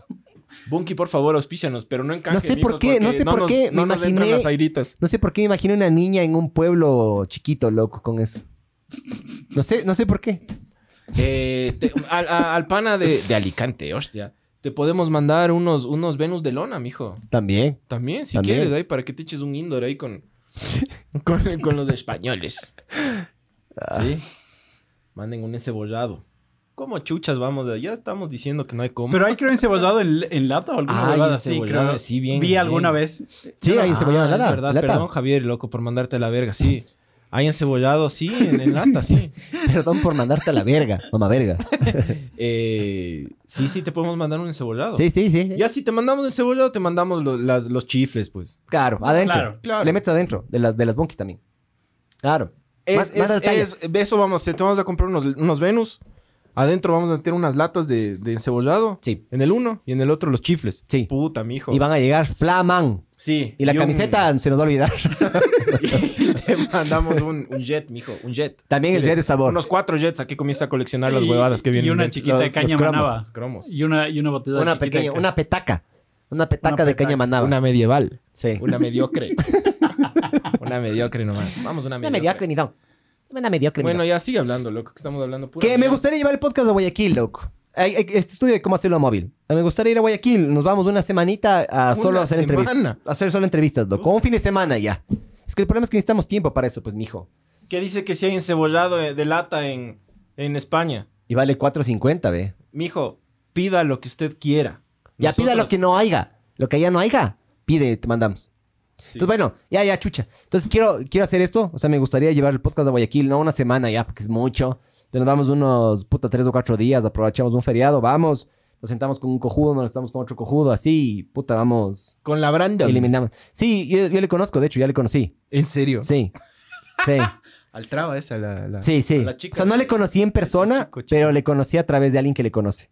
[SPEAKER 1] Bunky, por favor, auspícianos, pero no en canje,
[SPEAKER 2] No sé
[SPEAKER 1] amigos,
[SPEAKER 2] por qué, no
[SPEAKER 1] porque
[SPEAKER 2] sé por
[SPEAKER 1] nos-
[SPEAKER 2] qué,
[SPEAKER 1] No
[SPEAKER 2] me
[SPEAKER 1] nos entran
[SPEAKER 2] imaginé-
[SPEAKER 1] las Zairitas.
[SPEAKER 2] No sé por qué me imagino una niña en un pueblo chiquito, loco, con eso. No sé, no sé por qué.
[SPEAKER 1] Eh, te- al, a- al pana de, de Alicante, hostia. Te podemos mandar unos, unos Venus de lona, mijo.
[SPEAKER 2] También.
[SPEAKER 1] También, si
[SPEAKER 2] También.
[SPEAKER 1] quieres, ahí para que te eches un indoor ahí con,
[SPEAKER 5] Con, con los españoles.
[SPEAKER 2] Ah.
[SPEAKER 5] ¿Sí? Manden un ese borrado. ¿Cómo chuchas vamos? de- Ya estamos diciendo que no hay cómo.
[SPEAKER 3] Pero hay creo encebollado en, en lata o alguna
[SPEAKER 5] Ay,
[SPEAKER 3] huevada así,
[SPEAKER 5] encebollado,
[SPEAKER 3] creo.
[SPEAKER 5] sí, bien,
[SPEAKER 3] Vi
[SPEAKER 5] bien.
[SPEAKER 3] alguna vez.
[SPEAKER 2] Sí, ahí
[SPEAKER 5] Ah,
[SPEAKER 2] se volaba
[SPEAKER 5] es
[SPEAKER 2] nada.
[SPEAKER 5] verdad,
[SPEAKER 2] lata.
[SPEAKER 5] perdón, Javier, loco, por mandarte a la verga, sí. Hay encebollado, sí, en, en lata, sí.
[SPEAKER 2] Perdón por mandarte a la verga, mamá verga.
[SPEAKER 5] Eh, sí, sí, te podemos mandar un encebollado.
[SPEAKER 2] Sí, sí, sí.
[SPEAKER 5] Ya si te mandamos encebollado, te mandamos lo- las- los chifles, pues.
[SPEAKER 2] Claro, adentro.
[SPEAKER 3] Claro,
[SPEAKER 5] claro.
[SPEAKER 2] Le metes adentro, de, las de las bunkies también. Claro.
[SPEAKER 5] Es,
[SPEAKER 2] Más- más
[SPEAKER 5] es-
[SPEAKER 2] detalle.
[SPEAKER 5] es- de eso vamos, a hacer, te vamos a comprar unos, unos Venus. Adentro vamos a meter unas latas de, de encebollado.
[SPEAKER 2] Sí.
[SPEAKER 5] En el uno y en el otro los chifles.
[SPEAKER 2] Sí.
[SPEAKER 5] Puta, mijo.
[SPEAKER 2] Y van a llegar flaman.
[SPEAKER 5] Sí.
[SPEAKER 2] Y la
[SPEAKER 5] un-
[SPEAKER 2] camiseta se nos va a olvidar.
[SPEAKER 5] te mandamos un, un jet, mijo. Un jet.
[SPEAKER 2] También el jet de sabor.
[SPEAKER 5] Unos cuatro jets. Aquí comienza a coleccionar Ah, las
[SPEAKER 3] Y-
[SPEAKER 5] huevadas que
[SPEAKER 3] y
[SPEAKER 5] vienen.
[SPEAKER 3] una
[SPEAKER 5] dentro.
[SPEAKER 3] chiquita de
[SPEAKER 5] Los-
[SPEAKER 3] caña
[SPEAKER 5] los cromos,
[SPEAKER 3] manaba.
[SPEAKER 5] los cromos.
[SPEAKER 3] Y una, y una botella
[SPEAKER 2] Una
[SPEAKER 3] chiquita de
[SPEAKER 2] pequeña,
[SPEAKER 3] ca-
[SPEAKER 2] una petaca. Una petaca
[SPEAKER 3] Una
[SPEAKER 2] de caña
[SPEAKER 3] petaca.
[SPEAKER 2] manaba.
[SPEAKER 5] Una medieval.
[SPEAKER 2] sí.
[SPEAKER 5] Una mediocre. una mediocre nomás. Vamos, una mediocre.
[SPEAKER 2] Una mediocre, ni don. Una mediocre, ni
[SPEAKER 5] Bueno, ya sigue hablando, loco, que estamos hablando pura
[SPEAKER 2] Que me
[SPEAKER 5] mierda.
[SPEAKER 2] gustaría llevar el podcast a Guayaquil, loco. Hay- hay- Este estudio de cómo hacerlo móvil. Me gustaría ir a Guayaquil. Nos vamos una semanita a solo
[SPEAKER 5] Una
[SPEAKER 2] hacer entrevistas.
[SPEAKER 5] semana.
[SPEAKER 2] A hacer solo entrevistas, loco. Un fin de semana ya. Es que el problema es que necesitamos tiempo para eso, pues, mijo.
[SPEAKER 5] Que dice que si hay encebollado eh, de lata en, en España.
[SPEAKER 2] Y vale 4.50, ve.
[SPEAKER 5] Mijo, pida lo que usted quiera.
[SPEAKER 2] Ya
[SPEAKER 5] Nosotros-
[SPEAKER 2] pida lo que no haya. Lo que ya no haya, pide, te mandamos.
[SPEAKER 5] Sí.
[SPEAKER 2] Entonces, bueno, ya, ya, chucha. Entonces, quiero, quiero hacer esto. O sea, me gustaría llevar el podcast a Guayaquil, no una semana ya, porque es mucho. Entonces, nos vamos unos, puta, tres o cuatro días, aprovechamos un feriado, vamos. Nos sentamos con un cojudo, nos sentamos con otro cojudo, así, y, puta, vamos.
[SPEAKER 5] Con la Brandon.
[SPEAKER 2] Eliminamos. Sí, yo, yo le conozco, de hecho, ya le conocí.
[SPEAKER 5] En serio.
[SPEAKER 2] Sí. Sí,
[SPEAKER 5] Al traba esa la... la-
[SPEAKER 2] sí, sí.
[SPEAKER 5] A la chica.
[SPEAKER 2] o sea, no le conocí en persona,
[SPEAKER 5] Chico, chico.
[SPEAKER 2] pero le conocí a través de alguien que le conoce.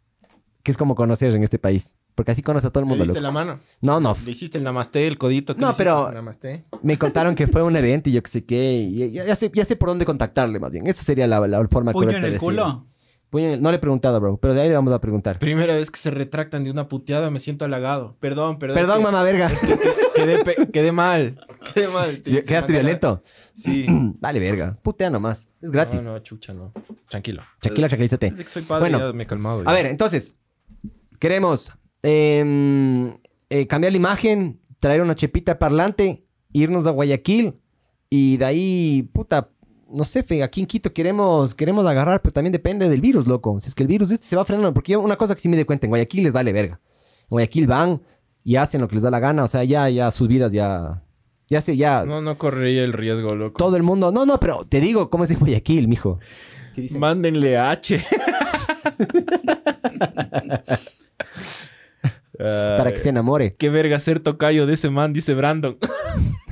[SPEAKER 2] Que es como conocer en este país. Porque así conoce a todo el
[SPEAKER 5] ¿Le
[SPEAKER 2] mundo.
[SPEAKER 5] diste
[SPEAKER 2] loco.
[SPEAKER 5] la mano?
[SPEAKER 2] No, no,
[SPEAKER 5] ¿Le hiciste el namaste, el codito? ¿Qué
[SPEAKER 2] No,
[SPEAKER 5] le hiciste
[SPEAKER 2] pero-
[SPEAKER 5] el Namaste.
[SPEAKER 2] Me contaron que fue un evento y yo que sé qué. y ya, ya sé, ya sé por dónde contactarle, más bien. Eso sería la, la forma
[SPEAKER 3] Puño en
[SPEAKER 2] correcta
[SPEAKER 3] el
[SPEAKER 2] de decirlo.
[SPEAKER 3] culo.
[SPEAKER 2] Puño en el- No le he preguntado, bro, pero de ahí le vamos a preguntar.
[SPEAKER 5] Primera vez que se retractan de una puteada, me siento halagado. Perdón, perdón.
[SPEAKER 2] Perdón,
[SPEAKER 5] es que
[SPEAKER 2] mamá verga.
[SPEAKER 5] Quedé, pe- quedé mal. Quedé mal. Te- te
[SPEAKER 2] Quedaste
[SPEAKER 5] mandé la-
[SPEAKER 2] violento.
[SPEAKER 5] Sí.
[SPEAKER 2] Vale, verga. Putea nomás. Es gratis.
[SPEAKER 5] No, no, chucha, no. Tranquilo.
[SPEAKER 2] Tranquila, tranquilízate.
[SPEAKER 5] Desde que soy padre
[SPEAKER 2] Bueno,
[SPEAKER 5] ya me he calmado. Pues ya.
[SPEAKER 2] A ver, entonces. Queremos eh, eh, cambiar la imagen, traer una chepita parlante, irnos a Guayaquil y de ahí, puta. No sé, fe, aquí en Quito queremos, queremos agarrar, pero también depende del virus, loco. Si es que el virus este se va frenando, porque yo una cosa que sí me di cuenta, en Guayaquil les vale verga. En Guayaquil van y hacen lo que les da la gana, o sea, ya, ya sus vidas ya, ya se, ya,
[SPEAKER 5] No, no correría el riesgo, loco.
[SPEAKER 2] todo el mundo. No, no, pero te digo, ¿cómo es en Guayaquil, mijo?
[SPEAKER 5] Mándenle H.
[SPEAKER 2] Para que se enamore.
[SPEAKER 5] Eh, Qué verga ser tocayo de ese man, dice Brandon.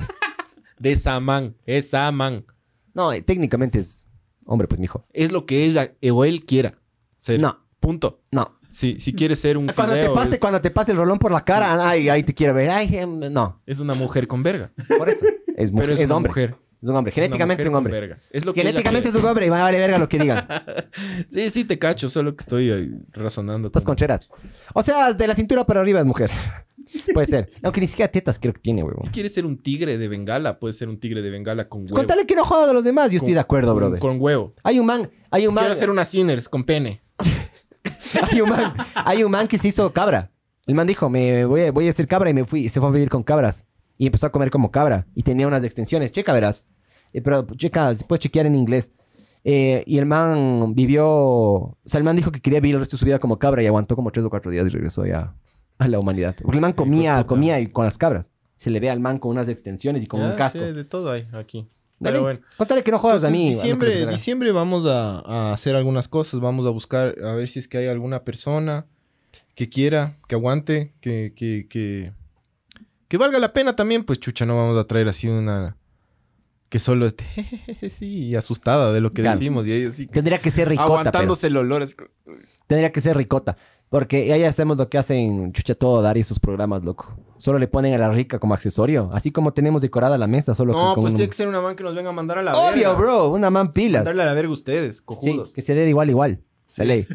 [SPEAKER 5] de esa man, esa man.
[SPEAKER 2] No, eh, técnicamente es, hombre, pues, mijo.
[SPEAKER 5] Es lo que ella o él quiera ser.
[SPEAKER 2] No.
[SPEAKER 5] Punto.
[SPEAKER 2] No,
[SPEAKER 5] Si, si quiere ser un
[SPEAKER 2] Cuando te
[SPEAKER 5] fideo,
[SPEAKER 2] pase,
[SPEAKER 5] es,
[SPEAKER 2] cuando te pase el rolón por la cara, ay, ay, te quiero ver. Ay, em, no,
[SPEAKER 5] es una mujer con verga.
[SPEAKER 2] por eso. Es, mujer,
[SPEAKER 5] Pero
[SPEAKER 2] es,
[SPEAKER 5] es, una
[SPEAKER 2] hombre.
[SPEAKER 5] mujer.
[SPEAKER 2] Es un hombre.
[SPEAKER 5] una
[SPEAKER 2] Genéticamente es un
[SPEAKER 5] mujer
[SPEAKER 2] hombre.
[SPEAKER 5] con verga. Es lo que ella
[SPEAKER 2] Genéticamente es
[SPEAKER 5] quiere.
[SPEAKER 2] un hombre y va a valer verga lo que digan.
[SPEAKER 5] Sí, sí, te cacho. Solo que estoy eh, razonando.
[SPEAKER 2] Estas
[SPEAKER 5] con-
[SPEAKER 2] concheras. O sea, de la cintura para arriba es mujer. Puede ser. Aunque ni siquiera tetas creo que tiene, huevón.
[SPEAKER 5] Si quiere ser un tigre de bengala, puede ser un tigre de bengala con huevo.
[SPEAKER 2] Contale que no jodas a los demás. Yo estoy
[SPEAKER 5] Con-
[SPEAKER 2] de acuerdo,
[SPEAKER 5] con-
[SPEAKER 2] brother.
[SPEAKER 5] Con huevo.
[SPEAKER 2] Hay un man, hay un man,
[SPEAKER 5] Quiero ser una Sinners con pene.
[SPEAKER 2] hay un man, hay un man que se hizo cabra. El man dijo, me voy a, voy a ser cabra y me fui. Se fue a vivir con cabras. Y empezó a comer como cabra. Y tenía unas extensiones. Checa, verás. Eh, pero checa, se puede chequear en inglés. Eh, y el man vivió... O sea, el man dijo que quería vivir el resto de su vida como cabra y aguantó como tres o cuatro días y regresó ya a la humanidad. Porque el man comía,
[SPEAKER 5] puta.
[SPEAKER 2] comía y con las cabras. Se le ve al man con unas extensiones y con un
[SPEAKER 5] Ya,
[SPEAKER 2] casco.
[SPEAKER 5] Ah, sí, de todo hay aquí.
[SPEAKER 2] Dale,
[SPEAKER 5] Pero bueno.
[SPEAKER 2] Contale que no jodas a mí. a
[SPEAKER 5] Entonces,
[SPEAKER 2] lo que me
[SPEAKER 5] diciembre,
[SPEAKER 2] refiero.
[SPEAKER 5] diciembre vamos a, a hacer algunas cosas. Vamos a buscar a ver si es que hay alguna persona que quiera, que aguante, que, que, que, que valga la pena también. Pues chucha, no vamos a traer así una que solo esté sí, asustada de lo que
[SPEAKER 2] Claro.
[SPEAKER 5] decimos. Y ahí así,
[SPEAKER 2] Tendría que ser ricota, pero-
[SPEAKER 5] aguantándose el olor. así como-
[SPEAKER 2] Tendría que ser ricota. Porque ahí hacemos lo que hacen Chucha Todo Dar y sus programas, loco. Solo le ponen a la rica como accesorio. Así como tenemos decorada la mesa, solo
[SPEAKER 5] No,
[SPEAKER 2] que con
[SPEAKER 5] pues
[SPEAKER 2] un-
[SPEAKER 5] tiene que ser una man que nos venga a mandar a la verga.
[SPEAKER 2] Obvio, bro. Una man pilas.
[SPEAKER 5] Mandarle a la verga ustedes,
[SPEAKER 2] Sí,
[SPEAKER 5] cojudos.
[SPEAKER 2] que se dé de igual, igual. Se ley.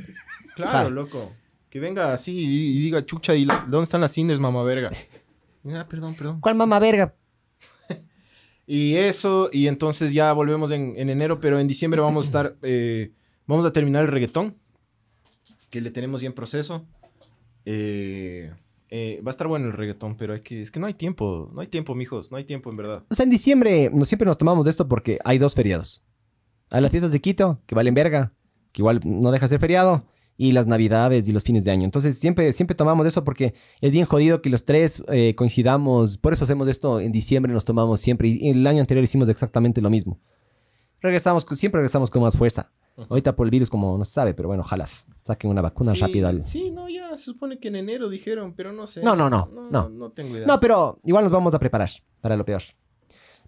[SPEAKER 5] Claro,
[SPEAKER 2] Sabe.
[SPEAKER 5] loco. Que venga así y, y diga, chucha, ¿y la- dónde están las cinders, mamá verga? Ah, perdón, perdón.
[SPEAKER 2] ¿Cuál mamá verga?
[SPEAKER 5] Y eso, y entonces ya volvemos en, en enero, pero en diciembre vamos a estar, eh, vamos a terminar el reggaetón, que le tenemos ya en proceso. Eh, Eh, va a estar bueno el reggaetón, pero hay que, es que no hay tiempo. No hay tiempo, mijos. No hay tiempo, en verdad.
[SPEAKER 2] O sea, en diciembre no siempre nos tomamos de esto porque hay dos feriados. Hay las fiestas de Quito, que valen verga, que igual no deja ser feriado, y las navidades y los fines de año. Entonces siempre, siempre tomamos de eso porque es bien jodido que los tres eh, coincidamos. Por eso hacemos esto en diciembre, nos tomamos siempre. Y el año anterior hicimos exactamente lo mismo. Regresamos, con- siempre regresamos con más fuerza. Ahorita por el virus como no se sabe, pero bueno, ojalá saquen una vacuna
[SPEAKER 5] sí,
[SPEAKER 2] rápido. al-
[SPEAKER 5] Sí, no, ya. Se supone que en enero dijeron, pero no sé.
[SPEAKER 2] No, no, no,
[SPEAKER 5] No,
[SPEAKER 2] no.
[SPEAKER 5] no tengo idea.
[SPEAKER 2] No, pero igual nos vamos a preparar para lo peor.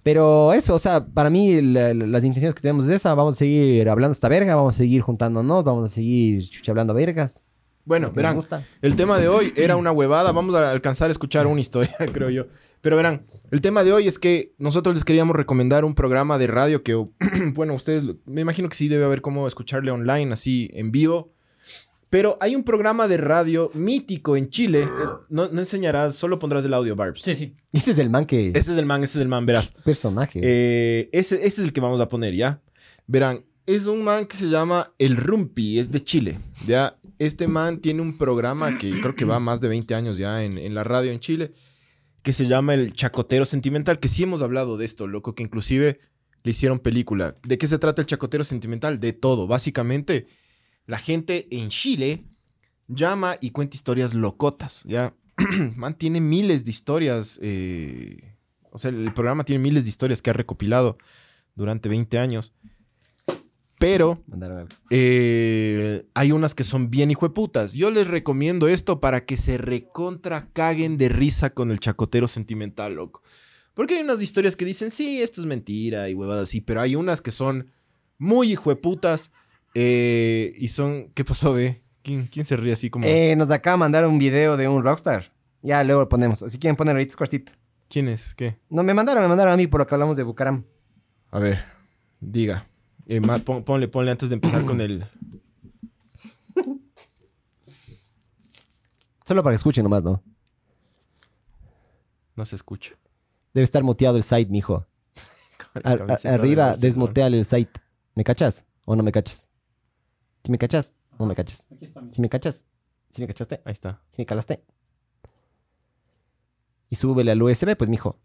[SPEAKER 2] Pero eso, o sea, para mí la- la- las intenciones que tenemos es esa. Vamos a seguir hablando esta verga, vamos a seguir juntándonos, vamos a seguir chucha hablando vergas. que
[SPEAKER 5] bueno,
[SPEAKER 2] nos
[SPEAKER 5] verán.
[SPEAKER 2] gusta.
[SPEAKER 5] El tema de hoy era una huevada. Vamos a alcanzar a escuchar una historia, creo yo. Pero verán, el tema de hoy es que nosotros les queríamos recomendar un programa de radio que, bueno, ustedes, lo- me imagino que sí debe haber cómo escucharle online, así en vivo. Pero hay un programa de radio mítico en Chile. Eh, No, no enseñarás, solo pondrás el audio, Barbs.
[SPEAKER 3] Sí, sí.
[SPEAKER 2] Este es el man que...
[SPEAKER 5] Ese es el man, ese es el man, verás.
[SPEAKER 2] personaje.
[SPEAKER 5] Eh, ese, ese es el que vamos a poner, ¿ya? Verán, es un man que se llama El Rumpi, es de Chile, ¿ya? Este man tiene un programa que creo que va más de 20 años ya en, en la radio en Chile, que se llama El Chacotero Sentimental, que sí hemos hablado de esto, loco, que inclusive le hicieron película. ¿De qué se trata El Chacotero Sentimental? De todo, básicamente, la gente en Chile llama y cuenta historias locotas, ¿ya? man tiene miles de historias. eh, o sea, el programa tiene miles de historias que ha recopilado durante 20 años. Pero
[SPEAKER 2] Mandaron algo.
[SPEAKER 5] eh, hay unas que son bien hijueputas. Yo les recomiendo esto para que se recontra caguen de risa con el chacotero sentimental, loco. Porque hay unas historias que dicen, sí, esto es mentira y huevadas así, pero hay unas que son muy hijueputas eh, y son... ¿Qué pasó, ve? ¿Quién, quién se ríe así como...
[SPEAKER 2] Eh, nos acaba de mandar un video de un rockstar. Ya luego lo ponemos. Si quieren poner ahorita es cortito.
[SPEAKER 5] ¿Quién es? ¿Qué?
[SPEAKER 2] No, me mandaron, me mandaron a mí por lo que hablamos de Bucaram.
[SPEAKER 5] A ver, diga. Eh, ma- pon- ponle, ponle antes de empezar con el...
[SPEAKER 2] Solo para que escuchen nomás, ¿no?
[SPEAKER 5] No se escucha.
[SPEAKER 2] Debe estar muteado el site, mijo.
[SPEAKER 5] La
[SPEAKER 2] Ar-
[SPEAKER 5] cabecita
[SPEAKER 2] a- arriba,
[SPEAKER 5] del Barcelona.
[SPEAKER 2] desmuteale el site. ¿Me cachas o no me cachas? ¿Si me cachas o no me cachas?
[SPEAKER 3] Aquí está mi-
[SPEAKER 2] ¿Si me cachas? ¿Si me cachaste?
[SPEAKER 5] Ahí está.
[SPEAKER 2] ¿Si me calaste? Y súbele al USB, pues, mijo.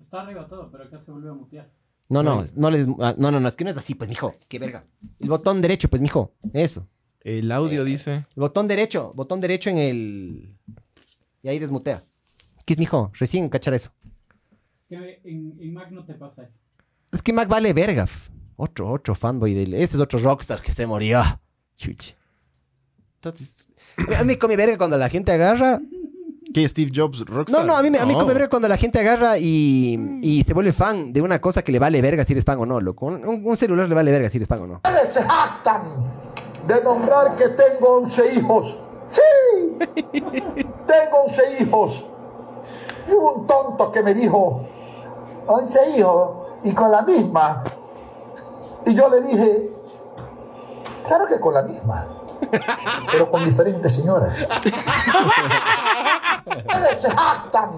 [SPEAKER 3] Está arriba todo, pero acá se vuelve a mutear.
[SPEAKER 2] No, no,
[SPEAKER 5] Bueno.
[SPEAKER 2] no, les, ah, no, no, no, es que no es así, pues, mijo. Qué verga. El botón derecho, pues, mijo. Eso.
[SPEAKER 5] El audio dice.
[SPEAKER 2] El botón derecho, botón derecho en el... Y ahí desmutea. ¿Qué es, mijo? Recién cachar eso.
[SPEAKER 3] Es que en, en Mac no te pasa eso.
[SPEAKER 2] Es que Mac vale verga. f- Otro, otro fanboy del... Ese es otro rockstar que se murió. Chuche. Entonces, a mí me come verga cuando la gente agarra.
[SPEAKER 5] ¿Qué? Steve Jobs, Rockstar.
[SPEAKER 2] No, no, a mí, me- a mí
[SPEAKER 5] No.
[SPEAKER 2] come verga cuando la gente agarra y, y
[SPEAKER 5] Mm.
[SPEAKER 2] se vuelve fan de una cosa que le vale verga si eres fan o no, loco. Un, un- un celular le vale verga si eres fan o no.
[SPEAKER 7] Ustedes se jactan de nombrar que tengo 11 hijos. ¡Sí! tengo 11 hijos. Y hubo un tonto que me dijo, 11 hijos y con la misma. Y yo le dije, claro que con la misma, pero con diferentes señoras. Ustedes se jactan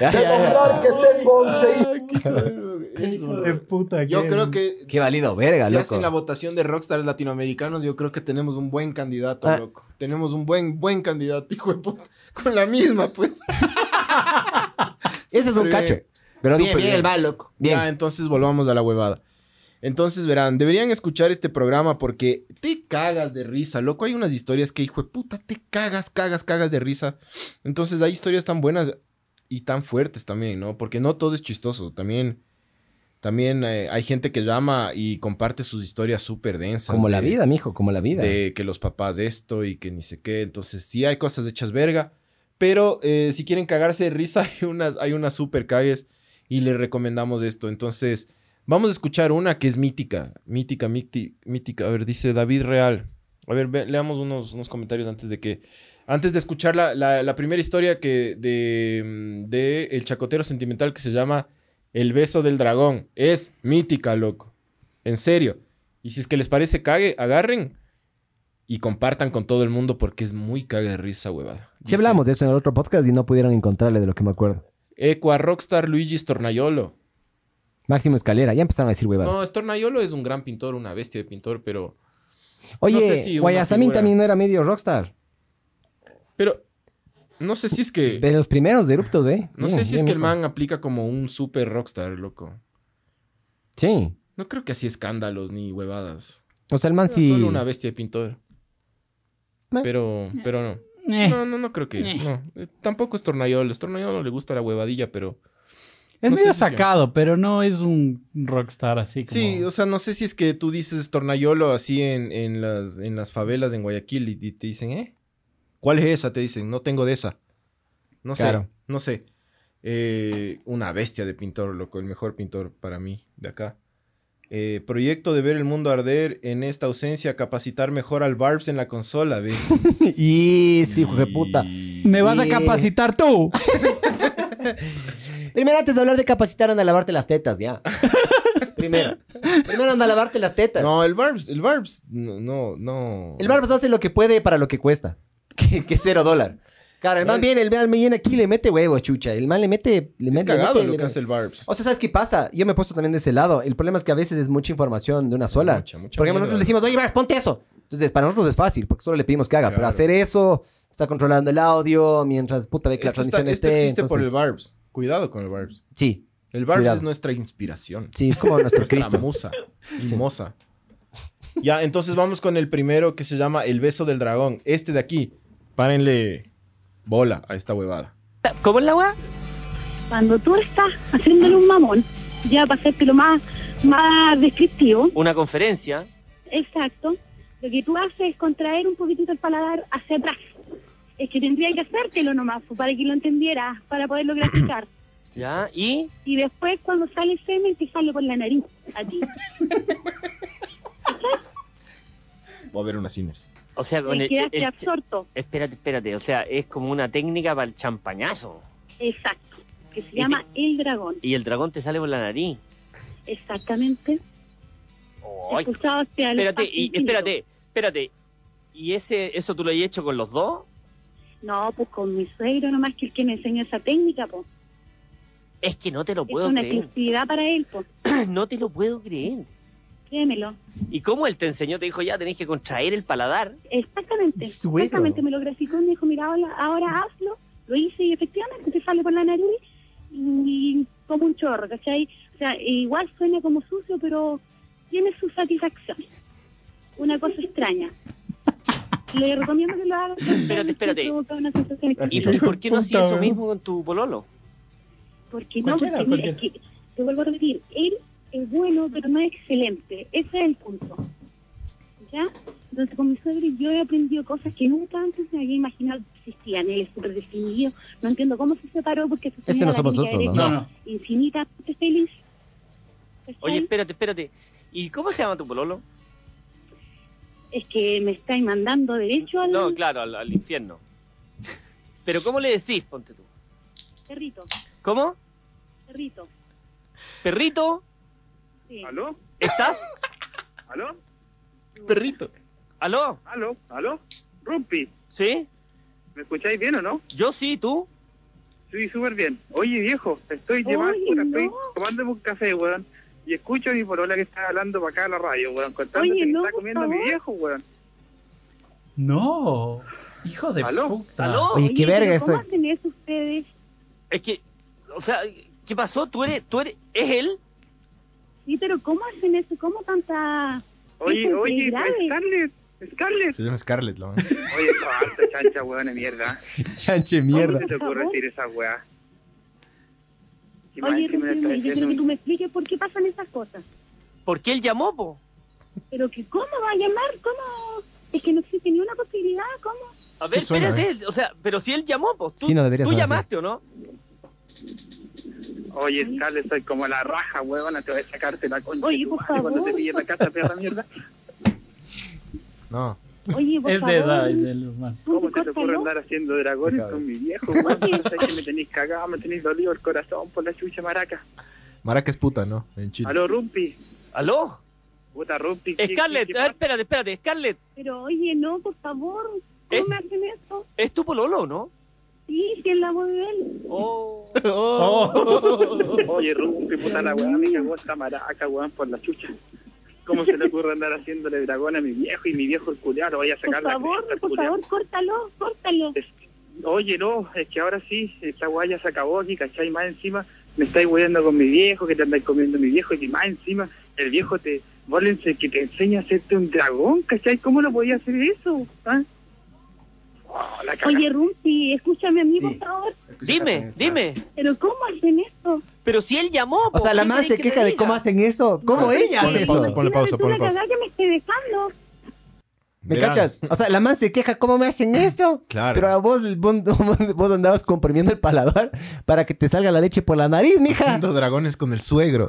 [SPEAKER 7] de nombrar que tengo 11 hijos.
[SPEAKER 5] Ay, qué hijo de- Eso. Yo creo que
[SPEAKER 2] Qué válido verga,
[SPEAKER 5] si
[SPEAKER 2] loco.
[SPEAKER 5] hacen la votación de rockstars latinoamericanos, yo creo que tenemos un buen candidato,
[SPEAKER 2] Ah.
[SPEAKER 5] loco. Tenemos un buen, buen candidato, hijo de puta. Con la misma, pues.
[SPEAKER 2] Ese es un
[SPEAKER 5] Súper
[SPEAKER 2] cacho.
[SPEAKER 5] bien.
[SPEAKER 2] Pero bien,
[SPEAKER 5] Súper
[SPEAKER 2] bien,
[SPEAKER 5] bien.
[SPEAKER 2] el mal, loco. Bien.
[SPEAKER 5] Ya, entonces volvamos a la huevada. Entonces verán, deberían escuchar este programa porque te cagas de risa, loco. Hay unas historias que, hijo de puta, te cagas, cagas, cagas de risa. Entonces hay historias tan buenas y tan fuertes también, ¿no? Porque no todo es chistoso. También, también eh, hay gente que llama y comparte sus historias súper densas.
[SPEAKER 2] Como la
[SPEAKER 5] de-
[SPEAKER 2] vida, mijo, como la vida.
[SPEAKER 5] de que los papás de esto y que ni sé qué. Entonces, sí hay cosas hechas verga. Pero eh, si quieren cagarse de risa, hay unas, hay unas super cagues y les recomendamos esto. Entonces, vamos a escuchar una que es mítica. Mítica, míti- mítica. A ver, dice David Real. A ver, ve- leamos unos, unos comentarios antes de que. Antes de escuchar la, la- la primera historia que de, mm, de El Chacotero Sentimental que se llama El Beso del Dragón. Es mítica, loco. En serio. Y si es que les parece cague, agarren y compartan con todo el mundo porque es muy cague de risa, huevada.
[SPEAKER 2] Sí
[SPEAKER 5] Dice,
[SPEAKER 2] hablamos de eso en el otro podcast y no pudieron encontrarle de lo que me acuerdo.
[SPEAKER 5] Eco a Rockstar Luigi Stornayolo.
[SPEAKER 2] Máximo Escalera, ya empezaron a decir huevadas.
[SPEAKER 5] No, Stornayolo es un gran pintor, una bestia de pintor, pero.
[SPEAKER 2] Oye,
[SPEAKER 5] no sé si una
[SPEAKER 2] Guayasamín
[SPEAKER 5] figura-
[SPEAKER 2] también no era medio rockstar.
[SPEAKER 5] Pero. No sé si es que.
[SPEAKER 2] De los primeros de Erupto, güey.
[SPEAKER 5] No
[SPEAKER 2] Bien,
[SPEAKER 5] sé si es
[SPEAKER 2] bien,
[SPEAKER 5] que el
[SPEAKER 2] loco.
[SPEAKER 5] man aplica como un super rockstar, loco.
[SPEAKER 2] Sí.
[SPEAKER 5] No creo que así escándalos ni huevadas.
[SPEAKER 2] O sea, el man
[SPEAKER 5] Era
[SPEAKER 2] sí. Eh.
[SPEAKER 5] Solo una bestia de pintor.
[SPEAKER 2] Meh.
[SPEAKER 5] Pero, pero no.
[SPEAKER 3] Eh,
[SPEAKER 5] No, no, no creo que.
[SPEAKER 3] Eh.
[SPEAKER 5] No. Eh, Tampoco es Tornayol. Es Tornayol no le gusta la huevadilla, pero.
[SPEAKER 3] es
[SPEAKER 5] no sé
[SPEAKER 3] medio
[SPEAKER 5] si-
[SPEAKER 3] sacado, pero no es un rockstar así como...
[SPEAKER 5] Sí, o sea, no sé si es que tú dices Tornayolo así en, en las, en las favelas en Guayaquil y, y te dicen, ¿eh? ¿Cuál es esa? Te dicen, no tengo de esa. No sé,
[SPEAKER 2] Claro.
[SPEAKER 5] no sé. Eh, una bestia de pintor, loco, el mejor pintor para mí de acá. Eh, proyecto de ver el mundo arder en esta ausencia, capacitar mejor al Barbs en la consola, ¿ves?
[SPEAKER 2] y sí, hijo de puta.
[SPEAKER 3] Me vas a
[SPEAKER 2] Sí.
[SPEAKER 3] capacitar tú.
[SPEAKER 2] Primero, antes de hablar de capacitar, anda a lavarte las tetas, ya. Primero. Primero anda a lavarte las tetas.
[SPEAKER 5] No, el Barbs, el Barbs, no, no. no.
[SPEAKER 2] El Barbas hace lo que puede para lo que cuesta. Que, que cero dólar. Claro, el man viene, el man viene aquí y le mete huevo, chucha. El man le mete... Le
[SPEAKER 5] Es
[SPEAKER 2] mete- le
[SPEAKER 5] cagado
[SPEAKER 2] mete-
[SPEAKER 5] lo
[SPEAKER 2] le
[SPEAKER 5] que
[SPEAKER 2] mete.
[SPEAKER 5] hace el Barbs.
[SPEAKER 2] O sea, ¿sabes qué pasa? Yo me he puesto también de ese lado. El problema es que a veces es mucha información de una sola.
[SPEAKER 5] Mucha, mucha
[SPEAKER 2] porque nosotros
[SPEAKER 5] mierda.
[SPEAKER 2] le decimos, oye, Barbas, ponte eso. Entonces, para nosotros es fácil, porque solo le pedimos que haga. Pero
[SPEAKER 5] Claro.
[SPEAKER 2] hacer eso, está controlando el audio, mientras puta ve que la
[SPEAKER 5] Esto, está-
[SPEAKER 2] transmisión
[SPEAKER 5] esto
[SPEAKER 2] esté.
[SPEAKER 5] existe por el
[SPEAKER 2] entonces-
[SPEAKER 5] Barbs. Cuidado con el Barbs.
[SPEAKER 2] Sí,
[SPEAKER 5] El Barbs
[SPEAKER 2] Cuidado.
[SPEAKER 5] es nuestra inspiración.
[SPEAKER 2] sí, es como nuestro
[SPEAKER 5] Nuestra
[SPEAKER 2] Cristo.
[SPEAKER 5] musa y moza. Ya, entonces vamos con el primero que se llama El beso del dragón. Este de aquí. Párenle bola a esta huevada.
[SPEAKER 8] Cuando tú estás haciéndole un mamón, ya para hacerte lo más, más descriptivo,
[SPEAKER 1] Una conferencia.
[SPEAKER 8] exacto, lo que tú haces es contraer un poquitito el paladar hacia atrás. Es que tendría que hacértelo nomás, pues, para que lo entendieras, para poderlo graficar.
[SPEAKER 1] ¿Ya? Y
[SPEAKER 8] Y después, cuando sale el semen, te sale por la nariz a ti.
[SPEAKER 5] Voy a ver unas sinners.
[SPEAKER 1] O sea, con
[SPEAKER 8] Te
[SPEAKER 1] el, el-
[SPEAKER 8] quedaste
[SPEAKER 1] el-
[SPEAKER 8] absorto.
[SPEAKER 1] eh, espérate, espérate. O sea, es como una técnica para el champañazo.
[SPEAKER 8] Exacto. Que se llama el dragón.
[SPEAKER 1] Y el dragón te sale por la nariz.
[SPEAKER 8] Exactamente.
[SPEAKER 1] Ay,
[SPEAKER 8] Expulsaste al
[SPEAKER 1] espérate, y,
[SPEAKER 8] espacio infinito.
[SPEAKER 1] espérate, espérate. ¿Y ese, eso tú lo has hecho con los dos?
[SPEAKER 8] No, pues con mi suegro nomás que el que me enseñó esa técnica, pues.
[SPEAKER 1] Es que no te lo
[SPEAKER 8] Es
[SPEAKER 1] puedo
[SPEAKER 8] una
[SPEAKER 1] creer.
[SPEAKER 8] exclusividad para él, pues.
[SPEAKER 1] No te lo puedo creer.
[SPEAKER 8] Créemelo.
[SPEAKER 1] ¿Y cómo él te enseñó? Te dijo, ya tenés que contraer el paladar.
[SPEAKER 8] Exactamente.
[SPEAKER 2] Es bueno.
[SPEAKER 8] Exactamente, me lo graficó y me dijo, mira, ahora, ahora hazlo. Lo hice y efectivamente te sale por la nariz y como un chorro, ¿cachai? O sea, igual suena como sucio, pero tiene su satisfacción. Una cosa extraña. Le recomiendo que lo haga.
[SPEAKER 1] Espérate, espérate.
[SPEAKER 8] Provoca una sensación
[SPEAKER 1] ¿Y,
[SPEAKER 8] extraña.
[SPEAKER 1] y por qué no hacías eso mismo con tu pololo?
[SPEAKER 8] Porque no,
[SPEAKER 9] Cualquiera,
[SPEAKER 8] porque mira, es que, te vuelvo a repetir, él es bueno, pero no es excelente. Ese es el punto. ¿Ya? Entonces, con mi suegro yo he aprendido cosas que nunca antes me había imaginado que existían. Él es súper definido. No entiendo cómo se separó porque se
[SPEAKER 2] Ese no
[SPEAKER 8] tenía la
[SPEAKER 2] somos
[SPEAKER 8] línea
[SPEAKER 2] nosotros,
[SPEAKER 8] derecha
[SPEAKER 3] No, no.
[SPEAKER 8] Infinitamente feliz. ¿Cachai?
[SPEAKER 1] Oye, espérate, espérate. ¿Y cómo se llama tu pololo?
[SPEAKER 8] es que me estáis mandando derecho al
[SPEAKER 1] No, claro, al, al infierno. Pero ¿cómo le decís, ponte tú?
[SPEAKER 8] perrito.
[SPEAKER 1] ¿Cómo?
[SPEAKER 8] Perrito.
[SPEAKER 1] Perrito,
[SPEAKER 8] Sí.
[SPEAKER 7] ¿Aló?
[SPEAKER 1] ¿estás?
[SPEAKER 7] ¿Aló?
[SPEAKER 5] Perrito.
[SPEAKER 1] ¿Aló?
[SPEAKER 7] ¿Aló? ¿Aló? Rumpi,
[SPEAKER 1] ¿Sí?
[SPEAKER 7] ¿me escucháis bien o no?
[SPEAKER 1] Yo sí, tú.
[SPEAKER 7] Sí, súper bien. Oye, viejo, te estoy
[SPEAKER 8] Oye,
[SPEAKER 7] llevando, puta,
[SPEAKER 8] no.
[SPEAKER 7] estoy tomándome un café, weón. Y escucho a mi porola que está hablando para acá a la radio, weón, contándote
[SPEAKER 8] Oye,
[SPEAKER 7] que
[SPEAKER 8] no,
[SPEAKER 7] está
[SPEAKER 8] por
[SPEAKER 7] comiendo
[SPEAKER 8] favor.
[SPEAKER 7] mi viejo, weón.
[SPEAKER 3] No. Hijo de
[SPEAKER 7] ¿Aló?
[SPEAKER 3] puta.
[SPEAKER 1] ¿Aló?
[SPEAKER 2] Oye, qué
[SPEAKER 8] pero
[SPEAKER 2] verga
[SPEAKER 8] ¿Cómo
[SPEAKER 2] eso.
[SPEAKER 8] hacen eso ustedes?
[SPEAKER 1] Es que, o sea, ¿qué pasó? ¿Tú eres, tú eres, es él?
[SPEAKER 8] Sí, pero ¿cómo hacen eso? ¿Cómo tanta...?
[SPEAKER 7] Oye,
[SPEAKER 8] Eso es
[SPEAKER 7] oye, pues,
[SPEAKER 8] grave.
[SPEAKER 7] Scarlett, Scarlett.
[SPEAKER 5] Se llama Scarlett, la man.
[SPEAKER 7] Oye, esa harta chancha, weón, de mierda.
[SPEAKER 3] Chanche
[SPEAKER 7] ¿Cómo
[SPEAKER 3] mierda.
[SPEAKER 7] se te
[SPEAKER 8] Por
[SPEAKER 7] ocurre
[SPEAKER 8] favor.
[SPEAKER 7] decir esa weá? Y más
[SPEAKER 8] Oye,
[SPEAKER 7] encima le
[SPEAKER 8] Rufino,
[SPEAKER 7] estás
[SPEAKER 8] yo
[SPEAKER 7] diciendo
[SPEAKER 8] quiero que tú
[SPEAKER 7] un-
[SPEAKER 8] me expliques por qué pasan esas cosas.
[SPEAKER 1] ¿Por qué él llamó, po?
[SPEAKER 8] Pero que cómo va a llamar, cómo... Es que no existe ni una posibilidad, ¿cómo?
[SPEAKER 1] A ver,
[SPEAKER 5] suena,
[SPEAKER 1] espérate, o sea, pero si él llamó, po. Tú,
[SPEAKER 2] eh? Sí, no debería
[SPEAKER 1] tú
[SPEAKER 2] sonar así.
[SPEAKER 1] llamaste, ¿o no?
[SPEAKER 7] Oye, Scarlett, soy como la raja, huevona, te voy a sacarte la concha.
[SPEAKER 8] Oye,
[SPEAKER 7] de tu
[SPEAKER 8] por
[SPEAKER 7] madre Cuando
[SPEAKER 8] favor.
[SPEAKER 7] te pille la casa, perra mierda.
[SPEAKER 5] No.
[SPEAKER 8] Oye, por
[SPEAKER 3] Es
[SPEAKER 8] favor,
[SPEAKER 3] de edad, es de los más.
[SPEAKER 8] ponte
[SPEAKER 7] ¿Cómo se te
[SPEAKER 8] cosa
[SPEAKER 7] ocurre
[SPEAKER 8] loca.
[SPEAKER 7] andar haciendo dragones con mi viejo? weón?
[SPEAKER 8] Oye.
[SPEAKER 7] Sabes que me tenéis cagado, me tenéis dolido el corazón por la chucha maraca.
[SPEAKER 5] Maraca es puta, ¿no? En Chile.
[SPEAKER 7] Aló, Rumpi.
[SPEAKER 1] ¿Aló?
[SPEAKER 7] Puta, Rumpi. ¿qué-
[SPEAKER 1] Scarlett,
[SPEAKER 7] qué-
[SPEAKER 1] a ver, espérate, espérate, Scarlett,
[SPEAKER 8] Pero oye, no, por favor, ¿cómo
[SPEAKER 1] ¿Eh?
[SPEAKER 8] me hacen eso?
[SPEAKER 1] ¿es tu pololo, no?
[SPEAKER 8] Sí, si es la voz de él.
[SPEAKER 1] Oh.
[SPEAKER 5] Oh.
[SPEAKER 7] qué pasa? Oye, Rumpi, puta la weá, me cagó esta maraca, weón, por la chucha. ¿Cómo se le ocurre andar haciéndole dragón a mi viejo y mi viejo el culiao? Lo voy a
[SPEAKER 8] Por
[SPEAKER 7] sacar la
[SPEAKER 8] favor,
[SPEAKER 7] cresta, el
[SPEAKER 8] por
[SPEAKER 7] culiao.
[SPEAKER 8] favor, córtalo, córtalo.
[SPEAKER 7] Es- oye, no, es que ahora sí, esta guaya se acabó aquí, ¿cachai? Más encima me estáis hueando con mi viejo, que te andáis comiendo mi viejo, y que más encima el viejo te, Volense, que te enseña a hacerte un dragón, ¿cachai? ¿Cómo lo podía hacer eso? ah? Oh, la cagada.
[SPEAKER 8] Oye, Rumpi, escúchame a mí, por favor.
[SPEAKER 1] Dime, dime.
[SPEAKER 8] ¿Pero cómo hacen esto?
[SPEAKER 1] Pero si él llamó.
[SPEAKER 2] O sea, la
[SPEAKER 1] madre
[SPEAKER 2] madre se queja de cómo hacen eso. ¿Cómo ella hace
[SPEAKER 5] Ponle pausa,
[SPEAKER 2] eso?
[SPEAKER 5] ponle pausa,
[SPEAKER 8] Mira,
[SPEAKER 5] ponle
[SPEAKER 8] es una
[SPEAKER 5] pausa.
[SPEAKER 8] cagada que me esté dejando.
[SPEAKER 2] ¿Me
[SPEAKER 5] Verán.
[SPEAKER 2] cachas? O sea, la madre se queja, ¿cómo me hacen esto?
[SPEAKER 5] Claro.
[SPEAKER 2] Pero a vos, vos, vos andabas comprimiendo el paladar para que te salga la leche por la nariz, mija.
[SPEAKER 5] Haciendo dragones con el suegro.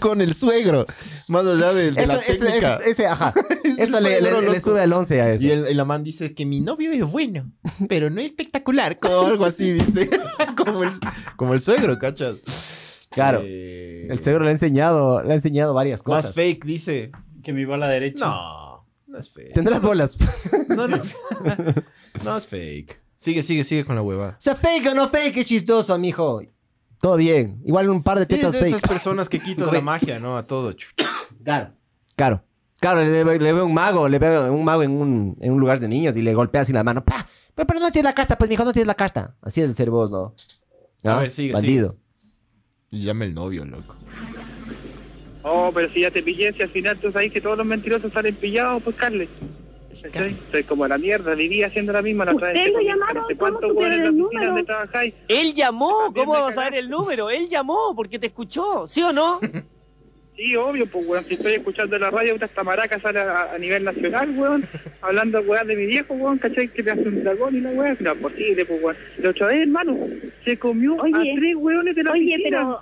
[SPEAKER 5] con el suegro. Más allá de, de
[SPEAKER 2] Eso,
[SPEAKER 5] la
[SPEAKER 2] eso-
[SPEAKER 5] técnica.
[SPEAKER 2] eso- ese, ajá. eso
[SPEAKER 5] el
[SPEAKER 2] le,
[SPEAKER 5] suegro,
[SPEAKER 2] le- le
[SPEAKER 5] loco.
[SPEAKER 2] sube al 11 a eso.
[SPEAKER 5] Y el, el amán dice que mi novio es bueno, pero no espectacular, o algo así, dice. como, el, como el suegro, ¿cachas?
[SPEAKER 2] Claro.
[SPEAKER 5] Eh,
[SPEAKER 2] El suegro le ha enseñado, le ha enseñado varias
[SPEAKER 5] Más
[SPEAKER 2] cosas.
[SPEAKER 5] fake, dice.
[SPEAKER 3] Que mi bola derecha.
[SPEAKER 5] No, no es fake.
[SPEAKER 2] Tendrás bolas.
[SPEAKER 5] No, no, es- no es fake. Sigue, sigue, sigue con la huevada.
[SPEAKER 2] sea, fake o no fake, es chistoso, mijo. Todo bien. Igual un par de
[SPEAKER 5] Es
[SPEAKER 2] tetas
[SPEAKER 5] de
[SPEAKER 2] fake.
[SPEAKER 5] esas personas que quitan la magia, ¿no? A todo. chu.
[SPEAKER 2] Claro. Claro. Claro, le, ve- le veo un mago, le veo un mago en un, en un lugar de niños y le golpea sin la mano. ¡Pa! Pero, pero no tienes la casta, pues mijo, no tienes la casta. Así es de ser vos, ¿no?
[SPEAKER 5] A
[SPEAKER 2] ¿Ah?
[SPEAKER 5] ver, sigue,
[SPEAKER 2] Bandido.
[SPEAKER 5] Y llama el novio, loco.
[SPEAKER 7] Oh, pero si ya te pillé, si al final tú sabes que todos los mentirosos salen pillados, pues Carles. ¿Cachai? Soy como la mierda, vivía haciendo la misma la otra vez.
[SPEAKER 8] Ustedes lo
[SPEAKER 7] te-
[SPEAKER 8] llamaron,
[SPEAKER 7] te-
[SPEAKER 8] ¿cómo
[SPEAKER 7] ¿Cuántos hueones
[SPEAKER 8] supieron
[SPEAKER 7] en la
[SPEAKER 8] el
[SPEAKER 7] oficina
[SPEAKER 8] número?
[SPEAKER 7] donde trabajáis?
[SPEAKER 1] Él llamó.
[SPEAKER 7] También
[SPEAKER 1] ¿Cómo
[SPEAKER 7] me
[SPEAKER 1] vas a ver
[SPEAKER 7] cagaste.
[SPEAKER 1] el número? Él llamó porque te escuchó, ¿sí o no?
[SPEAKER 7] Sí, obvio, pues, weón. Si estoy escuchando la radio, puta, esta maraca sale a, a nivel nacional, weón. Hablando, weón, de mi viejo, weón, ¿cachai? Que te hace un dragón y la weón. No, posible, pues, weón. La otra vez, hermano, se comió
[SPEAKER 8] Oye.
[SPEAKER 7] a tres weones de la
[SPEAKER 8] Oye,
[SPEAKER 7] oficina,
[SPEAKER 8] pero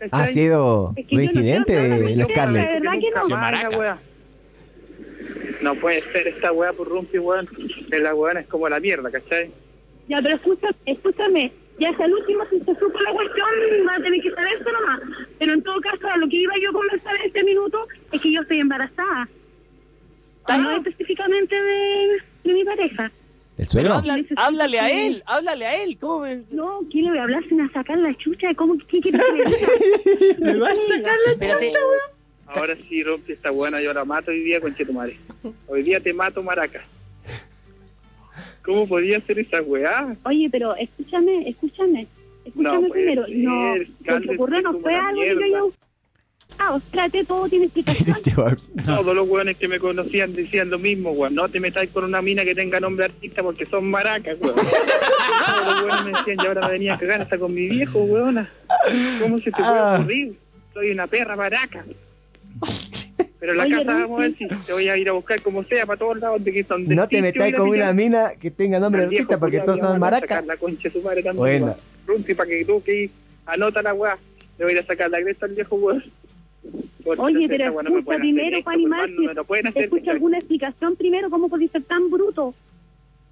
[SPEAKER 7] ¿cachai?
[SPEAKER 2] Ha sido
[SPEAKER 8] Es que yo no
[SPEAKER 2] reincidente
[SPEAKER 8] quiero hablar de
[SPEAKER 2] la
[SPEAKER 8] eso,
[SPEAKER 2] Scarlett.
[SPEAKER 8] la verdad que no.
[SPEAKER 7] Nunca más la wea. No puede ser esta weá por Rumpi, weón. Que La weón es como la mierda, ¿cachai?
[SPEAKER 8] Ya, pero escucha, escúchame. Ya hasta el último, si se supo la cuestión, va a tener que saberse nomás. Pero en todo caso, a lo que iba yo a conversar en este minuto es que yo estoy embarazada.
[SPEAKER 1] Ah.
[SPEAKER 8] No específicamente de, de mi pareja.
[SPEAKER 2] ¿El
[SPEAKER 1] Pero
[SPEAKER 2] suegro?
[SPEAKER 1] habla-
[SPEAKER 8] Necesito
[SPEAKER 1] háblale a
[SPEAKER 8] que-
[SPEAKER 1] él, háblale a él. ¿Cómo me-
[SPEAKER 8] No, ¿qué le voy a hablar sin a sacar la chucha? ¿Cómo qué quieres que me diga?
[SPEAKER 3] Me vas a sacar la
[SPEAKER 1] Espérate.
[SPEAKER 7] Ahora sí, Rumpi, esta buena yo la mato hoy día con Chetumare. Hoy día te mato, maraca. ¿Cómo podía ser esa weá?
[SPEAKER 8] Oye, pero escúchame, escúchame. Escúchame
[SPEAKER 7] No puede
[SPEAKER 8] primero.
[SPEAKER 7] ser,
[SPEAKER 8] no, lo
[SPEAKER 7] Carmen,
[SPEAKER 8] que ocurrió no
[SPEAKER 7] como
[SPEAKER 8] fue
[SPEAKER 7] la
[SPEAKER 8] algo que yo
[SPEAKER 7] mierda.
[SPEAKER 8] haya Ah, espérate, todo tiene
[SPEAKER 2] ¿Qué
[SPEAKER 8] explicación.
[SPEAKER 2] hiciste, Barbs?
[SPEAKER 7] Todos los weones que me conocían decían lo mismo, weón. No te metáis con una mina que tenga nombre de artista porque son maracas, weón. Todos los weones me decían, y ahora me venía a cagar hasta con mi viejo, weona. ¿Cómo se te puede
[SPEAKER 2] Ah.
[SPEAKER 7] ocurrir? Soy una perra maraca. Pero la
[SPEAKER 8] Oye,
[SPEAKER 7] casa,
[SPEAKER 8] Rufi.
[SPEAKER 7] vamos a ver si te voy a ir a buscar como sea, para todos lados. De que donde
[SPEAKER 2] No
[SPEAKER 7] sí
[SPEAKER 2] te
[SPEAKER 7] voy a
[SPEAKER 2] metas
[SPEAKER 7] ir a
[SPEAKER 2] con una
[SPEAKER 7] pillar.
[SPEAKER 2] mina que tenga nombre de
[SPEAKER 7] Al viejo
[SPEAKER 2] artista porque
[SPEAKER 7] culiao
[SPEAKER 2] todos
[SPEAKER 7] que van
[SPEAKER 2] son
[SPEAKER 7] a
[SPEAKER 2] maracas.
[SPEAKER 7] sacar la concha de su madre también,
[SPEAKER 2] Buena.
[SPEAKER 7] weón. Rumpi, para que tú que anota la weá. Le voy a ir a sacar la cresta al viejo, weón. Porque
[SPEAKER 8] Oye,
[SPEAKER 7] entonces
[SPEAKER 8] pero
[SPEAKER 7] esta weá no me
[SPEAKER 8] escucha
[SPEAKER 7] pueden hacer
[SPEAKER 8] primero
[SPEAKER 7] esto,
[SPEAKER 8] para
[SPEAKER 7] hermano,
[SPEAKER 8] animarte.
[SPEAKER 7] no me lo pueden hacer,
[SPEAKER 8] Escucha
[SPEAKER 7] ¿cachai?
[SPEAKER 8] alguna explicación primero, ¿cómo podés ser tan bruto?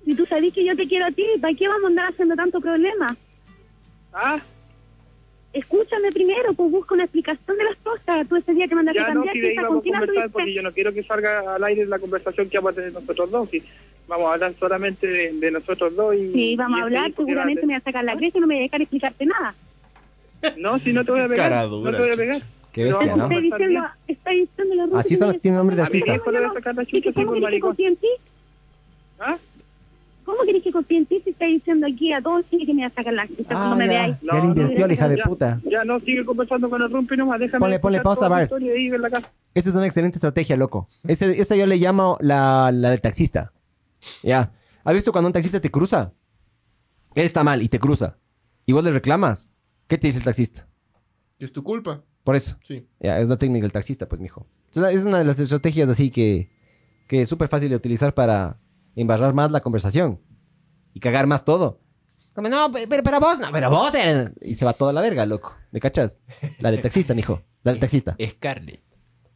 [SPEAKER 8] Si tú sabés que yo te quiero a ti, ¿para qué vamos a andar haciendo tanto problema?
[SPEAKER 7] Ah,
[SPEAKER 8] Escúchame primero, pues busca una explicación de las cosas. Tú ese día que mandaste
[SPEAKER 7] ya
[SPEAKER 8] a
[SPEAKER 7] no,
[SPEAKER 8] cambiar,
[SPEAKER 7] si
[SPEAKER 8] ¿qué
[SPEAKER 7] de ahí
[SPEAKER 8] está-
[SPEAKER 7] vamos
[SPEAKER 8] ¿con
[SPEAKER 7] a
[SPEAKER 8] quién
[SPEAKER 7] conversar,
[SPEAKER 8] anduviste?
[SPEAKER 7] porque yo no quiero que salga al aire la conversación que vamos a tener nosotros dos. si vamos a hablar solamente de, de nosotros dos y...
[SPEAKER 8] Sí, vamos
[SPEAKER 7] y
[SPEAKER 8] a
[SPEAKER 7] este
[SPEAKER 8] hablar,
[SPEAKER 7] hijo que va a
[SPEAKER 8] seguramente me voy a sacar la cresta y no me voy a dejar explicarte nada.
[SPEAKER 7] tener. No, si no te voy a
[SPEAKER 5] Cara
[SPEAKER 7] pegar,
[SPEAKER 5] dura,
[SPEAKER 7] no te voy a
[SPEAKER 5] chucha.
[SPEAKER 7] pegar.
[SPEAKER 2] Qué
[SPEAKER 7] No,
[SPEAKER 2] bestia,
[SPEAKER 7] vamos
[SPEAKER 2] ¿no?
[SPEAKER 7] a
[SPEAKER 8] Está
[SPEAKER 7] conversar bien.
[SPEAKER 8] diciendo, está diciendo la Ruth
[SPEAKER 2] Así
[SPEAKER 8] que
[SPEAKER 2] son los que
[SPEAKER 8] me-
[SPEAKER 2] tienen nombre de
[SPEAKER 7] A mi
[SPEAKER 2] artista.
[SPEAKER 7] viejo le voy a sacar la
[SPEAKER 8] Sí,
[SPEAKER 7] chucha
[SPEAKER 8] que
[SPEAKER 7] así
[SPEAKER 8] ¿Cómo
[SPEAKER 7] con
[SPEAKER 8] querés que
[SPEAKER 7] maricón.
[SPEAKER 8] confíe en ti?
[SPEAKER 7] ¿Ah?
[SPEAKER 8] ¿Cómo querés que confíe en ti si está diciendo aquí a todos sí, que me voy a sacar la cresta
[SPEAKER 2] Ah,
[SPEAKER 8] cuando me
[SPEAKER 2] ya.
[SPEAKER 8] veáis?
[SPEAKER 2] Ya le invirtió la hija de
[SPEAKER 7] ya,
[SPEAKER 2] puta.
[SPEAKER 7] Ya no, sigue conversando con el Rumpi nomás, déjame...
[SPEAKER 2] Ponle- ponle
[SPEAKER 7] escuchar
[SPEAKER 2] pausa,
[SPEAKER 7] toda la
[SPEAKER 2] Bars.
[SPEAKER 7] historia ahí en la casa.
[SPEAKER 2] Esa es una excelente estrategia, loco. Ese- esa yo le llamo la, la del taxista. Ya. ¿Has visto cuando un taxista te cruza? Él está mal y te cruza. Y vos le reclamas. ¿Qué te dice el taxista?
[SPEAKER 5] Es tu culpa.
[SPEAKER 2] Por eso.
[SPEAKER 5] Sí.
[SPEAKER 2] Ya, es la técnica del taxista, pues, mijo. Es la- Es una de las estrategias así que, que es súper fácil de utilizar para embarrar más la conversación y cagar más todo. Como, no, pe- pero, pero vos, no, pero vos. eres-". Y se va toda la verga, loco. ¿Me cachas? La del taxista, mijo. La del taxista.
[SPEAKER 5] Scarlett.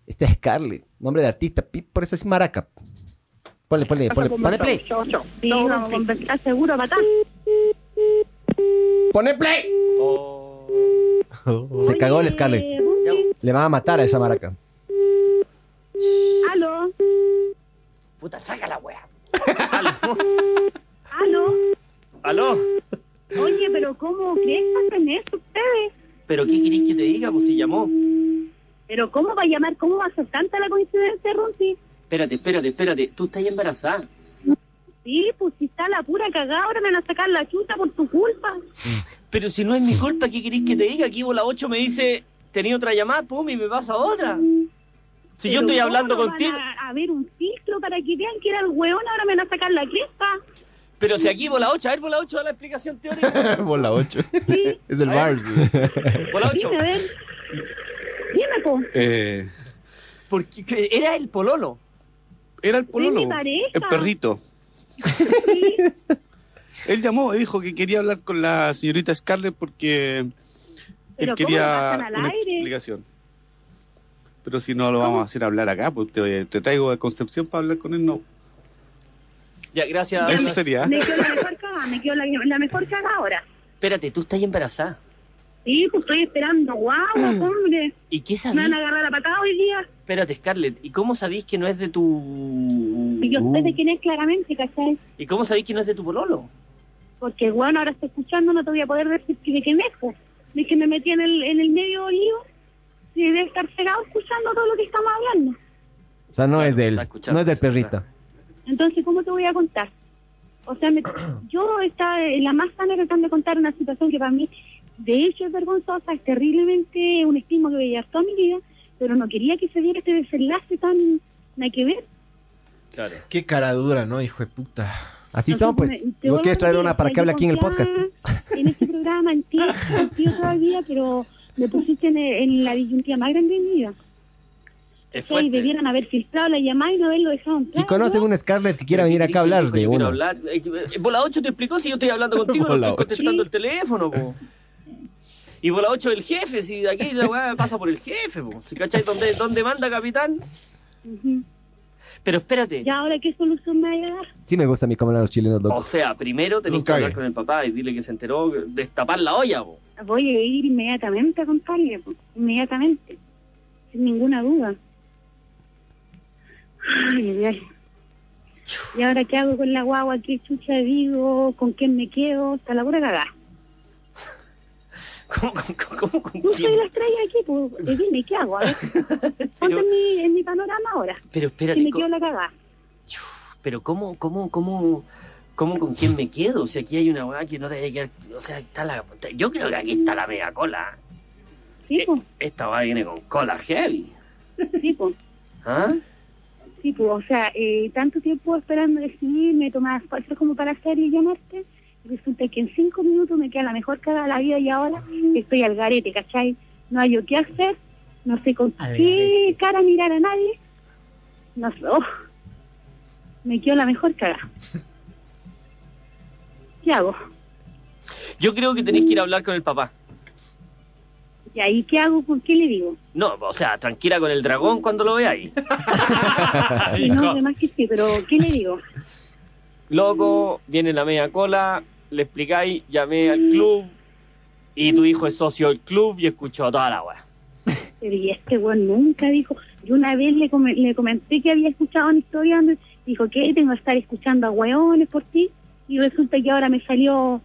[SPEAKER 2] Este es Scarlett, nombre de artista. pi- Por eso es maraca. Ponle, ponle,
[SPEAKER 7] Pasa
[SPEAKER 2] ponle, ponle
[SPEAKER 7] a conversar.
[SPEAKER 2] play.
[SPEAKER 7] Chao, chao.
[SPEAKER 8] Sí,
[SPEAKER 7] Chao,
[SPEAKER 8] vamos a
[SPEAKER 7] Rumpi.
[SPEAKER 8] conversar seguro, patá.
[SPEAKER 2] ¡Ponle play!
[SPEAKER 1] Oh.
[SPEAKER 2] Se cagó el Scarlett.
[SPEAKER 8] Scarlett.
[SPEAKER 2] Le va a matar a esa maraca.
[SPEAKER 8] Aló,
[SPEAKER 1] Puta, saca la wea.
[SPEAKER 8] aló.
[SPEAKER 1] ¿Aló?
[SPEAKER 8] Oye, pero ¿cómo crees que hacen eso ustedes?
[SPEAKER 1] ¿Pero qué querés que te diga? Pues si llamó.
[SPEAKER 8] Pero ¿cómo va a llamar? ¿Cómo va a ser tanta la coincidencia, Ronzi?
[SPEAKER 1] Espérate, espérate, espérate. Tú estás embarazada.
[SPEAKER 10] Sí, pues si está la pura cagada, ahora me van a sacar la chuta por tu culpa.
[SPEAKER 8] Pero si no es mi culpa, ¿qué queréis que te diga? Aquí Bola 8 me dice, tenía otra llamada, pum, y me pasa otra. Si
[SPEAKER 10] Pero
[SPEAKER 8] yo estoy
[SPEAKER 10] ¿cómo
[SPEAKER 8] hablando
[SPEAKER 10] no
[SPEAKER 8] contigo,
[SPEAKER 10] Van a, a ver un filtro para que vean que era el hueón, ahora me van a sacar la cresta.
[SPEAKER 8] pero si aquí Bola 8, a ver, Bola 8 da la explicación teórica.
[SPEAKER 1] Bola 8. es el
[SPEAKER 8] A ver.
[SPEAKER 1] Barbs.
[SPEAKER 8] Bola 8,
[SPEAKER 10] Dime, a ver. Dime, po.
[SPEAKER 11] Eh,
[SPEAKER 8] porque que era el pololo.
[SPEAKER 11] era el
[SPEAKER 10] Sí,
[SPEAKER 11] pololo,
[SPEAKER 10] mi pareja.
[SPEAKER 11] el perrito. Él llamó y dijo que quería hablar con la señorita Scarlett porque
[SPEAKER 10] Pero
[SPEAKER 11] él
[SPEAKER 10] ¿cómo lo
[SPEAKER 11] quería
[SPEAKER 10] pasan al
[SPEAKER 11] una
[SPEAKER 10] aire?
[SPEAKER 11] explicación. Pero si no lo vamos a hacer hablar acá, pues te, te traigo a Concepción para hablar con él, no.
[SPEAKER 8] Ya, gracias.
[SPEAKER 11] Eso
[SPEAKER 8] Bola-
[SPEAKER 11] sería.
[SPEAKER 10] Me quedó la mejor cagada, me quedó la, la mejor cagada ahora.
[SPEAKER 8] Espérate, tú estás embarazada.
[SPEAKER 10] Sí, pues estoy esperando, guau, hombre.
[SPEAKER 8] ¿Y qué
[SPEAKER 10] Me van
[SPEAKER 8] sabís?
[SPEAKER 10] a agarrar a patada hoy día.
[SPEAKER 8] Espérate, Scarlett, ¿y cómo sabís que no es de tu...
[SPEAKER 10] Y yo sé de quién es claramente, ¿cachai?
[SPEAKER 8] ¿Y cómo sabís que no es de tu pololo?
[SPEAKER 10] Porque el hueón ahora está escuchando, no te voy a poder decir que- de quién es, po. De que me metí en el, en el medio lío y debe estar pegado escuchando todo lo que estamos hablando.
[SPEAKER 2] O sea, no es de él.
[SPEAKER 8] está escuchando,
[SPEAKER 2] No es del
[SPEAKER 8] está-
[SPEAKER 2] perrito.
[SPEAKER 10] Entonces, ¿cómo te voy a contar? O sea, me- yo estaba en la más sana tratando de contar una situación que para mí, de hecho, es vergonzosa, es terriblemente un estigma que voy a llevar toda mi vida, pero no quería que se diera este desenlace tan... Nada que ver.
[SPEAKER 8] Claro.
[SPEAKER 1] Qué cara dura, ¿no, hijo de puta?
[SPEAKER 2] Así
[SPEAKER 10] No
[SPEAKER 2] son,
[SPEAKER 10] sé,
[SPEAKER 2] pues.
[SPEAKER 10] me- te
[SPEAKER 2] Vos
[SPEAKER 10] vuelvo
[SPEAKER 2] quieres
[SPEAKER 10] a
[SPEAKER 2] traer
[SPEAKER 10] decir,
[SPEAKER 2] una para
[SPEAKER 10] o sea,
[SPEAKER 2] que
[SPEAKER 10] yo
[SPEAKER 2] hable aquí en el
[SPEAKER 10] confiaba
[SPEAKER 2] podcast.
[SPEAKER 10] En este programa, en ti, confío todavía, pero me pusiste en, en la disyuntiva más grande de mi vida.
[SPEAKER 8] Es
[SPEAKER 10] Sí,
[SPEAKER 8] fuerte.
[SPEAKER 10] debieran haber filtrado la llamada y no haberlo dejado en
[SPEAKER 2] Si
[SPEAKER 10] claro,
[SPEAKER 2] conocen
[SPEAKER 10] ¿no?
[SPEAKER 2] un Scarlett que quiera
[SPEAKER 8] Pero
[SPEAKER 2] venir
[SPEAKER 8] ¿qué
[SPEAKER 2] acá a
[SPEAKER 8] querés
[SPEAKER 2] hablar
[SPEAKER 8] decir?
[SPEAKER 2] de
[SPEAKER 8] Yo quiero
[SPEAKER 2] uno.
[SPEAKER 8] hablar. Eh, eh, Bola 8 te explicó si yo estoy hablando contigo, no
[SPEAKER 1] Bola
[SPEAKER 8] estoy
[SPEAKER 1] ocho.
[SPEAKER 8] contestando el teléfono, po. Y Bola 8 el jefe, si de aquí la weá pasa por el jefe, po. Si cachai dónde, dónde manda capitán.
[SPEAKER 10] Ujú.
[SPEAKER 8] Pero espérate.
[SPEAKER 10] ¿Y ahora qué solución me va a dar?
[SPEAKER 2] Sí me gusta a mí cómo hablan los chilenos,
[SPEAKER 8] O
[SPEAKER 2] loco.
[SPEAKER 8] sea, primero tenés
[SPEAKER 1] No
[SPEAKER 8] que hablar
[SPEAKER 1] cague.
[SPEAKER 8] con el papá y dile que se enteró, destapar la olla, po.
[SPEAKER 10] Voy a ir inmediatamente a contarle, po, inmediatamente, sin ninguna duda. Ay, ay, ay. ¿Y ahora qué hago con la guagua? ¿Qué chucha digo? ¿Con quién me quedo? Hasta la pura cagada.
[SPEAKER 8] ¿Cómo, cómo, cómo, cómo,
[SPEAKER 10] Yo
[SPEAKER 8] quién?
[SPEAKER 10] soy la estrella aquí, pues, eh, dime, ¿qué hago? A ver, ponte
[SPEAKER 8] Pero,
[SPEAKER 10] en, mi, en mi panorama ahora,
[SPEAKER 8] pero
[SPEAKER 10] si
[SPEAKER 8] espérate,
[SPEAKER 10] me
[SPEAKER 8] co-
[SPEAKER 10] quedo la cagada.
[SPEAKER 8] pero ¿cómo, cómo, cómo, cómo con quién me quedo? Si aquí hay una weá que no te vaya a quedar. O sea, está la. Yo creo que aquí está la mega cola.
[SPEAKER 10] Sí,
[SPEAKER 8] Eh,
[SPEAKER 10] pues,
[SPEAKER 8] Esta va viene con cola heavy.
[SPEAKER 10] sí, pues.
[SPEAKER 8] ¿Ah?
[SPEAKER 10] Sí, pues, o sea, eh, tanto tiempo esperando decidir, me tomaba esfuerzos como para hacer y llamarte. y Resulta que en cinco minutos me queda la mejor cara de la vida y ahora estoy al garete, ¿cachai? No hay yo qué hacer, no sé con
[SPEAKER 3] Al
[SPEAKER 10] qué cara mirar a nadie. No sé, oh, me quedó la mejor cara. ¿Qué hago?
[SPEAKER 8] Yo creo que tenés que ir a hablar con el papá.
[SPEAKER 10] ¿Y ahí qué hago? ¿Por qué le digo?
[SPEAKER 8] No, o sea, tranquila con el dragón cuando lo veáis.
[SPEAKER 10] Y no, además que sí, pero ¿qué le digo?
[SPEAKER 8] Loco, viene la media cola, le explicáis, llamé
[SPEAKER 10] Mm.
[SPEAKER 8] al club y tu hijo es socio del club y escuchó toda la weá.
[SPEAKER 10] Pero y este weón nunca dijo. Yo una vez le, come- le comenté que había escuchado una historia donde dijo que tengo que estar escuchando a weones por ti. Y resulta que ahora me salió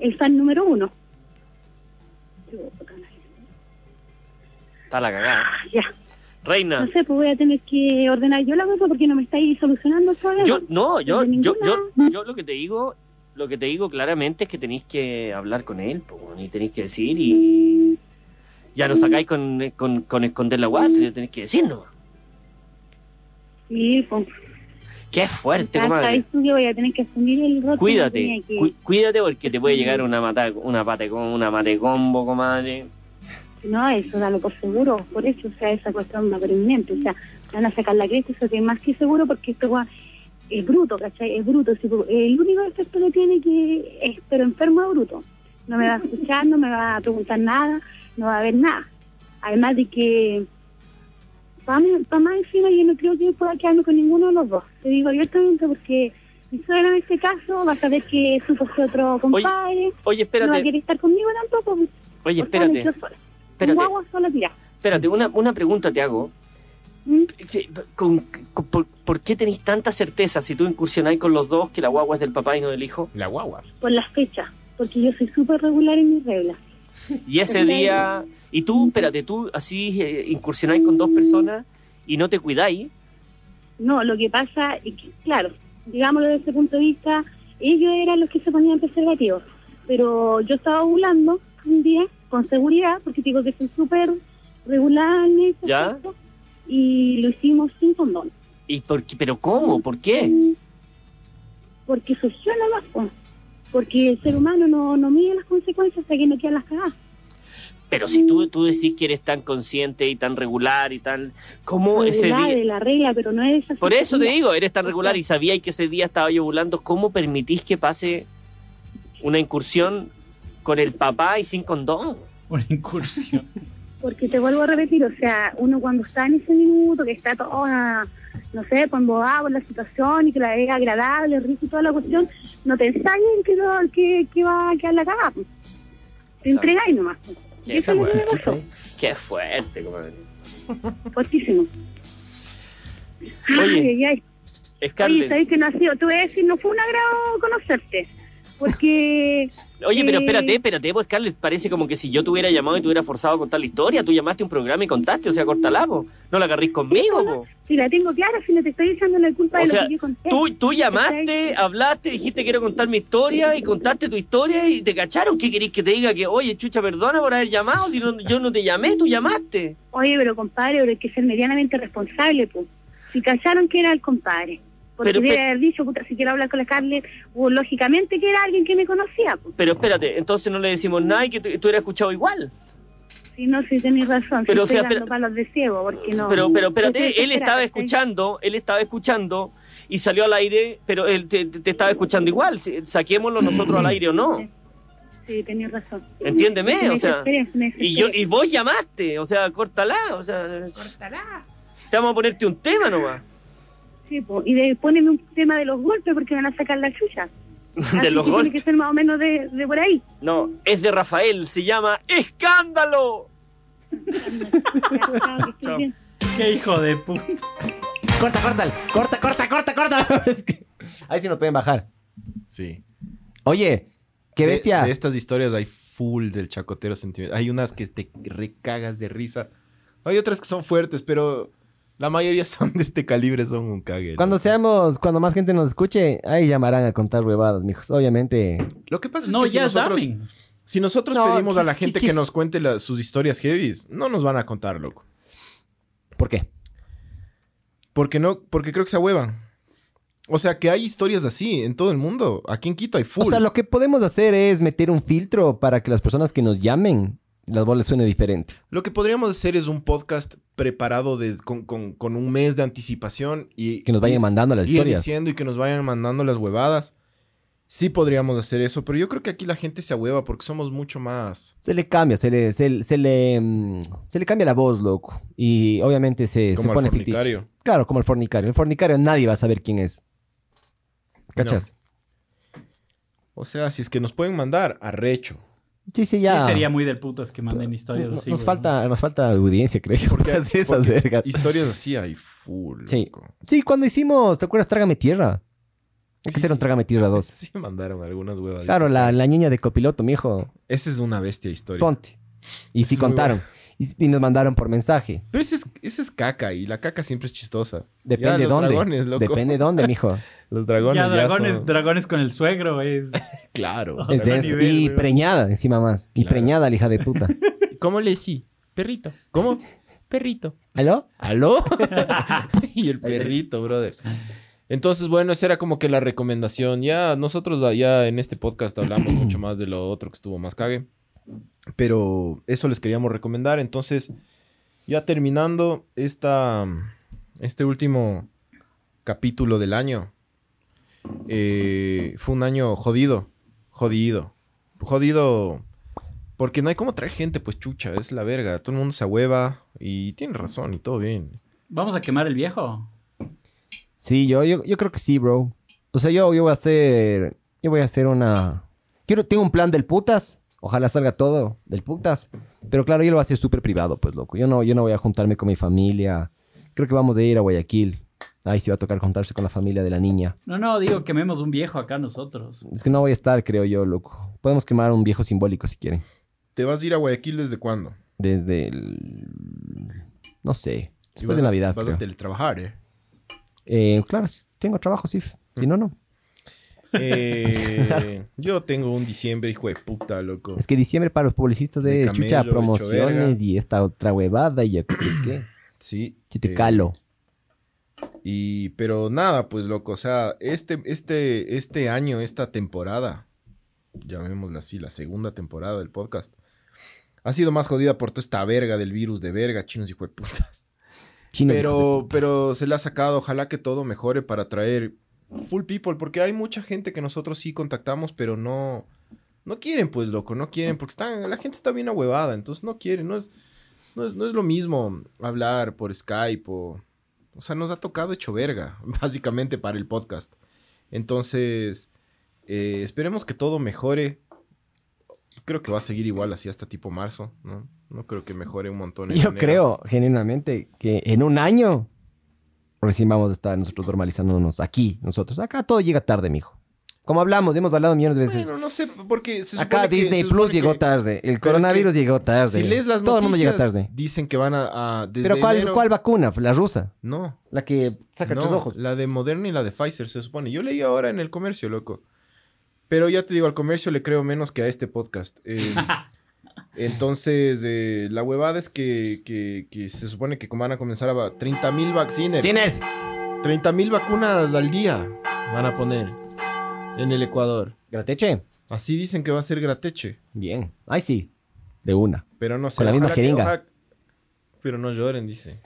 [SPEAKER 10] el fan número uno. Yo,
[SPEAKER 8] Está la cagada.
[SPEAKER 10] Ya, no
[SPEAKER 8] Reina,
[SPEAKER 10] sé, pues voy a tener que ordenar yo la cosa porque no me estáis solucionando el problema.
[SPEAKER 8] yo, no, yo,
[SPEAKER 10] De
[SPEAKER 8] yo,
[SPEAKER 10] ninguna.
[SPEAKER 8] yo, yo lo que te digo, lo que te digo claramente es que tenéis que hablar con él, po, weón, y tenéis que decir y ya no sacáis con, con, con esconder la weá, sino tenéis que decir nomás.
[SPEAKER 10] Sí, pues,
[SPEAKER 8] Qué fuerte,
[SPEAKER 10] ya
[SPEAKER 8] comadre.
[SPEAKER 10] sabes tú que voy a tener que asumir el rol. que
[SPEAKER 8] Cuídate,
[SPEAKER 10] tenía que-
[SPEAKER 8] cu- cuídate porque te puede llegar una mata, una pate una mate combo, comadre.
[SPEAKER 10] No, eso dalo por seguro, por eso, o sea, esa cuestión no permanente, o sea, van a sacar la cresta, eso que más que seguro, porque este weón es bruto, ¿cachai? Es bruto, si tú- el único defecto que tiene que es, pero enfermo es bruto, no me va a escuchar, no me va a preguntar nada, no va a ver nada, además de que, para más encima, yo no creo que pueda quedarme con ninguno de los dos, te digo abiertamente, porque mi suegra en este caso va a saber que supo que otro compadre,
[SPEAKER 8] Oye,
[SPEAKER 10] no va a
[SPEAKER 8] espérate,
[SPEAKER 10] querer estar conmigo tampoco, pues,
[SPEAKER 8] oye,
[SPEAKER 10] o sea, me
[SPEAKER 8] espérate,
[SPEAKER 10] quedo sola.
[SPEAKER 8] espérate,
[SPEAKER 10] Guagua sola tirada.
[SPEAKER 8] espérate, una, una pregunta te hago.
[SPEAKER 10] ¿Mm?
[SPEAKER 8] ¿Qué- con- con- por, por qué tenéis tanta certeza si tú incursionáis con los dos que la guagua es del papá y no del hijo?
[SPEAKER 5] La guagua.
[SPEAKER 10] por las fechas, porque yo soy súper regular en mis reglas.
[SPEAKER 8] Y ese
[SPEAKER 10] Ok.
[SPEAKER 8] día, y
[SPEAKER 10] Mm.
[SPEAKER 8] tú, espérate, tú así eh, incursionáis con dos personas y no te cuidáis,
[SPEAKER 10] No, lo que pasa es que, claro, digámoslo desde ese punto de vista, ellos eran los que se ponían preservativos. Pero yo estaba ovulando un día con seguridad, porque digo que son súper regulares en ese
[SPEAKER 8] ¿Ya?
[SPEAKER 10] aspecto, y lo hicimos sin condón,
[SPEAKER 8] ¿Y por qué? ¿Pero cómo? ¿Por qué?
[SPEAKER 10] porque surgió la pues. Porque el ser humano no, no mide las consecuencias hasta que no quedan las cagadas.
[SPEAKER 8] Pero si tú, tú decís que eres tan consciente y tan regular y tan... ¿Cómo ese
[SPEAKER 10] Regular
[SPEAKER 8] día...?
[SPEAKER 10] de la regla, pero no es esa
[SPEAKER 8] Por eso te
[SPEAKER 10] sensibilidad.
[SPEAKER 8] digo, eres tan regular y sabías que ese día estaba yo volando. ¿Cómo permitís que pase una incursión con el papá y sin condón?
[SPEAKER 3] Una incursión.
[SPEAKER 10] Porque te vuelvo a repetir, o sea, uno cuando está en ese minuto, que está toda, no sé, embobada por la situación y que la es agradable, rico y toda la cuestión, no te ensañes en que, no- que, que va a quedar la cagada. pues. Te entregáis nomás. pues.
[SPEAKER 8] Qué,
[SPEAKER 10] Eso es lo que me
[SPEAKER 8] fuerte.
[SPEAKER 10] pasó,
[SPEAKER 8] Qué fuerte, comadre.
[SPEAKER 10] fuertísimo. Ay, ay, ay. Oye,
[SPEAKER 8] Scarlett.
[SPEAKER 10] sabes que no ha sido, tú voy a decir, no fue un agrado conocerte, porque...
[SPEAKER 8] Oye, pero
[SPEAKER 10] eh,
[SPEAKER 8] espérate, espérate, pues Carles, parece como que si yo te hubiera llamado y te hubiera forzado a contar la historia, tú llamaste a un programa y contaste, o sea, cortala, po. no la agarrís conmigo. po.
[SPEAKER 10] Si la tengo clara, si no te estoy echando la culpa
[SPEAKER 8] O
[SPEAKER 10] de
[SPEAKER 8] sea,
[SPEAKER 10] lo que yo conté.
[SPEAKER 8] tú, tú
[SPEAKER 10] ¿Cachai?
[SPEAKER 8] llamaste, hablaste, dijiste quiero contar mi historia y contaste tu historia y te cacharon. ¿Qué querés que te diga? Que, oye, chucha, perdona por haber llamado, si no- yo no te llamé, tú llamaste.
[SPEAKER 10] Oye, pero compadre, pero hay que ser medianamente responsable, pues. Si callaron que era el compadre. Porque
[SPEAKER 8] Pero,
[SPEAKER 10] hubiera
[SPEAKER 8] pe-
[SPEAKER 10] haber dicho, puta, si quiero hablar con la Scarlett, o lógicamente que era alguien que me conocía, pues.
[SPEAKER 8] Pero espérate, entonces no le decimos nada y que tú, tú hubieras escuchado igual.
[SPEAKER 10] Si no, si tenés razón,
[SPEAKER 8] Pero, o
[SPEAKER 10] si estoy
[SPEAKER 8] sea,
[SPEAKER 10] dando
[SPEAKER 8] pero-
[SPEAKER 10] palos de ciego, porque no.
[SPEAKER 8] Pero, pero
[SPEAKER 10] Yo
[SPEAKER 8] espérate,
[SPEAKER 10] estoy
[SPEAKER 8] él estaba
[SPEAKER 10] desesperada,
[SPEAKER 8] escuchando, él estaba escuchando y salió al aire, pero él te, te- te estaba escuchando igual. Si- Saquémoslo nosotros al aire o no.
[SPEAKER 10] ¿cachai? Sí, tenés razón.
[SPEAKER 8] Entiéndeme,
[SPEAKER 10] Me
[SPEAKER 8] o sea.
[SPEAKER 10] desesperé, me desesperé.
[SPEAKER 8] Y, yo, y vos llamaste, o sea, córtala, o sea. Córtala. Te vamos a ponerte un tema nomás.
[SPEAKER 10] Sí, po, y de, poneme un tema de los golpes, porque me van a sacar la chucha.
[SPEAKER 8] De los golpes.
[SPEAKER 10] Ah, Tiene que ser más o menos de, de por ahí.
[SPEAKER 8] No, es de Rafael, se llama Escándalo.
[SPEAKER 10] Claro que estoy
[SPEAKER 8] Chao.
[SPEAKER 10] bien.
[SPEAKER 3] Qué hijo de puta.
[SPEAKER 2] Corta, corta, corta, corta, corta, corta. Es que- Ahí sí nos pueden bajar.
[SPEAKER 5] Sí.
[SPEAKER 2] Oye, qué
[SPEAKER 5] De- este
[SPEAKER 2] bestia.
[SPEAKER 5] De, estas historias hay full del chacotero sentimiento. Hay unas que te recagas de risa. Hay otras que son fuertes, pero la mayoría son de este calibre, son un cague.
[SPEAKER 2] Cuando seamos, cuando más gente nos escuche, ahí llamarán a contar huevadas, mijos. Obviamente.
[SPEAKER 5] Lo que pasa es
[SPEAKER 3] No,
[SPEAKER 5] que si
[SPEAKER 3] ya
[SPEAKER 5] nosotros,
[SPEAKER 3] llamen.
[SPEAKER 5] si nosotros
[SPEAKER 2] No,
[SPEAKER 5] pedimos
[SPEAKER 2] ¿qué-
[SPEAKER 5] a la
[SPEAKER 2] qué-
[SPEAKER 5] gente
[SPEAKER 2] qué-
[SPEAKER 5] que nos cuente la- sus historias heavies, no nos van a contar, loco.
[SPEAKER 2] ¿Por qué?
[SPEAKER 5] Porque no, porque creo que se ahuevan. O sea, que hay historias así en todo el mundo. Aquí en Quito hay full.
[SPEAKER 2] O sea, lo que podemos hacer es meter un filtro para que las personas que nos llamen, las voz les suene diferente.
[SPEAKER 5] Lo que podríamos hacer es un podcast preparado de- con, con- con un mes de anticipación y
[SPEAKER 2] Que nos vayan mandando las
[SPEAKER 5] ir
[SPEAKER 2] historias.
[SPEAKER 5] diciendo y que nos vayan mandando las huevadas. Sí podríamos hacer eso, pero yo creo que aquí la gente se ahueva porque somos mucho más
[SPEAKER 2] Se le cambia, se le, se, se le, mm, se le cambia la voz, loco. Y obviamente se, se
[SPEAKER 5] como el
[SPEAKER 2] pone ficticio.
[SPEAKER 5] fornicario.
[SPEAKER 2] Claro, como el fornicario. El fornicario nadie va a saber quién es. ¿Cachas?
[SPEAKER 5] O sea, si es que nos pueden mandar arrecho.
[SPEAKER 2] Sí, sí, ya.
[SPEAKER 3] Sí, sería muy del putas que manden historias
[SPEAKER 2] nos,
[SPEAKER 3] así.
[SPEAKER 2] nos
[SPEAKER 3] güey, ¿no?
[SPEAKER 2] falta, nos falta audiencia, creo. Porque hacer esas
[SPEAKER 5] porque
[SPEAKER 2] vergas.
[SPEAKER 5] Historias así hay full.
[SPEAKER 2] Sí.
[SPEAKER 5] loco.
[SPEAKER 2] Sí, cuando hicimos, ¿te acuerdas? Trágame Tierra. Hay que
[SPEAKER 5] Sí,
[SPEAKER 2] hacer un
[SPEAKER 5] sí.
[SPEAKER 2] Trágame Tierra 2.
[SPEAKER 5] Sí mandaron algunas huevadas.
[SPEAKER 2] Claro, la, la niña de copiloto, mijo.
[SPEAKER 5] Esa es una bestia historia.
[SPEAKER 2] Ponte. Y sí
[SPEAKER 5] Es muy
[SPEAKER 2] contaron. Y, y nos mandaron por mensaje.
[SPEAKER 5] Pero esa es, esa es caca y la caca siempre es chistosa. Ya,
[SPEAKER 2] Depende
[SPEAKER 5] los
[SPEAKER 2] dónde.
[SPEAKER 5] dragones, loco.
[SPEAKER 2] Depende dónde, mijo.
[SPEAKER 5] Los dragones
[SPEAKER 3] Ya,
[SPEAKER 5] ya,
[SPEAKER 3] dragones,
[SPEAKER 5] son-
[SPEAKER 3] dragones con el suegro es.
[SPEAKER 5] Claro.
[SPEAKER 3] Otro
[SPEAKER 2] Es denso.
[SPEAKER 3] nivel,
[SPEAKER 2] y
[SPEAKER 3] güey.
[SPEAKER 2] preñada, encima más. Y
[SPEAKER 5] Claro.
[SPEAKER 2] preñada la hija de puta.
[SPEAKER 5] ¿Cómo le sí? Perrito. ¿Cómo? Perrito.
[SPEAKER 2] ¿Aló?
[SPEAKER 5] ¿Aló? y el perrito, brother. Entonces, bueno, esa era como que la recomendación. Ya nosotros allá en este podcast hablamos mucho más de lo otro que estuvo más cague. Pero eso les queríamos recomendar. Entonces, ya terminando esta, este último capítulo del año. eh, fue un año jodido. Jodido. Jodido porque no hay como traer gente, pues chucha, es la verga. Todo el mundo se ahueva y tiene razón y todo bien.
[SPEAKER 3] Vamos a quemar el viejo.
[SPEAKER 2] Sí, yo, yo, yo creo que sí, bro. O sea, yo, yo voy a hacer. Yo voy a hacer una. Quiero, tengo un plan del putas. Ojalá salga todo del putas. Pero claro, yo lo voy a hacer súper privado, pues loco. Yo no, yo no voy a juntarme con mi familia. Creo que vamos a ir a Guayaquil. Ahí sí va a tocar juntarse con la familia de la niña.
[SPEAKER 3] No, no, digo quememos un viejo acá nosotros.
[SPEAKER 2] Es que no voy a estar, creo yo, loco. Podemos quemar un viejo simbólico si quieren.
[SPEAKER 5] ¿Te vas a ir a Guayaquil desde cuándo?
[SPEAKER 2] Desde el. No sé.
[SPEAKER 5] Y
[SPEAKER 2] Después
[SPEAKER 5] vas
[SPEAKER 2] de
[SPEAKER 5] a-
[SPEAKER 2] Navidad,
[SPEAKER 5] Vas
[SPEAKER 2] creo.
[SPEAKER 5] a teletrabajar, ¿eh?
[SPEAKER 2] Eh, claro, sí, tengo trabajo, sí. Si no, no.
[SPEAKER 5] Mm. Eh, yo tengo un diciembre, hijo de puta, loco.
[SPEAKER 2] Es que diciembre para los publicistas
[SPEAKER 5] De
[SPEAKER 2] de
[SPEAKER 5] camello,
[SPEAKER 2] chucha
[SPEAKER 5] hecho verga.
[SPEAKER 2] promociones y esta otra huevada y yo qué sé qué.
[SPEAKER 5] Sí.
[SPEAKER 2] Si te
[SPEAKER 5] eh,
[SPEAKER 2] calo.
[SPEAKER 5] Y, pero nada, pues loco, o sea, este, este, este año, esta temporada, llamémosla así, la segunda temporada del podcast, ha sido más jodida por toda esta verga del virus de verga, chinos y putas.
[SPEAKER 2] Chinos hijos
[SPEAKER 5] Pero, pero se le ha sacado, ojalá que todo mejore para traer full people, porque hay mucha gente que nosotros sí contactamos, pero no, no quieren, pues, loco, no quieren, porque están, la gente está bien ahuevada, entonces no quieren, no es, no es, no es lo mismo hablar por Skype o... O sea, nos ha tocado hecho verga, básicamente, para el podcast. Entonces, eh, esperemos que todo mejore. Creo que va a seguir igual así hasta tipo marzo, ¿no? No creo que mejore un montón. en
[SPEAKER 2] de- Yo
[SPEAKER 5] enero.
[SPEAKER 2] creo, genuinamente, que en un año recién vamos a estar nosotros normalizándonos aquí, nosotros. Acá todo llega tarde, mijo. Como hablamos, hemos hablado millones de veces.
[SPEAKER 5] Bueno, no sé, porque se
[SPEAKER 2] Acá
[SPEAKER 5] supone que-
[SPEAKER 2] Disney
[SPEAKER 5] se supone
[SPEAKER 2] Plus
[SPEAKER 5] que-
[SPEAKER 2] llegó tarde.
[SPEAKER 5] Pero es
[SPEAKER 2] El coronavirus
[SPEAKER 5] que
[SPEAKER 2] llegó tarde.
[SPEAKER 5] Si lees las
[SPEAKER 2] Todo el mundo llega
[SPEAKER 5] noticias,
[SPEAKER 2] tarde.
[SPEAKER 5] Dicen que van a... a- desde
[SPEAKER 2] Pero ¿cuál,
[SPEAKER 5] enero-
[SPEAKER 2] ¿cuál vacuna? ¿La rusa?
[SPEAKER 5] No.
[SPEAKER 2] La que saca
[SPEAKER 5] No,
[SPEAKER 2] tus ojos.
[SPEAKER 5] La de Moderna y la de Pfizer, se supone. Yo leí ahora en el comercio, loco. Pero ya te digo, al comercio le creo menos que a este podcast. Eh, entonces, eh, la huevada es que, que- que se supone que van a comenzar a 30 mil vaccines.
[SPEAKER 2] Chiners.
[SPEAKER 5] 30 mil vacunas al día van a poner en el Ecuador.
[SPEAKER 2] Grateche.
[SPEAKER 5] Así dicen que va a ser grateche.
[SPEAKER 2] Bien. Ay, sí. De una.
[SPEAKER 5] Pero no sé.
[SPEAKER 2] Con la misma
[SPEAKER 5] ojalá que-
[SPEAKER 2] jeringa.
[SPEAKER 5] ojalá- pero no lloren, dice.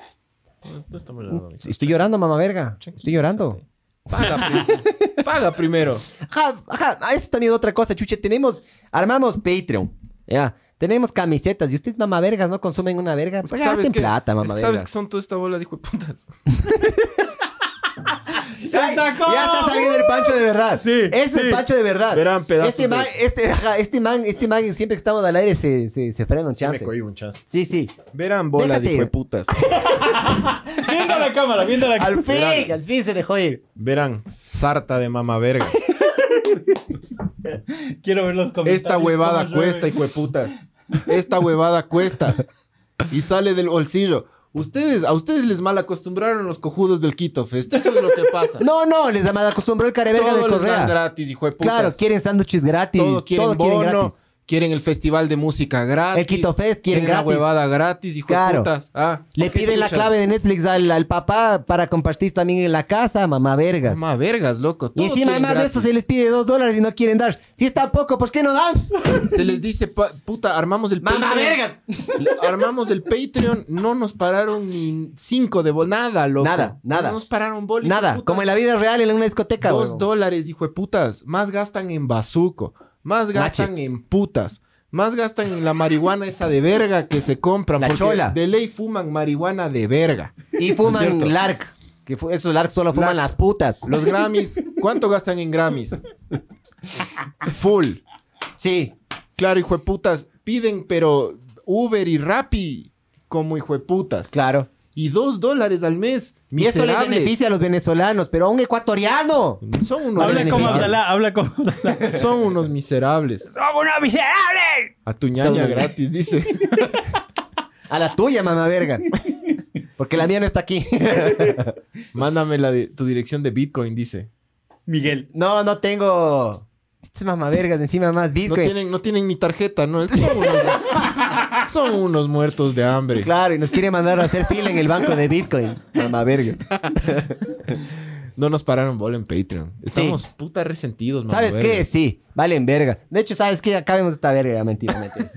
[SPEAKER 5] No, no estamos llorando, mijo.
[SPEAKER 2] Estoy llorando, mamá verga. Estoy llorando.
[SPEAKER 5] Paga, pri- paga primero.
[SPEAKER 2] Ajá, ajá. Ah, Eso también es otra cosa, chuche. Tenemos, armamos Patreon. Ya. Tenemos camisetas. Y ustedes, mamá vergas, no consumen una verga.
[SPEAKER 5] Es
[SPEAKER 2] Pues
[SPEAKER 5] que sabes
[SPEAKER 2] gasten
[SPEAKER 5] que-
[SPEAKER 2] plata,
[SPEAKER 5] es
[SPEAKER 2] mamá
[SPEAKER 5] que Sabes que son toda esta bola de hijo de putas.
[SPEAKER 2] Ay, Ya está saliendo el pancho de verdad. Sí. Es el
[SPEAKER 5] sí.
[SPEAKER 2] pancho de verdad.
[SPEAKER 5] Verán pedazos
[SPEAKER 2] Este man,
[SPEAKER 5] de-
[SPEAKER 2] este, ajá, este man, este man, siempre que estamos al aire se, se, se frena un chance.
[SPEAKER 5] Me cohí un chance.
[SPEAKER 2] Sí, sí.
[SPEAKER 5] Verán bola
[SPEAKER 2] Déjate
[SPEAKER 5] de hijo de
[SPEAKER 2] ir.
[SPEAKER 5] putas.
[SPEAKER 3] Viendo la cámara, viendo la
[SPEAKER 2] Al
[SPEAKER 3] cámara.
[SPEAKER 2] fin, al fin se dejó ir.
[SPEAKER 5] Verán sarta de mamá verga.
[SPEAKER 3] Quiero ver los comentarios.
[SPEAKER 5] Esta huevada
[SPEAKER 3] cómo
[SPEAKER 5] cuesta,
[SPEAKER 3] llueve.
[SPEAKER 5] hijo de putas. Esta huevada cuesta. Y sale del bolsillo. Ustedes, a ustedes les mal acostumbraron los cojudos del Quito Fest. Eso es lo que pasa.
[SPEAKER 2] No, no, les acostumbró el careverga de
[SPEAKER 5] Todo les dan
[SPEAKER 2] Correa.
[SPEAKER 5] gratis, hijo de putas.
[SPEAKER 2] Claro, quieren sándwiches gratis.
[SPEAKER 5] Todo quieren bono.
[SPEAKER 2] gratis.
[SPEAKER 5] Quieren el festival de música gratis.
[SPEAKER 2] El Quito Fest quieren
[SPEAKER 5] la
[SPEAKER 2] gratis.
[SPEAKER 5] huevada gratis, hijo de
[SPEAKER 2] Claro.
[SPEAKER 5] putas. Ah,
[SPEAKER 2] Le
[SPEAKER 5] ¿qué
[SPEAKER 2] piden la
[SPEAKER 5] chuchas?
[SPEAKER 2] clave de Netflix al, al papá para compartir también en la casa, mamá vergas.
[SPEAKER 5] Mamá vergas, loco.
[SPEAKER 2] y
[SPEAKER 5] Todo
[SPEAKER 2] encima,
[SPEAKER 5] quieren
[SPEAKER 2] además de eso,
[SPEAKER 5] gratis.
[SPEAKER 2] se les pide dos dólares y no quieren dar. Si está poco, ¿por qué no dan?
[SPEAKER 5] Se les dice, pa- puta, armamos el
[SPEAKER 2] ¡Mamá
[SPEAKER 5] Patreon.
[SPEAKER 2] vergas!
[SPEAKER 5] Armamos el Patreon, no nos pararon ni cinco de bol, nada, loco.
[SPEAKER 2] Nada, nada.
[SPEAKER 5] No nos pararon bol. hijo de
[SPEAKER 2] Nada,
[SPEAKER 5] puta.
[SPEAKER 2] como en la vida real en una discoteca,
[SPEAKER 5] Dos
[SPEAKER 2] huevón.
[SPEAKER 5] dólares, hijo de putas. Más gastan en bazuco, más gastan en putas, más gastan en la marihuana esa de verga que se compran.
[SPEAKER 2] La
[SPEAKER 5] porque
[SPEAKER 2] chola.
[SPEAKER 5] de ley fuman marihuana de verga.
[SPEAKER 2] Y
[SPEAKER 5] Es
[SPEAKER 2] fuman
[SPEAKER 5] cierto.
[SPEAKER 2] Lark. Que fu- esos Lark solo fuman las putas.
[SPEAKER 5] Los Grammys, ¿cuánto gastan en Grammys? Full.
[SPEAKER 2] Sí.
[SPEAKER 5] Claro, hijo de putas. Piden, pero Uber y Rappi como hijo de putas.
[SPEAKER 2] Claro.
[SPEAKER 5] Y dos dólares al mes.
[SPEAKER 2] Y eso les
[SPEAKER 5] miserables.
[SPEAKER 2] beneficia a los venezolanos, pero a un ecuatoriano.
[SPEAKER 5] Son unos,
[SPEAKER 3] Habla como
[SPEAKER 5] miserables.
[SPEAKER 3] Abdalá, habla como Abdalá.
[SPEAKER 5] Son unos miserables.
[SPEAKER 3] ¡Somos unos miserables!
[SPEAKER 5] A tu ñaña
[SPEAKER 2] unos-
[SPEAKER 5] gratis, dice.
[SPEAKER 2] A la tuya, mamá verga. Porque la mía no está aquí.
[SPEAKER 5] Mándame la de tu dirección de Bitcoin, dice.
[SPEAKER 3] Miguel.
[SPEAKER 2] No, no tengo. Estas mamá vergas, encima más
[SPEAKER 5] No
[SPEAKER 2] Bitcoin.
[SPEAKER 5] tienen, no tienen ni tarjeta, ¿no? Es que Son unos, son unos muertos de hambre.
[SPEAKER 2] Claro, y nos quiere mandar a hacer fila en el banco de Bitcoin. Mamá vergas.
[SPEAKER 5] No nos pararon bola en Patreon. Estamos puta resentidos, mamá
[SPEAKER 2] ¿Sabes
[SPEAKER 5] verga.
[SPEAKER 2] qué? Sí, valen verga. De hecho, ¿sabes qué? Acabemos esta verga, ya, mentira, mentira.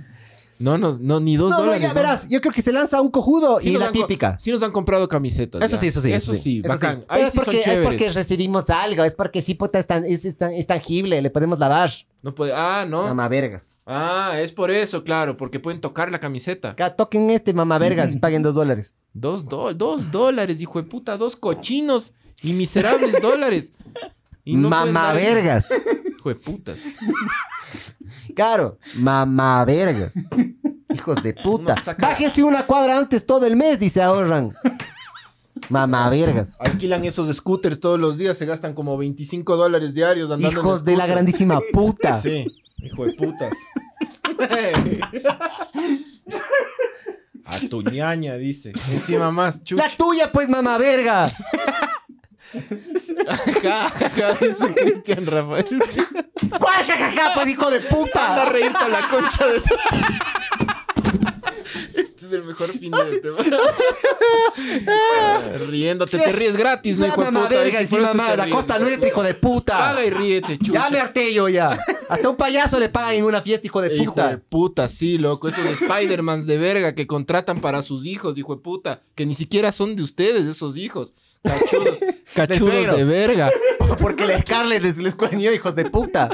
[SPEAKER 5] No, nos, no, ni dos
[SPEAKER 2] No, no,
[SPEAKER 5] dólares.
[SPEAKER 2] ya
[SPEAKER 5] ¿no?
[SPEAKER 2] verás, yo creo que se lanza un cojudo
[SPEAKER 5] Sí
[SPEAKER 2] y
[SPEAKER 5] nos
[SPEAKER 2] la
[SPEAKER 5] han co-
[SPEAKER 2] típica.
[SPEAKER 5] Sí nos han comprado camisetas.
[SPEAKER 2] Eso
[SPEAKER 5] ya.
[SPEAKER 2] sí, eso sí.
[SPEAKER 5] Eso sí,
[SPEAKER 2] eso
[SPEAKER 5] bacán.
[SPEAKER 2] Pero
[SPEAKER 5] Ahí
[SPEAKER 2] es
[SPEAKER 5] sí son
[SPEAKER 2] porque, es porque
[SPEAKER 5] chéveres.
[SPEAKER 2] recibimos algo, es porque sí, puta, es, tan- es, es tan- es tangible, le podemos lavar.
[SPEAKER 5] No puede... Ah, no.
[SPEAKER 2] Mamá vergas.
[SPEAKER 5] Ah, es por eso, claro, porque pueden tocar la camiseta.
[SPEAKER 2] Acá, toquen este, mamá vergas, y paguen dos dólares.
[SPEAKER 5] Dos, do- dos dólares, hijo de puta, dos cochinos y miserables dólares. Y no pueden
[SPEAKER 2] mamá
[SPEAKER 5] dar eso.
[SPEAKER 2] vergas.
[SPEAKER 5] Hijo de putas.
[SPEAKER 2] Claro, mamá vergas. Hijos de puta.
[SPEAKER 5] Uno saca-
[SPEAKER 2] Bájense una cuadra antes todo el mes y se ahorran. Mamá vergas.
[SPEAKER 5] Alquilan esos scooters todos los días, se gastan como 25 dólares diarios andando en
[SPEAKER 2] Hijos de la
[SPEAKER 5] scooter.
[SPEAKER 2] grandísima puta.
[SPEAKER 5] Sí, hijo de putas. A tu ñaña, dice. Encima más, chucha.
[SPEAKER 2] La tuya, pues, mamá verga.
[SPEAKER 1] Ajá, ajá, dice Cristian Rafael.
[SPEAKER 2] ¿Cuál jajaja, pues, hijo de puta?
[SPEAKER 1] Anda a reírte a la concha de tu... Este es el mejor fin de tema. Riéndote, te ríes gratis,
[SPEAKER 2] Ya,
[SPEAKER 1] güey.
[SPEAKER 2] mamá, verga, encima, mamá, la costa nuestra, hijo de puta.
[SPEAKER 5] Paga y ríete, chucha.
[SPEAKER 2] Ya me harté yo ya. Hasta un payaso le pagan en una fiesta, hijo de
[SPEAKER 5] Hijo
[SPEAKER 2] puta.
[SPEAKER 5] de puta, sí, loco. Esos Spider-Mans de verga que contratan para sus hijos, hijo de puta. Que ni siquiera son de ustedes, esos hijos. Cachudos. Cachudos
[SPEAKER 2] suegro.
[SPEAKER 5] de verga.
[SPEAKER 2] Porque la Scarlett les, les cuernió, hijos de puta.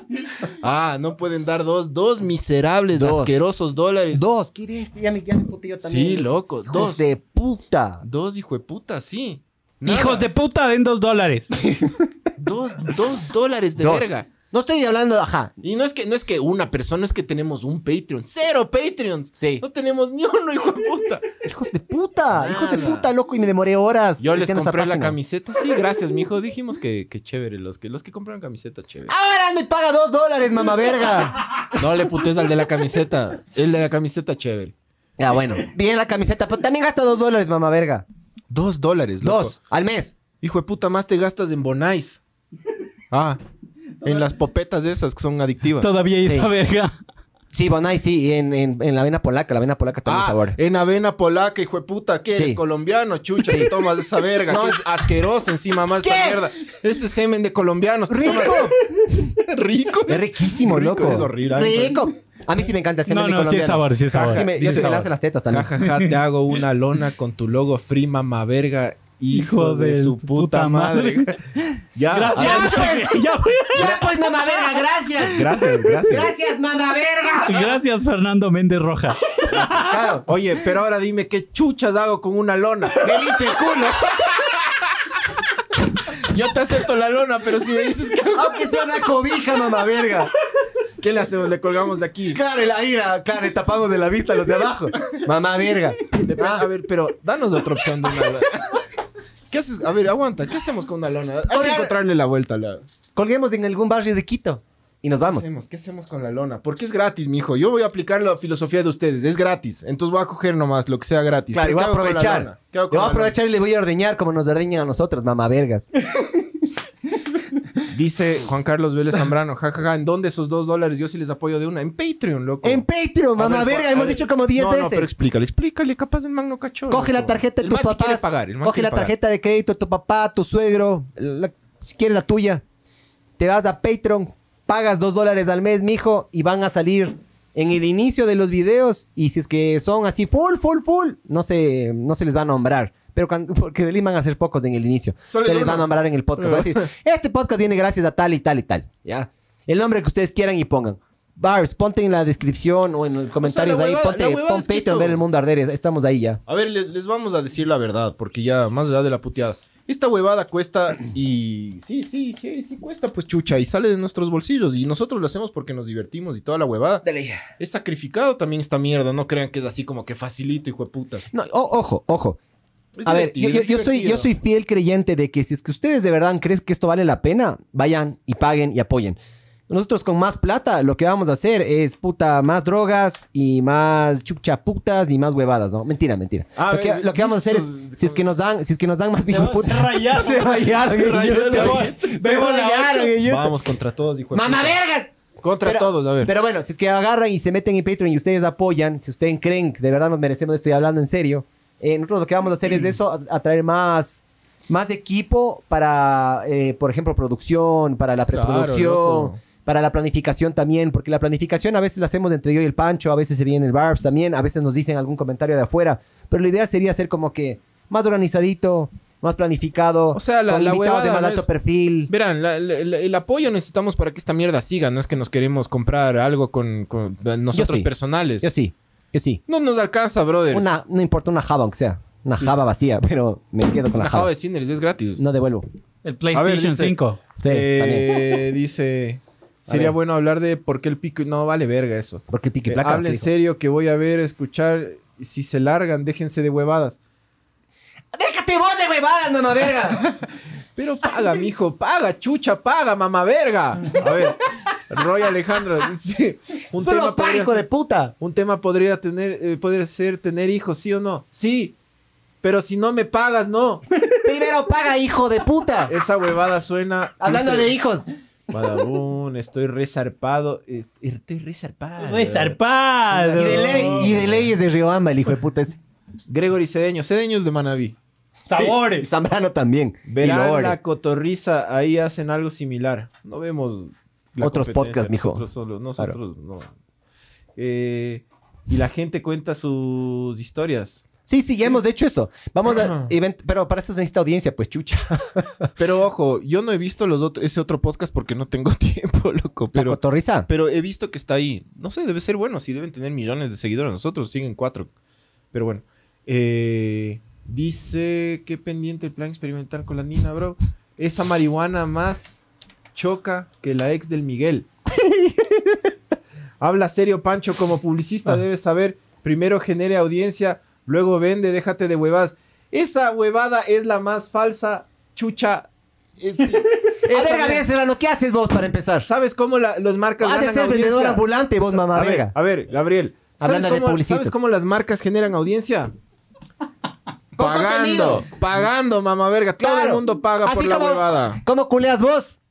[SPEAKER 5] Ah, no pueden dar dos, dos miserables,
[SPEAKER 2] Dos.
[SPEAKER 5] asquerosos dólares.
[SPEAKER 2] Dos, ¿qué eres? Ya me, ya me puté yo también.
[SPEAKER 5] Sí, loco,
[SPEAKER 2] Hijos
[SPEAKER 5] dos.
[SPEAKER 2] de puta.
[SPEAKER 5] Dos, hijo de puta, sí. Nada.
[SPEAKER 3] Hijos de puta, den dos dólares.
[SPEAKER 5] Dos, dos dólares de
[SPEAKER 2] Dos.
[SPEAKER 5] verga.
[SPEAKER 2] No estoy hablando, ajá.
[SPEAKER 5] Y no es que no es que una persona, es que tenemos un Patreon. ¡Cero Patreons! Sí. No tenemos ni uno, hijo de puta.
[SPEAKER 2] Hijos de puta, hijos de
[SPEAKER 5] Nada.
[SPEAKER 2] puta, loco, y me demoré horas.
[SPEAKER 5] Yo les
[SPEAKER 2] metiendo esa
[SPEAKER 5] compré la
[SPEAKER 2] página.
[SPEAKER 5] camiseta. Sí, gracias, mijo. Dijimos que, que chévere. Los que, los que compraron camiseta, chévere.
[SPEAKER 2] Ahora me paga dos dólares, mamá verga.
[SPEAKER 5] No le putes al de la camiseta. El de la camiseta, chévere. Ah,
[SPEAKER 2] Ya, bueno. Bien la camiseta, pero también gasta dos dólares, mamá verga.
[SPEAKER 5] Dos dólares, Pues, loco.
[SPEAKER 2] Dos, al mes.
[SPEAKER 5] Hijo de puta, más te gastas en Bonais. Ah, en las popetas esas que son adictivas.
[SPEAKER 3] Todavía hizo
[SPEAKER 2] Sí.
[SPEAKER 3] verga.
[SPEAKER 2] Sí, Bonai, sí, y en, en, en la avena polaca, la avena polaca también
[SPEAKER 5] Ah,
[SPEAKER 2] sabor.
[SPEAKER 5] en avena polaca, hijo de puta, ¿qué eres?
[SPEAKER 2] Sí.
[SPEAKER 5] Colombiano, chucha, te tomas esa verga.
[SPEAKER 2] No,
[SPEAKER 5] que es asqueroso encima más
[SPEAKER 2] ¿Qué?
[SPEAKER 5] esa mierda. Ese semen de colombianos. te
[SPEAKER 2] ¡Rico!
[SPEAKER 5] tomas- ¡Rico!
[SPEAKER 2] Es riquísimo,
[SPEAKER 5] Rico,
[SPEAKER 2] loco.
[SPEAKER 5] es horrible.
[SPEAKER 2] Rico. A mí sí me encanta el semen
[SPEAKER 3] No, no, sí es
[SPEAKER 2] colombiano.
[SPEAKER 3] sabor, sí es sabor.
[SPEAKER 2] Sí, me, yo
[SPEAKER 5] Dice
[SPEAKER 2] se me
[SPEAKER 5] sabor.
[SPEAKER 2] lanzan las tetas también.
[SPEAKER 1] Jajaja, te hago una lona con tu logo Free Mama Verga, hijo,
[SPEAKER 3] Hijo
[SPEAKER 1] de,
[SPEAKER 3] de
[SPEAKER 1] su puta,
[SPEAKER 3] puta
[SPEAKER 1] madre. ya,
[SPEAKER 3] Gracias. Ya, güey.
[SPEAKER 2] Ya pues, mamá verga, gracias.
[SPEAKER 1] gracias, gracias.
[SPEAKER 2] Gracias, mamá verga.
[SPEAKER 3] Gracias, Fernando Méndez Roja.
[SPEAKER 1] Claro. Oye, pero ahora dime qué chuchas hago con una lona.
[SPEAKER 5] ¡Me limpia el culo! Yo te acepto la lona, pero si me dices que...
[SPEAKER 2] Aunque sea una cobija, mamá verga.
[SPEAKER 5] ¿Qué le hacemos? Le colgamos de aquí.
[SPEAKER 2] Claro, el- ahí, la- claro, le tapamos de la vista a los de abajo. Mamá verga.
[SPEAKER 5] Dep- A ver, pero danos otra opción de una lona. ¿Qué haces? A ver, aguanta. ¿Qué hacemos con una lona? Hay que
[SPEAKER 2] Colgar-
[SPEAKER 5] encontrarle la vuelta a la...
[SPEAKER 2] Colguemos en algún barrio de Quito. Y nos vamos.
[SPEAKER 5] ¿Qué hacemos? ¿Qué hacemos con la lona? Porque es gratis, mijo. Yo voy a aplicar la filosofía de ustedes. Es gratis. Entonces voy a coger nomás lo que sea gratis.
[SPEAKER 2] Claro, y voy a
[SPEAKER 5] Pero ¿qué hago con la
[SPEAKER 2] aprovechar.
[SPEAKER 5] lona? ¿Qué
[SPEAKER 2] Yo
[SPEAKER 5] hago
[SPEAKER 2] voy
[SPEAKER 5] con
[SPEAKER 2] a
[SPEAKER 5] la lona?
[SPEAKER 2] aprovechar y le voy a ordeñar como nos ordeñan a nosotros, mamá vergas.
[SPEAKER 5] Dice Juan Carlos Vélez Zambrano. Jajaja, ¿en dónde esos dos dólares? Yo sí les apoyo de una. En Patreon, loco.
[SPEAKER 2] En Patreon,
[SPEAKER 5] A ver,
[SPEAKER 2] mamá
[SPEAKER 5] Juan,
[SPEAKER 2] verga,
[SPEAKER 5] a
[SPEAKER 2] hemos
[SPEAKER 5] ver.
[SPEAKER 2] dicho como 10
[SPEAKER 5] no,
[SPEAKER 2] veces.
[SPEAKER 5] No, pero explícale, explícale. Capaz el man no cachó.
[SPEAKER 2] Coge
[SPEAKER 5] loco.
[SPEAKER 2] la tarjeta de
[SPEAKER 5] El
[SPEAKER 2] tus
[SPEAKER 5] man sí quiere
[SPEAKER 2] papás.
[SPEAKER 5] pagar. el man
[SPEAKER 2] coge
[SPEAKER 5] quiere
[SPEAKER 2] la
[SPEAKER 5] pagar.
[SPEAKER 2] tarjeta de crédito de tu papá, tu suegro, la- si quieres la tuya. Te vas a Patreon, pagas dos dólares al mes, mijo, y van a salir en el inicio de los videos. Y si es que son así full, full, full, no se, no se les va a nombrar. Pero cuando- porque de ley van a ser pocos en el inicio.
[SPEAKER 5] Solo
[SPEAKER 2] se
[SPEAKER 5] el
[SPEAKER 2] les va a
[SPEAKER 5] uno.
[SPEAKER 2] nombrar en el podcast. Va a decir, este podcast viene gracias a tal y tal y tal. Ya. El nombre que ustedes quieran y pongan. Bars, ponte en la descripción o en los comentarios ahí.
[SPEAKER 5] huevada-
[SPEAKER 2] Ponte,
[SPEAKER 5] la huevada
[SPEAKER 2] pon
[SPEAKER 5] es que
[SPEAKER 2] Patreon,
[SPEAKER 5] esto-
[SPEAKER 2] ver el mundo arder. Estamos ahí ya.
[SPEAKER 5] A ver, les, les vamos a decir la verdad, porque ya, más allá de la puteada. Esta huevada cuesta y. Sí, sí, sí, sí cuesta, pues chucha, y sale de nuestros bolsillos. Y nosotros lo hacemos porque nos divertimos y toda la huevada. Es sacrificado también esta mierda, no crean que es así como que facilito, hijo de putas.
[SPEAKER 2] No, o- ojo, ojo.
[SPEAKER 5] Es
[SPEAKER 2] A ver, yo,
[SPEAKER 5] divertido,
[SPEAKER 2] yo-
[SPEAKER 5] es
[SPEAKER 2] yo soy, yo
[SPEAKER 5] divertido.
[SPEAKER 2] soy fiel creyente de que si es que ustedes de verdad creen que esto vale la pena, vayan y paguen y apoyen. Nosotros con más plata lo que vamos a hacer es puta más drogas y más chuchaputas y más huevadas, ¿no? Mentira, mentira.
[SPEAKER 5] A
[SPEAKER 2] lo, que,
[SPEAKER 5] ver,
[SPEAKER 2] lo que vamos a hacer es,
[SPEAKER 5] listo.
[SPEAKER 2] si es que nos dan, si es que nos dan más
[SPEAKER 3] Se
[SPEAKER 2] hijo puta.
[SPEAKER 3] rayaron.
[SPEAKER 2] Se rayaron,
[SPEAKER 3] Se rayaron.
[SPEAKER 2] idiota. Se
[SPEAKER 3] Vemos la
[SPEAKER 2] rayaron,
[SPEAKER 3] otra.
[SPEAKER 2] idiota.
[SPEAKER 5] Vamos contra todos, hijo de
[SPEAKER 2] ¡Mamá
[SPEAKER 5] puta.
[SPEAKER 2] verga!
[SPEAKER 5] Contra
[SPEAKER 2] Pero-
[SPEAKER 5] todos, a ver.
[SPEAKER 2] Pero bueno, si es que agarran y se meten en Patreon y ustedes apoyan, si ustedes creen que de verdad nos merecemos, estoy hablando en serio, eh, nosotros lo que vamos a hacer es de eso, a- atraer más, más equipo para, eh, por ejemplo, producción, para la
[SPEAKER 5] Claro,
[SPEAKER 2] preproducción.
[SPEAKER 5] loco.
[SPEAKER 2] para la planificación también, porque la planificación a veces la hacemos entre yo y el Pancho, a veces se viene el Barbs también, a veces nos dicen algún comentario de afuera, pero la idea sería hacer como que más organizadito, más planificado,
[SPEAKER 5] O sea, la-
[SPEAKER 2] con
[SPEAKER 5] la
[SPEAKER 2] invitados de
[SPEAKER 5] huevada
[SPEAKER 2] más
[SPEAKER 5] no
[SPEAKER 2] alto
[SPEAKER 5] es-
[SPEAKER 2] perfil.
[SPEAKER 5] Verán, la- la- la- el apoyo necesitamos para que esta mierda siga. No es que nos queremos comprar algo con,
[SPEAKER 1] eh,
[SPEAKER 5] con nosotros
[SPEAKER 2] sí.
[SPEAKER 5] personales.
[SPEAKER 2] Yo sí, yo sí.
[SPEAKER 5] No nos alcanza, brother.
[SPEAKER 2] Una, no importa una java, aunque sea. Una java vacía, pero me quedo con la,
[SPEAKER 5] La
[SPEAKER 2] java.
[SPEAKER 5] Java de Sinners es gratis.
[SPEAKER 2] No devuelvo.
[SPEAKER 3] El
[SPEAKER 5] A ver,
[SPEAKER 3] PlayStation
[SPEAKER 5] dice-
[SPEAKER 3] 5.
[SPEAKER 2] Sí, también.
[SPEAKER 1] Eh, dice, sería
[SPEAKER 2] ver.
[SPEAKER 1] bueno hablar de por qué el pico... No, vale verga eso.
[SPEAKER 2] Porque pique
[SPEAKER 1] Eh,
[SPEAKER 2] placa.
[SPEAKER 1] habla
[SPEAKER 2] te
[SPEAKER 1] en
[SPEAKER 2] dijo.
[SPEAKER 1] serio que voy a ver, escuchar... Si se largan, déjense de huevadas.
[SPEAKER 2] ¡Déjate vos de huevadas, mamá verga!
[SPEAKER 1] Pero paga, mijo, paga, chucha, paga, mamá verga. A ver, Roy Alejandro dice... Un
[SPEAKER 2] Solo
[SPEAKER 1] tema
[SPEAKER 2] paga,
[SPEAKER 1] podría
[SPEAKER 2] hijo de
[SPEAKER 1] ser-
[SPEAKER 2] puta.
[SPEAKER 1] Un tema podría tener, eh, podría ser tener hijos, ¿sí o no? Sí.
[SPEAKER 5] Pero si no me pagas, no.
[SPEAKER 2] Primero paga, hijo de puta.
[SPEAKER 5] Esa huevada suena.
[SPEAKER 2] Hablando
[SPEAKER 5] Eh, Dice,
[SPEAKER 2] de hijos.
[SPEAKER 5] Badabun, estoy resarpado. Estoy resarpado.
[SPEAKER 2] Y
[SPEAKER 3] zarpado!
[SPEAKER 2] de, ley- y de leyes de Riobamba, el hijo de puta ese.
[SPEAKER 5] Gregory Cedeño. Cedeño es de Manaví.
[SPEAKER 2] Sabores. Zambrano también.
[SPEAKER 5] Verán
[SPEAKER 2] Y Lore.
[SPEAKER 5] la cotorriza. Ahí hacen algo similar. No vemos. la
[SPEAKER 2] Otros
[SPEAKER 5] competencia,
[SPEAKER 2] podcasts, mijo.
[SPEAKER 5] Nosotros, solo- nosotros no. Eh, y la gente cuenta sus historias.
[SPEAKER 2] Sí, sí, ya hemos hecho eso. Vamos a. event- pero para eso se necesita audiencia, pues chucha.
[SPEAKER 5] Pero ojo, yo no he visto los otro- ese otro podcast porque no tengo tiempo, loco.
[SPEAKER 2] La
[SPEAKER 5] Pero,
[SPEAKER 2] cotorriza.
[SPEAKER 5] pero he visto que está ahí. No sé, debe ser bueno. Si deben tener millones de seguidores. Nosotros siguen cuatro. Pero bueno. Eh, dice, qué pendiente el plan experimental con la Nina, bro. Esa marihuana más choca que la ex del Miguel. Habla serio, Pancho. Como publicista
[SPEAKER 2] Ah.
[SPEAKER 5] debes saber. Primero genere audiencia, luego vende, déjate de huevadas. Esa huevada es la más falsa, chucha. Eh, sí.
[SPEAKER 2] A
[SPEAKER 5] Esa
[SPEAKER 2] ver, Gabriel Ah,
[SPEAKER 5] mierda-
[SPEAKER 2] Serrano, ¿qué haces vos para empezar?
[SPEAKER 5] ¿Sabes cómo la- los marcas
[SPEAKER 2] Has de
[SPEAKER 5] ganan
[SPEAKER 2] ser
[SPEAKER 5] audiencia?
[SPEAKER 2] vendedor ambulante, vos, mamá
[SPEAKER 5] a ver,
[SPEAKER 2] verga.
[SPEAKER 5] a ver, Gabriel. ¿sabes
[SPEAKER 2] Hablando de
[SPEAKER 5] cómo-
[SPEAKER 2] publicistas.
[SPEAKER 5] ¿Sabes cómo las marcas generan audiencia? Pagando,
[SPEAKER 2] contenido.
[SPEAKER 5] pagando, mamá verga. Todo el
[SPEAKER 2] Claro.
[SPEAKER 5] mundo paga por
[SPEAKER 2] Así
[SPEAKER 5] la
[SPEAKER 2] como-
[SPEAKER 5] huevada.
[SPEAKER 2] ¿Cómo culeas vos?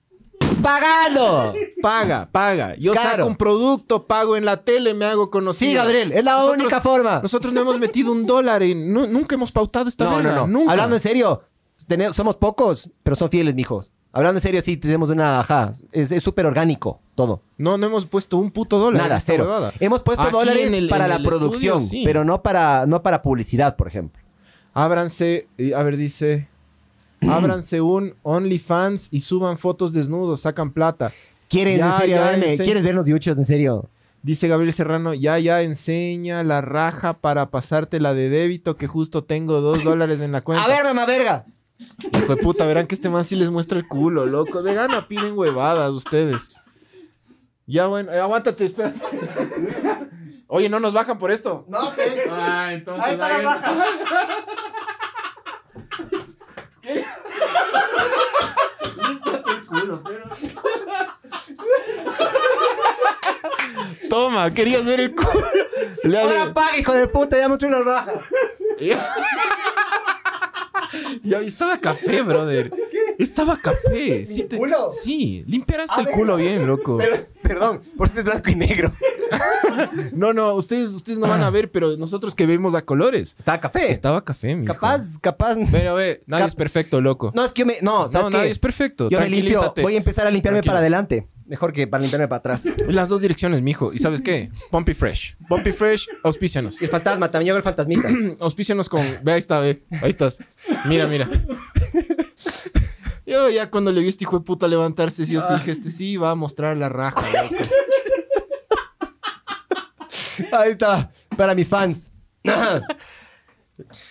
[SPEAKER 2] ¡Pagando!
[SPEAKER 5] Paga, paga. Yo
[SPEAKER 2] Claro.
[SPEAKER 5] saco un producto, pago en la tele, me hago conocido.
[SPEAKER 2] Sí, Gabriel, es la
[SPEAKER 5] Nosotros-
[SPEAKER 2] única forma.
[SPEAKER 5] Nosotros no hemos metido un dólar en. nu- nunca hemos pautado esta
[SPEAKER 2] No,
[SPEAKER 5] verga.
[SPEAKER 2] no, no.
[SPEAKER 5] Nunca.
[SPEAKER 2] Hablando en serio, tene- somos pocos, pero son fieles, mijos. Hablando en serio, sí, tenemos una. Ajá, es es súper orgánico todo.
[SPEAKER 5] No, no hemos puesto un puto dólar. en
[SPEAKER 2] Nada,
[SPEAKER 5] esta
[SPEAKER 2] cero. Em-
[SPEAKER 5] huevada.
[SPEAKER 2] Hemos puesto
[SPEAKER 5] Aquí
[SPEAKER 2] dólares
[SPEAKER 5] en el-
[SPEAKER 2] para
[SPEAKER 5] en
[SPEAKER 2] la
[SPEAKER 5] el estudio,
[SPEAKER 2] producción,
[SPEAKER 5] sí.
[SPEAKER 2] pero no para, no para publicidad, por ejemplo.
[SPEAKER 5] Ábranse, eh, a ver, dice. Ábranse un OnlyFans y suban fotos desnudos, sacan plata.
[SPEAKER 2] ¿Quieres,
[SPEAKER 5] Ya,
[SPEAKER 2] en serio,
[SPEAKER 5] ya,
[SPEAKER 2] verme?
[SPEAKER 5] ense-
[SPEAKER 2] ¿Quieres vernos yuchos, en serio?
[SPEAKER 5] Dice Gabriel Serrano, ya, ya, enseña la raja para pasarte la de débito que justo tengo dos dólares en la cuenta.
[SPEAKER 2] A ver, mamá verga.
[SPEAKER 5] Hijo de puta, verán que este man sí les muestra el culo, loco. De gana piden huevadas ustedes. Ya, bueno, eh, aguántate, espérate. Oye, no nos bajan por esto.
[SPEAKER 2] No,
[SPEAKER 5] Ah, entonces. ahí- Toma, querías ver el culo. Le hago-
[SPEAKER 2] Ahora paga, hijo de puta, ya mostré la raja.
[SPEAKER 5] Ya vi, estaba café, brother. Estaba café. Sí, te-
[SPEAKER 2] culo?
[SPEAKER 5] sí, limpiaste
[SPEAKER 2] A
[SPEAKER 5] el
[SPEAKER 2] ver.
[SPEAKER 5] culo bien, loco.
[SPEAKER 2] Perdón, por eso es blanco y negro.
[SPEAKER 5] No, no, ustedes, ustedes no van a ver, pero nosotros que vemos a colores.
[SPEAKER 2] Está café.
[SPEAKER 5] Estaba café, mi.
[SPEAKER 2] Capaz, capaz.
[SPEAKER 5] Pero ve, nadie
[SPEAKER 2] Cap-
[SPEAKER 5] es perfecto, loco.
[SPEAKER 2] No, es que yo me. No, ¿sabes
[SPEAKER 5] No,
[SPEAKER 2] qué?
[SPEAKER 5] nadie es perfecto.
[SPEAKER 2] Yo me limpio.
[SPEAKER 5] Tranquilízate.
[SPEAKER 2] Voy a empezar a limpiarme
[SPEAKER 5] Tranquilo.
[SPEAKER 2] para adelante. Mejor que para limpiarme para atrás.
[SPEAKER 5] Las dos direcciones, mijo. ¿Y sabes qué? Pumpy Fresh. Pumpy Fresh, auspícianos.
[SPEAKER 2] Y el fantasma, también llevo el fantasmita.
[SPEAKER 5] Auspícianos con. Ve, ahí está, ve. Ahí estás. Mira, mira. Yo ya cuando le vi a este hijo de puta levantarse, sí, yo sí dije, este sí va a mostrar la raja. loco.
[SPEAKER 2] Ahí está. Para mis fans.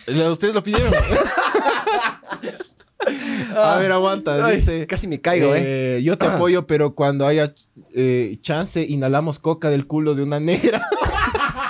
[SPEAKER 5] Lo- Ustedes lo pidieron. a ver, aguanta.
[SPEAKER 2] Ay,
[SPEAKER 5] Dice.
[SPEAKER 2] casi me caigo,
[SPEAKER 5] eh, Yo te apoyo, pero cuando haya eh, chance, inhalamos coca del culo de una negra.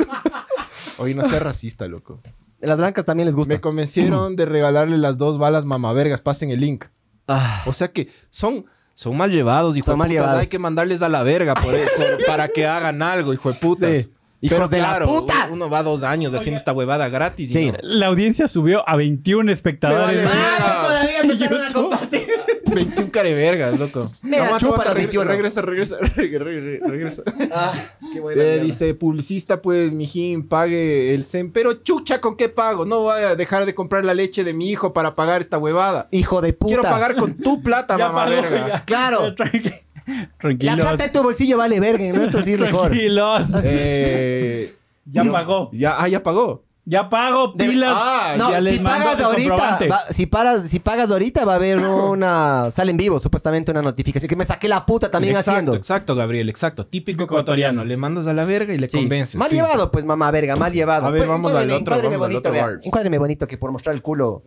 [SPEAKER 5] Oye, no seas racista, loco.
[SPEAKER 2] Las blancas también les gusta.
[SPEAKER 5] Me convencieron de regalarle las dos balas mamavergas. Pasen el link.
[SPEAKER 2] Ah.
[SPEAKER 5] O sea que son, son mal llevados, hijo
[SPEAKER 2] Son
[SPEAKER 5] de
[SPEAKER 2] mal
[SPEAKER 5] putas.
[SPEAKER 2] llevados.
[SPEAKER 5] Hay que mandarles a la verga por- por- para que hagan algo, hijo de putas.
[SPEAKER 2] Sí. Hijos de la puta.
[SPEAKER 5] un- Uno va dos años haciendo esta huevada gratis. y
[SPEAKER 2] Sí.
[SPEAKER 5] no.
[SPEAKER 3] La audiencia subió a 21 espectadores.
[SPEAKER 5] Me vale verga.
[SPEAKER 2] Ah, no, todavía empezaron a compartir.
[SPEAKER 5] 21 carevergas, loco.
[SPEAKER 2] Me la
[SPEAKER 5] aguanta,
[SPEAKER 2] chupa
[SPEAKER 5] aguanta,
[SPEAKER 2] la
[SPEAKER 5] reg-
[SPEAKER 2] 21.
[SPEAKER 5] Regresa, regresa, reg- reg- regresa.
[SPEAKER 2] Ah, qué buena.
[SPEAKER 5] Eh,
[SPEAKER 2] mierda.
[SPEAKER 5] dice, publicista, pues, mijín, pague el CEN. Pero chucha, ¿con qué pago? No voy a dejar de comprar la leche de mi hijo para pagar esta huevada.
[SPEAKER 2] Hijo de puta.
[SPEAKER 5] Quiero pagar con tu plata,
[SPEAKER 3] Ya
[SPEAKER 5] mamá
[SPEAKER 3] paró,
[SPEAKER 5] verga.
[SPEAKER 3] ya.
[SPEAKER 2] Claro.
[SPEAKER 3] Tranqui-
[SPEAKER 2] La
[SPEAKER 3] Tranquilos.
[SPEAKER 2] plata de tu bolsillo vale verga. En nuestro sí es mejor.
[SPEAKER 3] Tranquilos.
[SPEAKER 5] Eh,
[SPEAKER 3] Ya
[SPEAKER 5] yo-
[SPEAKER 3] pagó.
[SPEAKER 5] Ya, ah, ya pagó.
[SPEAKER 3] Ya pago
[SPEAKER 2] De-
[SPEAKER 3] pilas.
[SPEAKER 5] Ah,
[SPEAKER 2] No,
[SPEAKER 3] ya les
[SPEAKER 2] si
[SPEAKER 3] mando
[SPEAKER 2] pagas
[SPEAKER 3] el
[SPEAKER 2] ahorita,
[SPEAKER 3] comprobante.
[SPEAKER 2] va- si, paras, si pagas ahorita va a haber una... Salen vivo, supuestamente una notificación. Que me saqué la puta también
[SPEAKER 5] exacto,
[SPEAKER 2] haciendo.
[SPEAKER 5] Exacto, Gabriel, exacto. Típico
[SPEAKER 3] ecuatoriano.
[SPEAKER 5] ecuatoriano. Le mandas a la verga y le
[SPEAKER 2] Sí.
[SPEAKER 5] convences.
[SPEAKER 2] Mal
[SPEAKER 5] sí.
[SPEAKER 2] llevado, pues, mamá verga, mal llevado.
[SPEAKER 5] A ver,
[SPEAKER 2] Pues,
[SPEAKER 5] vamos al
[SPEAKER 2] encuádrame,
[SPEAKER 5] otro,
[SPEAKER 2] encuádrame
[SPEAKER 5] vamos al
[SPEAKER 2] bonito,
[SPEAKER 5] otro
[SPEAKER 2] vea.
[SPEAKER 5] barbs.
[SPEAKER 2] Encuádrame bonito, que por mostrar el culo.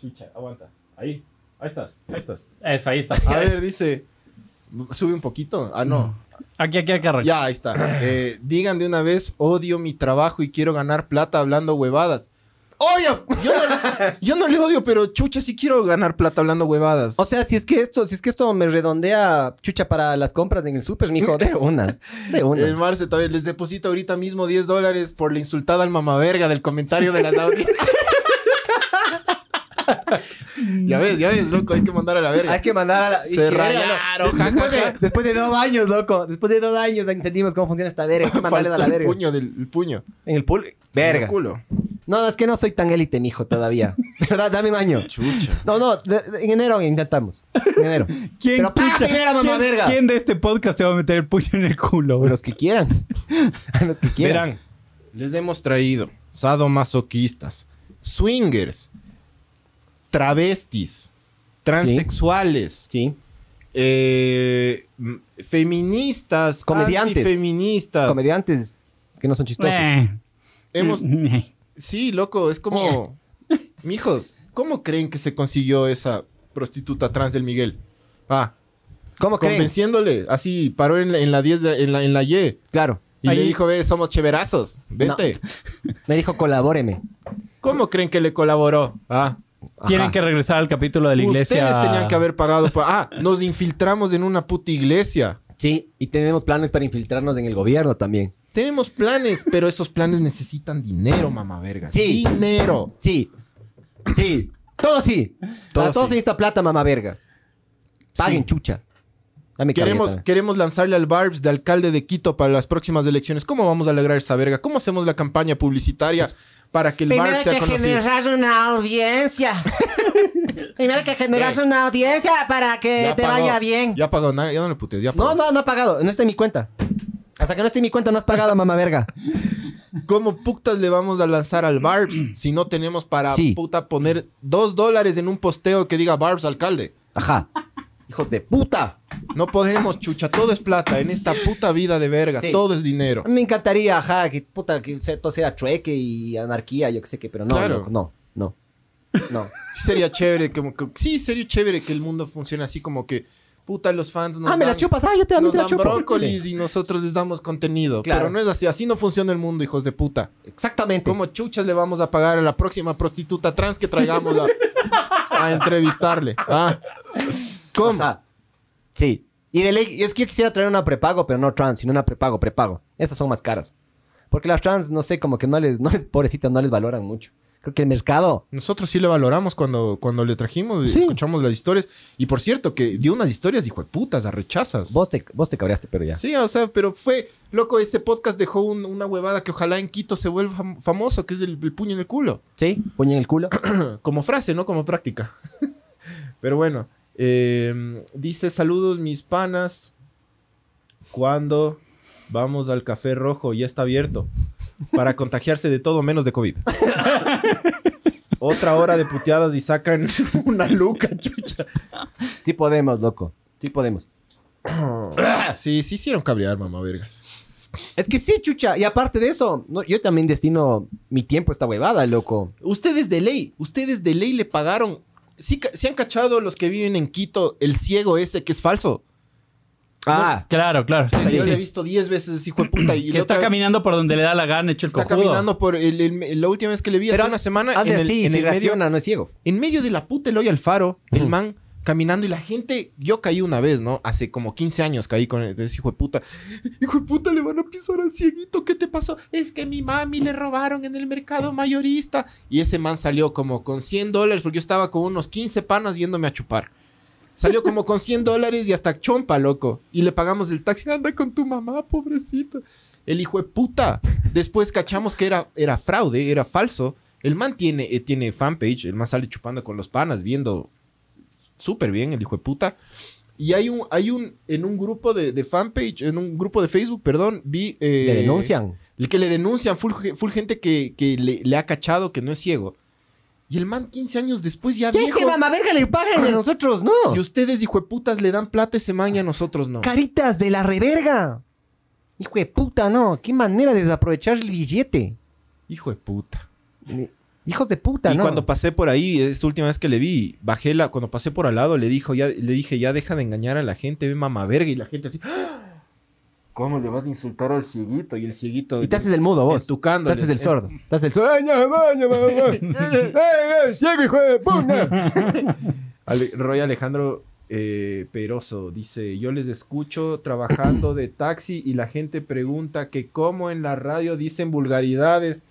[SPEAKER 5] Chucha, aguanta. Ahí. Ahí estás. Ahí estás.
[SPEAKER 3] Eso, ahí está.
[SPEAKER 5] A ver, dice. Sube un poquito. Ah, no.
[SPEAKER 3] Aquí, aquí, aquí arranca.
[SPEAKER 5] Ya, ahí está. Eh, digan de una vez, odio mi trabajo y quiero ganar plata hablando huevadas.
[SPEAKER 2] Obvio.
[SPEAKER 5] Yo no, yo no le odio, pero chucha, sí quiero ganar plata hablando huevadas.
[SPEAKER 2] O sea, si es que esto, si es que esto me redondea chucha para las compras en el súper, mijo, de una. De una.
[SPEAKER 5] El Marce también les deposita ahorita mismo 10 dólares por la insultada al mamaverga del comentario de las audiencias. ya ves, ya ves, loco, hay que mandar a la verga.
[SPEAKER 2] Hay que mandar a la. y
[SPEAKER 5] Se
[SPEAKER 2] que-
[SPEAKER 5] rayaron,
[SPEAKER 2] Des- Después,
[SPEAKER 5] ja, ja,
[SPEAKER 2] de, después de dos años, loco. Después de dos años entendimos cómo funciona esta verga. Hay que mandarle a
[SPEAKER 5] Faltó
[SPEAKER 2] la
[SPEAKER 5] el
[SPEAKER 2] verga.
[SPEAKER 5] puño del el puño.
[SPEAKER 2] En el pul.
[SPEAKER 5] En el
[SPEAKER 2] Verga.
[SPEAKER 5] culo.
[SPEAKER 2] No, es que no soy tan élite, mijo, todavía. De verdad, dame un año.
[SPEAKER 5] Chucha.
[SPEAKER 2] No, no, de- de- en enero intentamos. En enero.
[SPEAKER 3] ¿Quién,
[SPEAKER 2] Pero pa,
[SPEAKER 3] chucha,
[SPEAKER 2] primera, mamá
[SPEAKER 3] ¿quién,
[SPEAKER 2] verga.
[SPEAKER 3] quién de este podcast te va a meter el puño en el culo, bro?
[SPEAKER 2] Los que quieran. A los que quieran.
[SPEAKER 5] Verán, les hemos traído sadomasoquistas, swingers, travestis, transexuales,
[SPEAKER 2] Sí.
[SPEAKER 5] eh, m- feministas,
[SPEAKER 2] Comediantes.
[SPEAKER 5] feministas.
[SPEAKER 2] Comediantes que no son chistosos.
[SPEAKER 3] Eh,
[SPEAKER 5] Hemos,
[SPEAKER 3] eh,
[SPEAKER 5] sí, loco, es como, mijos, ¿cómo creen que se consiguió esa prostituta trans del Miguel? Ah,
[SPEAKER 2] ¿Cómo creen?
[SPEAKER 5] convenciéndole, así paró en la, en la 10 de- en la en la Y.
[SPEAKER 2] Claro.
[SPEAKER 5] Y le
[SPEAKER 3] Ahí-
[SPEAKER 5] dijo, ve, somos cheverazos, vete.
[SPEAKER 2] Me dijo, colabóreme.
[SPEAKER 5] ¿Cómo creen que le colaboró? Ah,
[SPEAKER 3] Tienen
[SPEAKER 2] Ajá.
[SPEAKER 3] que regresar al capítulo de la iglesia.
[SPEAKER 5] Ustedes tenían que haber pagado. pa- ah, nos infiltramos en una puta iglesia.
[SPEAKER 2] Sí, y tenemos planes para infiltrarnos en el gobierno también.
[SPEAKER 5] Tenemos planes, pero esos planes necesitan dinero, mamá verga.
[SPEAKER 2] Sí.
[SPEAKER 5] Dinero.
[SPEAKER 2] Sí. Sí. Todo sí.
[SPEAKER 5] Todo
[SPEAKER 2] Todo Para todos
[SPEAKER 5] sí.
[SPEAKER 2] se necesita plata, mamá vergas. Paguen,
[SPEAKER 5] Sí.
[SPEAKER 2] chucha. Ya me cabré
[SPEAKER 5] Queremos,
[SPEAKER 2] también.
[SPEAKER 5] queremos lanzarle al Barbs de alcalde de Quito para las próximas elecciones. ¿Cómo vamos a lograr esa verga? ¿Cómo hacemos la campaña publicitaria para que el
[SPEAKER 1] Primero
[SPEAKER 5] Barbs
[SPEAKER 1] hay que
[SPEAKER 5] sea conocido?
[SPEAKER 1] generar una audiencia. Primero hay que generar una audiencia para que
[SPEAKER 5] Ya
[SPEAKER 1] te
[SPEAKER 5] pagó.
[SPEAKER 1] vaya bien.
[SPEAKER 5] Ya pagó, na- ya no le putes, ya
[SPEAKER 2] No,
[SPEAKER 5] pagó.
[SPEAKER 2] no, no ha pagado. No está en mi cuenta. Hasta que no esté en mi cuenta, no has pagado, mamá verga.
[SPEAKER 5] ¿Cómo putas le vamos a lanzar al Barbs si no tenemos para
[SPEAKER 2] Sí.
[SPEAKER 5] puta poner dos dólares en un posteo que diga Barbs alcalde?
[SPEAKER 2] Ajá. Hijos de puta.
[SPEAKER 5] No podemos, chucha, todo es plata en esta puta vida de verga,
[SPEAKER 2] Sí.
[SPEAKER 5] todo es dinero.
[SPEAKER 2] Me encantaría, ajá, que puta, que se- todo sea trueque y anarquía, yo qué sé qué, pero no,
[SPEAKER 5] Claro.
[SPEAKER 2] loco, no, no, no.
[SPEAKER 5] Sí sería chévere, como que, sí, sería chévere que el mundo funcione así como que, puta, los fans nos
[SPEAKER 2] ah, me la
[SPEAKER 5] dan-
[SPEAKER 2] chupas, ah, yo te, a mí
[SPEAKER 5] nos
[SPEAKER 2] te la
[SPEAKER 5] dan
[SPEAKER 2] chupo.
[SPEAKER 5] brócolis
[SPEAKER 2] Sí,
[SPEAKER 5] y nosotros les damos contenido.
[SPEAKER 2] Claro.
[SPEAKER 5] Pero no es así, así no funciona el mundo, hijos de puta.
[SPEAKER 2] Exactamente.
[SPEAKER 5] ¿Cómo chuchas le vamos a pagar a la próxima prostituta trans que traigamos a, a entrevistarle? Ah. ¿Cómo?
[SPEAKER 2] Ajá. sí. Y de ley, y es que yo quisiera traer una prepago, pero no trans, sino una prepago, prepago. Esas son más caras. Porque las trans, no sé, como que no les, no les pobrecitas, no les valoran mucho. Creo que el mercado.
[SPEAKER 5] Nosotros sí le valoramos cuando, cuando le trajimos, y
[SPEAKER 2] Sí.
[SPEAKER 5] escuchamos las historias. Y por cierto, que dio unas historias, hijo de putas, a rechazas.
[SPEAKER 2] Vos te, vos te cabreaste, pero ya.
[SPEAKER 5] Sí, o sea, pero fue, loco, ese podcast dejó un- una huevada que ojalá en Quito se vuelva fam- famoso, que es el, el puño en el culo.
[SPEAKER 2] Sí, puño en el culo.
[SPEAKER 5] Como frase, no como práctica. pero bueno, eh, dice saludos mis panas, cuando vamos al café rojo, ya está abierto, para contagiarse de todo menos de COVID. Otra hora de puteadas y sacan una luca, chucha.
[SPEAKER 2] Sí podemos, loco. Sí podemos.
[SPEAKER 5] Sí, sí hicieron cabrear, mamá vergas.
[SPEAKER 2] Es que sí, chucha. Y aparte de eso, no, yo también destino mi tiempo a esta huevada, loco.
[SPEAKER 5] Ustedes de ley, ustedes de ley le pagaron. ¿Sí, ca- sí han cachado los que viven en Quito el ciego ese que es falso?
[SPEAKER 2] Ah,
[SPEAKER 3] Claro, claro. Sí,
[SPEAKER 5] O sea,
[SPEAKER 3] sí,
[SPEAKER 5] yo
[SPEAKER 3] sí.
[SPEAKER 5] le he visto 10 veces, hijo de puta. Y
[SPEAKER 3] Que
[SPEAKER 5] la
[SPEAKER 3] está
[SPEAKER 5] otra-
[SPEAKER 3] caminando por donde le da la gana, hecho el
[SPEAKER 5] está
[SPEAKER 3] cojudo.
[SPEAKER 5] caminando por el, el- la última vez que le vi hace
[SPEAKER 2] Pero
[SPEAKER 5] una semana
[SPEAKER 2] hace
[SPEAKER 5] en el,
[SPEAKER 2] así,
[SPEAKER 5] en
[SPEAKER 2] si
[SPEAKER 5] el medio,
[SPEAKER 2] reacciona, no es ciego.
[SPEAKER 5] en medio de la puta Eloy Alfaro, el man caminando y la gente, yo caí una vez, ¿no? Hace como 15 años caí con ese hijo de puta. Hijo de puta, le van a pisar al cieguito, ¿qué te pasó? Es que mi mami le robaron en el mercado mayorista. Y ese man salió como con 100 dólares, porque yo estaba con unos 15 panas yéndome a chupar. Salió como con 100 dólares y hasta chompa, loco. Y le pagamos el taxi. Anda con tu mamá, pobrecito. El hijo de puta. Después cachamos que era, era fraude, era falso. El man tiene, eh, tiene fanpage. El man sale chupando con los panas, viendo súper bien el hijo de puta. Y hay un, hay un, en un grupo de, de fanpage, en un grupo de Facebook, perdón, vi... eh,
[SPEAKER 2] Le denuncian.
[SPEAKER 5] el que le denuncian, full, ge- full gente que, que le, le ha cachado que no es ciego. Y el man 15 años después ya
[SPEAKER 2] ¿Qué
[SPEAKER 5] viejo...
[SPEAKER 2] ese mamá verga le pagan a nosotros? No.
[SPEAKER 5] Y ustedes, hijo de putas, le dan plata a ese man y a nosotros no.
[SPEAKER 2] Caritas de la reverga. Hijo de puta, no. Qué manera de desaprovechar el billete.
[SPEAKER 5] Hijo de puta.
[SPEAKER 2] Hijos de puta,
[SPEAKER 5] y
[SPEAKER 2] no.
[SPEAKER 5] cuando pasé por ahí, esta última vez que le vi, bajé la, cuando pasé por al lado, le dijo, ya, le dije, ya deja de engañar a la gente, ve mamá verga. Y la gente así. ¡ah!
[SPEAKER 1] ¿Cómo le vas a insultar al cieguito? Y el cieguito.
[SPEAKER 2] Y te haces el mudo vos.
[SPEAKER 1] Entucándole.
[SPEAKER 2] Te haces el
[SPEAKER 1] Eh,
[SPEAKER 2] sordo. Te haces el sordo. ¡Ay, ya, mamá, ya, mamá! ¡Eh, eh, ciego, hijo de puta!
[SPEAKER 5] Ale- Roy Alejandro eh, Peroso dice, yo les escucho trabajando de taxi y la gente pregunta que cómo en la radio dicen vulgaridades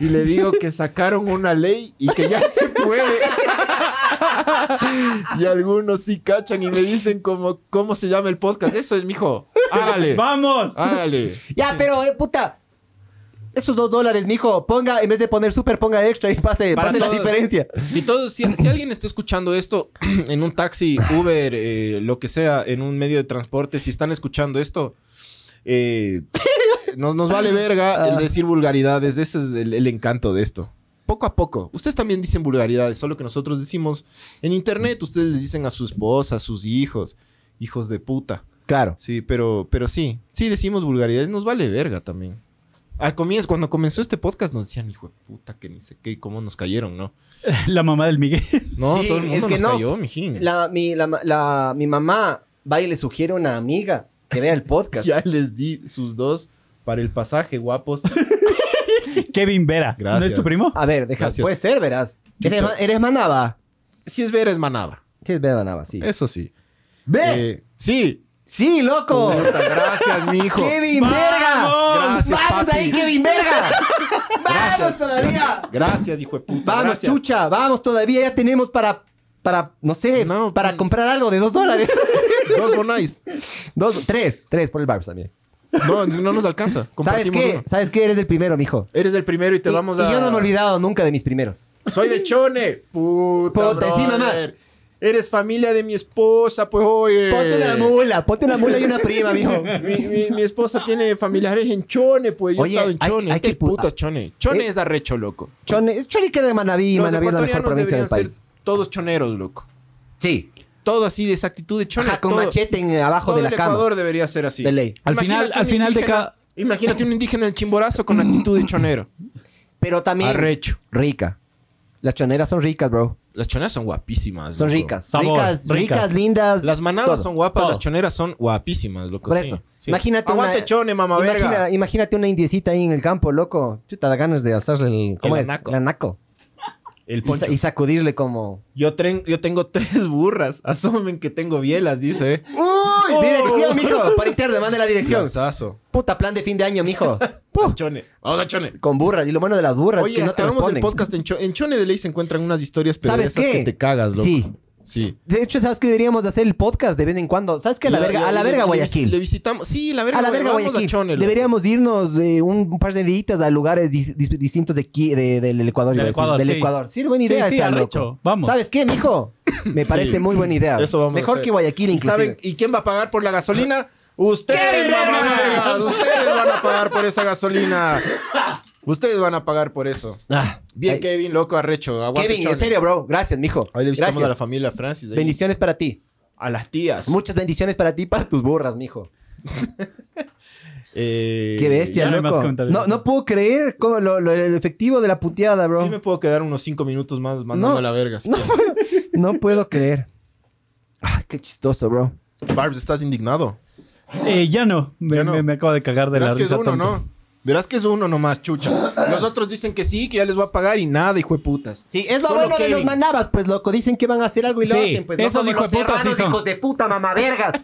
[SPEAKER 5] y le digo que sacaron una ley y que ya se puede. y algunos sí cachan y me dicen como, ¿cómo se llama el podcast? Eso es, mijo. Hágale.
[SPEAKER 3] ¡Vamos!
[SPEAKER 5] Hágale.
[SPEAKER 2] Ya, pero, eh, puta. Esos dos dólares, mijo, ponga, en vez de poner super, ponga extra y pase,
[SPEAKER 5] Para
[SPEAKER 2] pase la
[SPEAKER 5] todos.
[SPEAKER 2] diferencia.
[SPEAKER 5] Si, todos, si, si alguien está escuchando esto en un taxi, Uber, eh, lo que sea, en un medio de transporte, si están escuchando esto, eh, nos, nos vale verga el decir vulgaridades. Ese es el, el encanto de esto. Poco a poco. Ustedes también dicen vulgaridades, solo que nosotros decimos en internet, ustedes les dicen a su esposa, a sus hijos, hijos de puta.
[SPEAKER 2] Claro.
[SPEAKER 5] Sí, pero, pero sí, sí decimos vulgaridades, nos vale verga también. Al comienzo, cuando comenzó este podcast, nos decían, hijo de puta, que ni sé qué, y cómo nos cayeron, ¿no?
[SPEAKER 3] La mamá del Miguel.
[SPEAKER 5] No,
[SPEAKER 2] Sí,
[SPEAKER 5] todo el
[SPEAKER 2] es
[SPEAKER 5] mundo
[SPEAKER 2] que
[SPEAKER 5] nos
[SPEAKER 2] no.
[SPEAKER 5] cayó, mijín.
[SPEAKER 2] La, mi, la, la- mi mamá va y le sugiere a una amiga que vea el podcast.
[SPEAKER 5] Ya les di sus dos para el pasaje, guapos.
[SPEAKER 3] Kevin Vera. ¿No
[SPEAKER 5] Gracias. Ah,
[SPEAKER 3] es tu primo?
[SPEAKER 2] A ver, deja,
[SPEAKER 5] Gracias.
[SPEAKER 2] puede ser, verás. ¿Eres,
[SPEAKER 5] Chucha.
[SPEAKER 2] ma- eres manaba?
[SPEAKER 5] Si es Vera, es Manaba.
[SPEAKER 2] Sí, es verdad, manaba, sí.
[SPEAKER 5] Eso sí.
[SPEAKER 2] ¡Ve!
[SPEAKER 5] Eh, sí.
[SPEAKER 2] ¡Sí, loco!
[SPEAKER 5] Puta, gracias, mi hijo.
[SPEAKER 2] ¡Kevin Verga!
[SPEAKER 5] Gracias,
[SPEAKER 2] ¡Vamos
[SPEAKER 5] papi.
[SPEAKER 2] ahí, Kevin Verga! ¡Vamos
[SPEAKER 5] Gracias.
[SPEAKER 2] todavía!
[SPEAKER 5] Gracias, hijo de puta.
[SPEAKER 2] ¡Vamos,
[SPEAKER 5] gracias.
[SPEAKER 2] chucha! ¡Vamos todavía! Ya tenemos para, para no sé,
[SPEAKER 5] No, pues.
[SPEAKER 2] para comprar algo de dos dólares.
[SPEAKER 5] Dos bonais.
[SPEAKER 2] dos, tres, tres por el Barbs también.
[SPEAKER 5] No, no nos alcanza.
[SPEAKER 2] ¿Sabes
[SPEAKER 5] Compartimos
[SPEAKER 2] qué?
[SPEAKER 5] uno.
[SPEAKER 2] ¿Sabes qué? Eres el primero, mijo.
[SPEAKER 5] Eres el primero y te
[SPEAKER 2] Y-
[SPEAKER 5] vamos
[SPEAKER 2] y
[SPEAKER 5] a...
[SPEAKER 2] yo no me he olvidado nunca de mis primeros.
[SPEAKER 5] Soy de Chone. Puta,
[SPEAKER 2] Puta, encima
[SPEAKER 5] brother. Eres familia de mi esposa, pues oye.
[SPEAKER 2] Ponte la mula, ponte la mula y una prima, mijo.
[SPEAKER 5] Mi, mi- mi esposa tiene familiares en Chone, pues yo
[SPEAKER 2] Oye,
[SPEAKER 5] he estado en
[SPEAKER 2] hay-
[SPEAKER 5] Chone.
[SPEAKER 2] hay que
[SPEAKER 5] ¿Qué
[SPEAKER 2] pu-
[SPEAKER 5] puta Chone? Chone
[SPEAKER 2] Eh,
[SPEAKER 5] es arrecho, loco.
[SPEAKER 2] Chone, Chone queda de Manaví,
[SPEAKER 5] Los
[SPEAKER 2] Manaví es la mejor
[SPEAKER 5] ecuatorianos
[SPEAKER 2] provincia del
[SPEAKER 5] deberían ser
[SPEAKER 2] país.
[SPEAKER 5] todos choneros, loco.
[SPEAKER 2] Sí.
[SPEAKER 5] Todo así de esa actitud de Chone.
[SPEAKER 2] Ajá, con
[SPEAKER 5] todo-
[SPEAKER 2] machete en, eh, abajo
[SPEAKER 5] todo
[SPEAKER 2] de la
[SPEAKER 5] el
[SPEAKER 2] cama.
[SPEAKER 5] Ecuador debería ser así.
[SPEAKER 2] De ley.
[SPEAKER 3] Al
[SPEAKER 5] Imagínate
[SPEAKER 3] final- al
[SPEAKER 5] un
[SPEAKER 3] final de
[SPEAKER 5] indígena-
[SPEAKER 3] cada-
[SPEAKER 5] Imagínate un indígena en chimborazo con actitud de chonero.
[SPEAKER 2] Pero también
[SPEAKER 5] Arrecho.
[SPEAKER 2] rica. Las choneras son ricas, bro.
[SPEAKER 5] Las choneras son guapísimas.
[SPEAKER 2] Son
[SPEAKER 5] loco.
[SPEAKER 2] ricas.
[SPEAKER 3] Sabor,
[SPEAKER 2] ricas, ricas,
[SPEAKER 3] ricas.
[SPEAKER 2] lindas.
[SPEAKER 5] Las manabas
[SPEAKER 2] todo.
[SPEAKER 5] son guapas,
[SPEAKER 3] Todo.
[SPEAKER 5] las choneras son guapísimas, loco.
[SPEAKER 2] Por
[SPEAKER 5] sí,
[SPEAKER 2] eso.
[SPEAKER 5] sí.
[SPEAKER 2] Imagínate una-
[SPEAKER 5] Aguante chone, mamá
[SPEAKER 2] Imagina-
[SPEAKER 5] verga.
[SPEAKER 2] Imagínate una indiecita ahí en el campo, loco. Chuta, da ganas de alzarle el... ¿Cómo
[SPEAKER 5] El
[SPEAKER 2] es?
[SPEAKER 5] anaco.
[SPEAKER 2] El anaco.
[SPEAKER 5] El
[SPEAKER 2] Y, sa-
[SPEAKER 5] poncho.
[SPEAKER 2] y sacudirle como...
[SPEAKER 5] Yo, tren- yo tengo tres burras. Asomen que tengo bielas, dice. eh.
[SPEAKER 2] ¡Uy! Dirección, mijo. Por interno, mande la dirección.
[SPEAKER 5] Lanzazo.
[SPEAKER 2] Puta, plan de fin de año, mijo. Puh.
[SPEAKER 5] Chone. Vamos a chone.
[SPEAKER 2] Con burras. Y lo bueno de las burras
[SPEAKER 5] Oye,
[SPEAKER 2] es que no te
[SPEAKER 5] hagamos
[SPEAKER 2] responden.
[SPEAKER 5] el podcast en, Cho- en Chone de Ley se encuentran unas historias pero
[SPEAKER 2] ¿Sabes
[SPEAKER 5] de esas
[SPEAKER 2] qué?
[SPEAKER 5] que te cagas, loco.
[SPEAKER 2] Sí.
[SPEAKER 5] Sí.
[SPEAKER 2] De hecho, ¿sabes qué deberíamos de hacer el podcast de vez en cuando? ¿Sabes qué? A la
[SPEAKER 5] Y-
[SPEAKER 2] verga,
[SPEAKER 5] y-
[SPEAKER 2] a la
[SPEAKER 5] y-
[SPEAKER 2] verga
[SPEAKER 5] le-
[SPEAKER 2] Guayaquil.
[SPEAKER 5] Le visitamos. Sí, la verga,
[SPEAKER 2] a la verga
[SPEAKER 5] Guayaquil. Vamos
[SPEAKER 2] Guayaquil.
[SPEAKER 5] a Chone, loco.
[SPEAKER 2] Deberíamos irnos eh, un, un par de días a lugares dis- dis- distintos de aquí, de- del Ecuador.
[SPEAKER 3] Del
[SPEAKER 2] iba a decir,
[SPEAKER 3] Ecuador,
[SPEAKER 2] del
[SPEAKER 3] sí.
[SPEAKER 2] Ecuador. Sí, buena idea
[SPEAKER 3] Sí, sí,
[SPEAKER 2] esa, loco.
[SPEAKER 3] arrecho. Vamos.
[SPEAKER 2] ¿Sabes qué, mijo? Me parece muy buena idea.
[SPEAKER 5] Eso vamos a
[SPEAKER 2] Mejor
[SPEAKER 5] hacer.
[SPEAKER 2] que Guayaquil,
[SPEAKER 5] ¿Y
[SPEAKER 2] inclusive.
[SPEAKER 5] saben y quién va a pagar por la gasolina? Ustedes, mamá vergas! Ustedes van a pagar por esa gasolina. Ustedes van a pagar por eso.
[SPEAKER 2] Ah,
[SPEAKER 5] Bien,
[SPEAKER 2] ay,
[SPEAKER 5] Kevin, loco, arrecho. Aguante,
[SPEAKER 2] Kevin, en
[SPEAKER 5] Chone.
[SPEAKER 2] serio, bro. Gracias, mijo.
[SPEAKER 5] Ahí le visitamos
[SPEAKER 2] Gracias.
[SPEAKER 5] a la familia Francis. ahí.
[SPEAKER 2] Bendiciones para ti.
[SPEAKER 5] A las tías.
[SPEAKER 2] Muchas bendiciones para ti y para tus burras, mijo.
[SPEAKER 5] Eh,
[SPEAKER 2] Qué bestia,
[SPEAKER 3] ya no hay más
[SPEAKER 2] loco.
[SPEAKER 3] comentarios.
[SPEAKER 2] No, no puedo creer cómo lo, lo- el efectivo de la puteada, bro.
[SPEAKER 5] Sí me puedo quedar unos cinco minutos más mandando
[SPEAKER 2] No,
[SPEAKER 5] a la verga. si
[SPEAKER 2] no.
[SPEAKER 5] quieres.
[SPEAKER 2] No puedo creer. Ah, qué chistoso, bro.
[SPEAKER 5] Barbs, estás indignado.
[SPEAKER 3] Eh, ya no. Me,
[SPEAKER 5] Ya no.
[SPEAKER 3] me- me acabo de cagar de la
[SPEAKER 5] Verás que es
[SPEAKER 3] risa
[SPEAKER 5] uno,
[SPEAKER 3] tonta.
[SPEAKER 5] ¿no? Verás que es uno nomás, chucha. Los otros dicen que sí, que ya les voy a pagar y nada, hijo de putas.
[SPEAKER 2] Sí, es lo
[SPEAKER 5] Solo
[SPEAKER 2] bueno de
[SPEAKER 5] Kevin.
[SPEAKER 2] los manabas, pues loco, dicen que van a hacer algo y lo
[SPEAKER 3] Sí,
[SPEAKER 2] hacen, pues no
[SPEAKER 3] esos
[SPEAKER 2] como
[SPEAKER 3] hijos
[SPEAKER 2] los
[SPEAKER 3] de puta sí
[SPEAKER 2] serranos,
[SPEAKER 3] son.
[SPEAKER 2] hijos de puta, mamá vergas.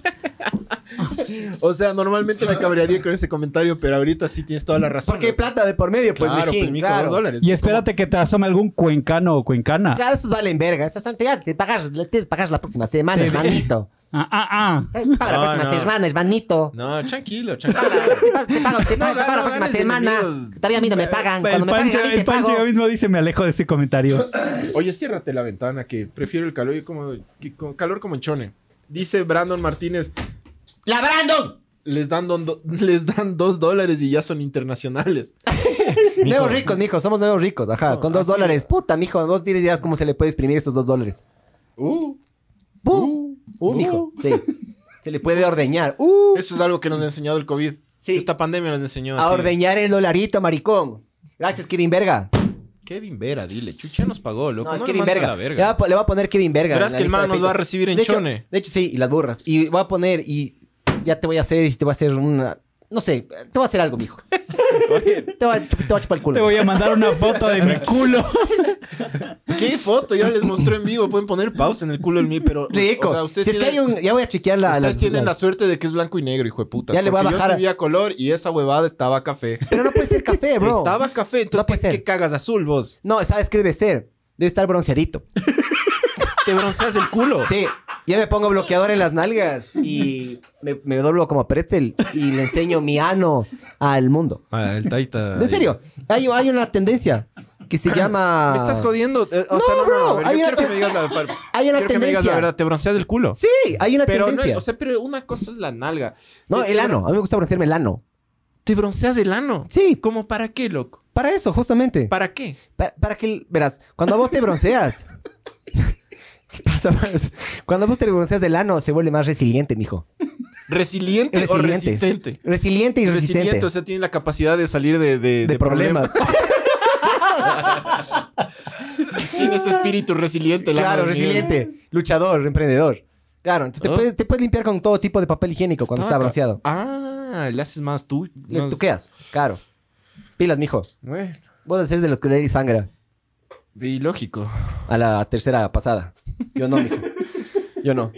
[SPEAKER 5] O sea, normalmente me cabrearía con ese comentario, pero ahorita sí tienes toda la razón.
[SPEAKER 2] Porque hay plata de por medio, pues,
[SPEAKER 5] claro,
[SPEAKER 2] mijín,
[SPEAKER 5] pues, mijo,
[SPEAKER 2] claro.
[SPEAKER 5] dos dólares.
[SPEAKER 3] Y espérate que te asome algún cuencano o
[SPEAKER 5] Ah.
[SPEAKER 3] cuencana.
[SPEAKER 2] Claro, esos valen verga, esos son, ya te pagas, le tienes que pagar la próxima semana, hermanito.
[SPEAKER 3] Ah, ah, ah.
[SPEAKER 2] Eh, Paga la
[SPEAKER 5] No,
[SPEAKER 2] próxima
[SPEAKER 5] no.
[SPEAKER 2] semana, hermanito.
[SPEAKER 5] No, tranquilo, tranquilo.
[SPEAKER 2] Te pago, te pago, te
[SPEAKER 5] No,
[SPEAKER 2] pago la
[SPEAKER 5] no, no,
[SPEAKER 2] próxima
[SPEAKER 5] ganas
[SPEAKER 2] semana.
[SPEAKER 5] enemigos.
[SPEAKER 2] Todavía a mí no me pagan. Cuando
[SPEAKER 3] el
[SPEAKER 2] me paguen
[SPEAKER 3] Pancho,
[SPEAKER 2] a mí te
[SPEAKER 3] el Pancho
[SPEAKER 2] pago.
[SPEAKER 3] mismo dice, me alejo de ese comentario.
[SPEAKER 5] Oye, ciérrate la ventana, que prefiero el calor y como, que- como- calor como en chone. Dice Brandon Martínez,
[SPEAKER 2] ¡La Brandon!
[SPEAKER 5] les dan, don- do- les dan dos dólares y ya son internacionales.
[SPEAKER 2] Nuevos ricos, mijo, somos nuevos ricos, ajá,
[SPEAKER 5] No,
[SPEAKER 2] con dos
[SPEAKER 5] así
[SPEAKER 2] dólares.
[SPEAKER 5] es.
[SPEAKER 2] Puta, mijo, vos tienes ideas cómo se le puede exprimir esos dos dólares.
[SPEAKER 5] Uh,
[SPEAKER 2] ¡Pum!
[SPEAKER 5] uh.
[SPEAKER 2] mijo, sí. Se le puede ordeñar. ¡Uh!
[SPEAKER 5] Eso es algo que nos ha enseñado el COVID.
[SPEAKER 2] Sí.
[SPEAKER 5] Esta pandemia nos enseñó
[SPEAKER 2] A
[SPEAKER 5] así.
[SPEAKER 2] ordeñar el dolarito, maricón. Gracias, Kevin Verga.
[SPEAKER 5] Kevin Vera, dile. Chucha nos pagó, loco.
[SPEAKER 2] No, es
[SPEAKER 5] le
[SPEAKER 2] Kevin
[SPEAKER 5] mandes a
[SPEAKER 2] Verga.
[SPEAKER 5] la
[SPEAKER 2] Le, va a, po- le va a poner Kevin Verga.
[SPEAKER 5] Verás
[SPEAKER 2] en la
[SPEAKER 5] que el
[SPEAKER 2] lista
[SPEAKER 5] man
[SPEAKER 2] de
[SPEAKER 5] nos
[SPEAKER 2] Facebook.
[SPEAKER 5] va a recibir en
[SPEAKER 2] de hecho,
[SPEAKER 5] chone.
[SPEAKER 2] de hecho, sí, y las burras. Y voy a poner, y ya te voy a hacer, y te voy a hacer una No sé, te voy a hacer algo, mijo. te, voy a, chup- te voy a chupar el culo.
[SPEAKER 3] Te voy a mandar una foto de mi culo.
[SPEAKER 1] ¿Qué foto? Ya les mostré en vivo. Pueden poner pausa en el culo del mío, pero.
[SPEAKER 2] Rico.
[SPEAKER 1] o sea, ustedes
[SPEAKER 2] si es que hay
[SPEAKER 1] tienen-
[SPEAKER 2] un. Ya voy a chequear la.
[SPEAKER 1] Ustedes
[SPEAKER 2] las-
[SPEAKER 1] tienen la
[SPEAKER 2] las-
[SPEAKER 1] suerte de que es blanco y negro, hijo de puta.
[SPEAKER 2] Ya le voy a
[SPEAKER 1] porque
[SPEAKER 2] bajar a-
[SPEAKER 1] Yo sí vi a color y esa huevada estaba café.
[SPEAKER 2] Pero no puede ser café, bro.
[SPEAKER 1] Estaba café, entonces ¿qué, qué cagas azul vos?
[SPEAKER 2] No, ¿sabes qué debe ser? Debe estar bronceadito.
[SPEAKER 1] Te bronceas el culo.
[SPEAKER 2] Sí. Ya me pongo bloqueador en las nalgas y me, me doblo como pretzel y le enseño mi ano al mundo.
[SPEAKER 1] Ah, el taita.
[SPEAKER 2] ¿En serio? Hay, hay una tendencia que se llama...
[SPEAKER 1] Me estás jodiendo. eh, O
[SPEAKER 2] Ah. No,
[SPEAKER 1] sea, no, no,
[SPEAKER 2] bro,
[SPEAKER 1] no, a ver,
[SPEAKER 2] hay
[SPEAKER 1] yo
[SPEAKER 2] una
[SPEAKER 1] quiero que
[SPEAKER 2] te-
[SPEAKER 1] me digas la verdad.
[SPEAKER 2] Hay una
[SPEAKER 1] quiero que me digas la
[SPEAKER 2] tendencia.
[SPEAKER 1] verdad. ¿Te bronceas el culo?
[SPEAKER 2] Sí, hay una
[SPEAKER 1] pero
[SPEAKER 2] tendencia.
[SPEAKER 1] No, o sea, pero una cosa es la nalga.
[SPEAKER 2] No,
[SPEAKER 1] Te-
[SPEAKER 2] el
[SPEAKER 1] te-
[SPEAKER 2] ano. A mí me gusta broncearme el ano.
[SPEAKER 1] ¿Te bronceas el ano?
[SPEAKER 2] Sí.
[SPEAKER 1] ¿Cómo para qué, loco?
[SPEAKER 2] Para eso, justamente.
[SPEAKER 1] ¿Para qué?
[SPEAKER 2] Para, para que, el- verás, cuando vos te bronceas... ¿Qué pasa, Mars? Cuando vos te bronceas del ano, se vuelve más resiliente, mijo.
[SPEAKER 1] ¿Resiliente, o
[SPEAKER 2] Resiliente.
[SPEAKER 1] resistente?
[SPEAKER 2] Resiliente y resistente.
[SPEAKER 1] Resiliente, o sea, tiene la capacidad de salir de, de,
[SPEAKER 2] de problemas.
[SPEAKER 1] Tiene ese espíritu resiliente. el
[SPEAKER 2] claro,
[SPEAKER 1] ano de mierda.
[SPEAKER 2] resiliente. Luchador, emprendedor. Claro, entonces
[SPEAKER 1] ¿No?
[SPEAKER 2] te, puedes, te puedes limpiar con todo tipo de papel higiénico cuando está
[SPEAKER 1] Estaba
[SPEAKER 2] bronceado.
[SPEAKER 1] ca- Ah, le haces más tú.
[SPEAKER 2] Le
[SPEAKER 1] más-
[SPEAKER 2] tuqueas, claro. Pilas, mijo.
[SPEAKER 1] Bueno,
[SPEAKER 2] Vos ser de los que le di sangre
[SPEAKER 1] y lógico.
[SPEAKER 2] a la tercera pasada. Yo no, mijo. Yo no.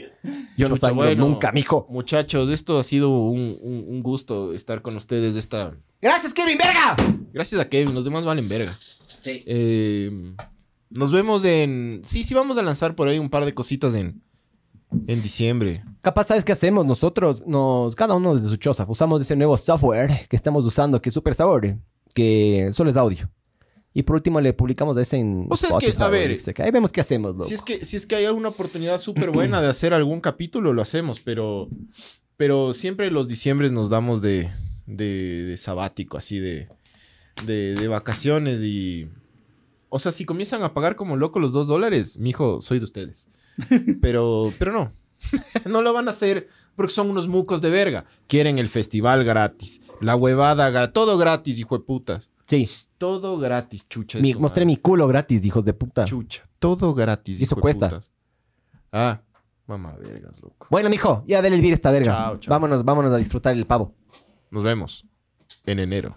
[SPEAKER 2] Yo no
[SPEAKER 5] Chucha,
[SPEAKER 2] sangro
[SPEAKER 5] bueno.
[SPEAKER 2] nunca, mijo.
[SPEAKER 5] Muchachos, esto ha sido un, un- un gusto estar con ustedes esta...
[SPEAKER 2] ¡Gracias, Kevin, verga!
[SPEAKER 5] Gracias a Kevin, los demás valen verga.
[SPEAKER 2] Sí.
[SPEAKER 5] Eh, nos vemos en... Sí, sí vamos a lanzar por ahí un par de cositas en, en diciembre.
[SPEAKER 2] Capaz, ¿sabes qué hacemos? Nosotros, nos, cada uno desde su choza, usamos ese nuevo software que estamos usando, que es súper sabor, que solo es audio. Y por último le publicamos ese en
[SPEAKER 5] O sea, es que,
[SPEAKER 2] Spotify,
[SPEAKER 5] a ver,
[SPEAKER 2] yo qué sé qué. Ahí vemos qué hacemos, loco.
[SPEAKER 5] Si es que, si es que hay alguna oportunidad súper buena de hacer algún capítulo, lo hacemos, pero, pero siempre los diciembres nos damos de, de, de sabático, así de, de, de vacaciones y... O sea, si comienzan a pagar como loco los dos dólares, mijo, soy de ustedes. Pero, pero no. no lo van a hacer porque son unos mucos de verga. Quieren el festival gratis, la huevada, gra- todo gratis, hijo de putas.
[SPEAKER 2] Sí.
[SPEAKER 5] Todo gratis, chucha. de
[SPEAKER 2] Mi-
[SPEAKER 5] su
[SPEAKER 2] mostré
[SPEAKER 5] madre.
[SPEAKER 2] mi culo gratis, hijos de puta.
[SPEAKER 5] Chucha. Todo gratis.
[SPEAKER 2] Eso
[SPEAKER 5] hijo de
[SPEAKER 2] cuesta.
[SPEAKER 5] putas. Ah, mamá vergas, loco.
[SPEAKER 2] Bueno, mijo, ya dale el vir esta verga.
[SPEAKER 5] Chao, chao.
[SPEAKER 2] Vámonos, vámonos a disfrutar el pavo.
[SPEAKER 5] Nos vemos en enero.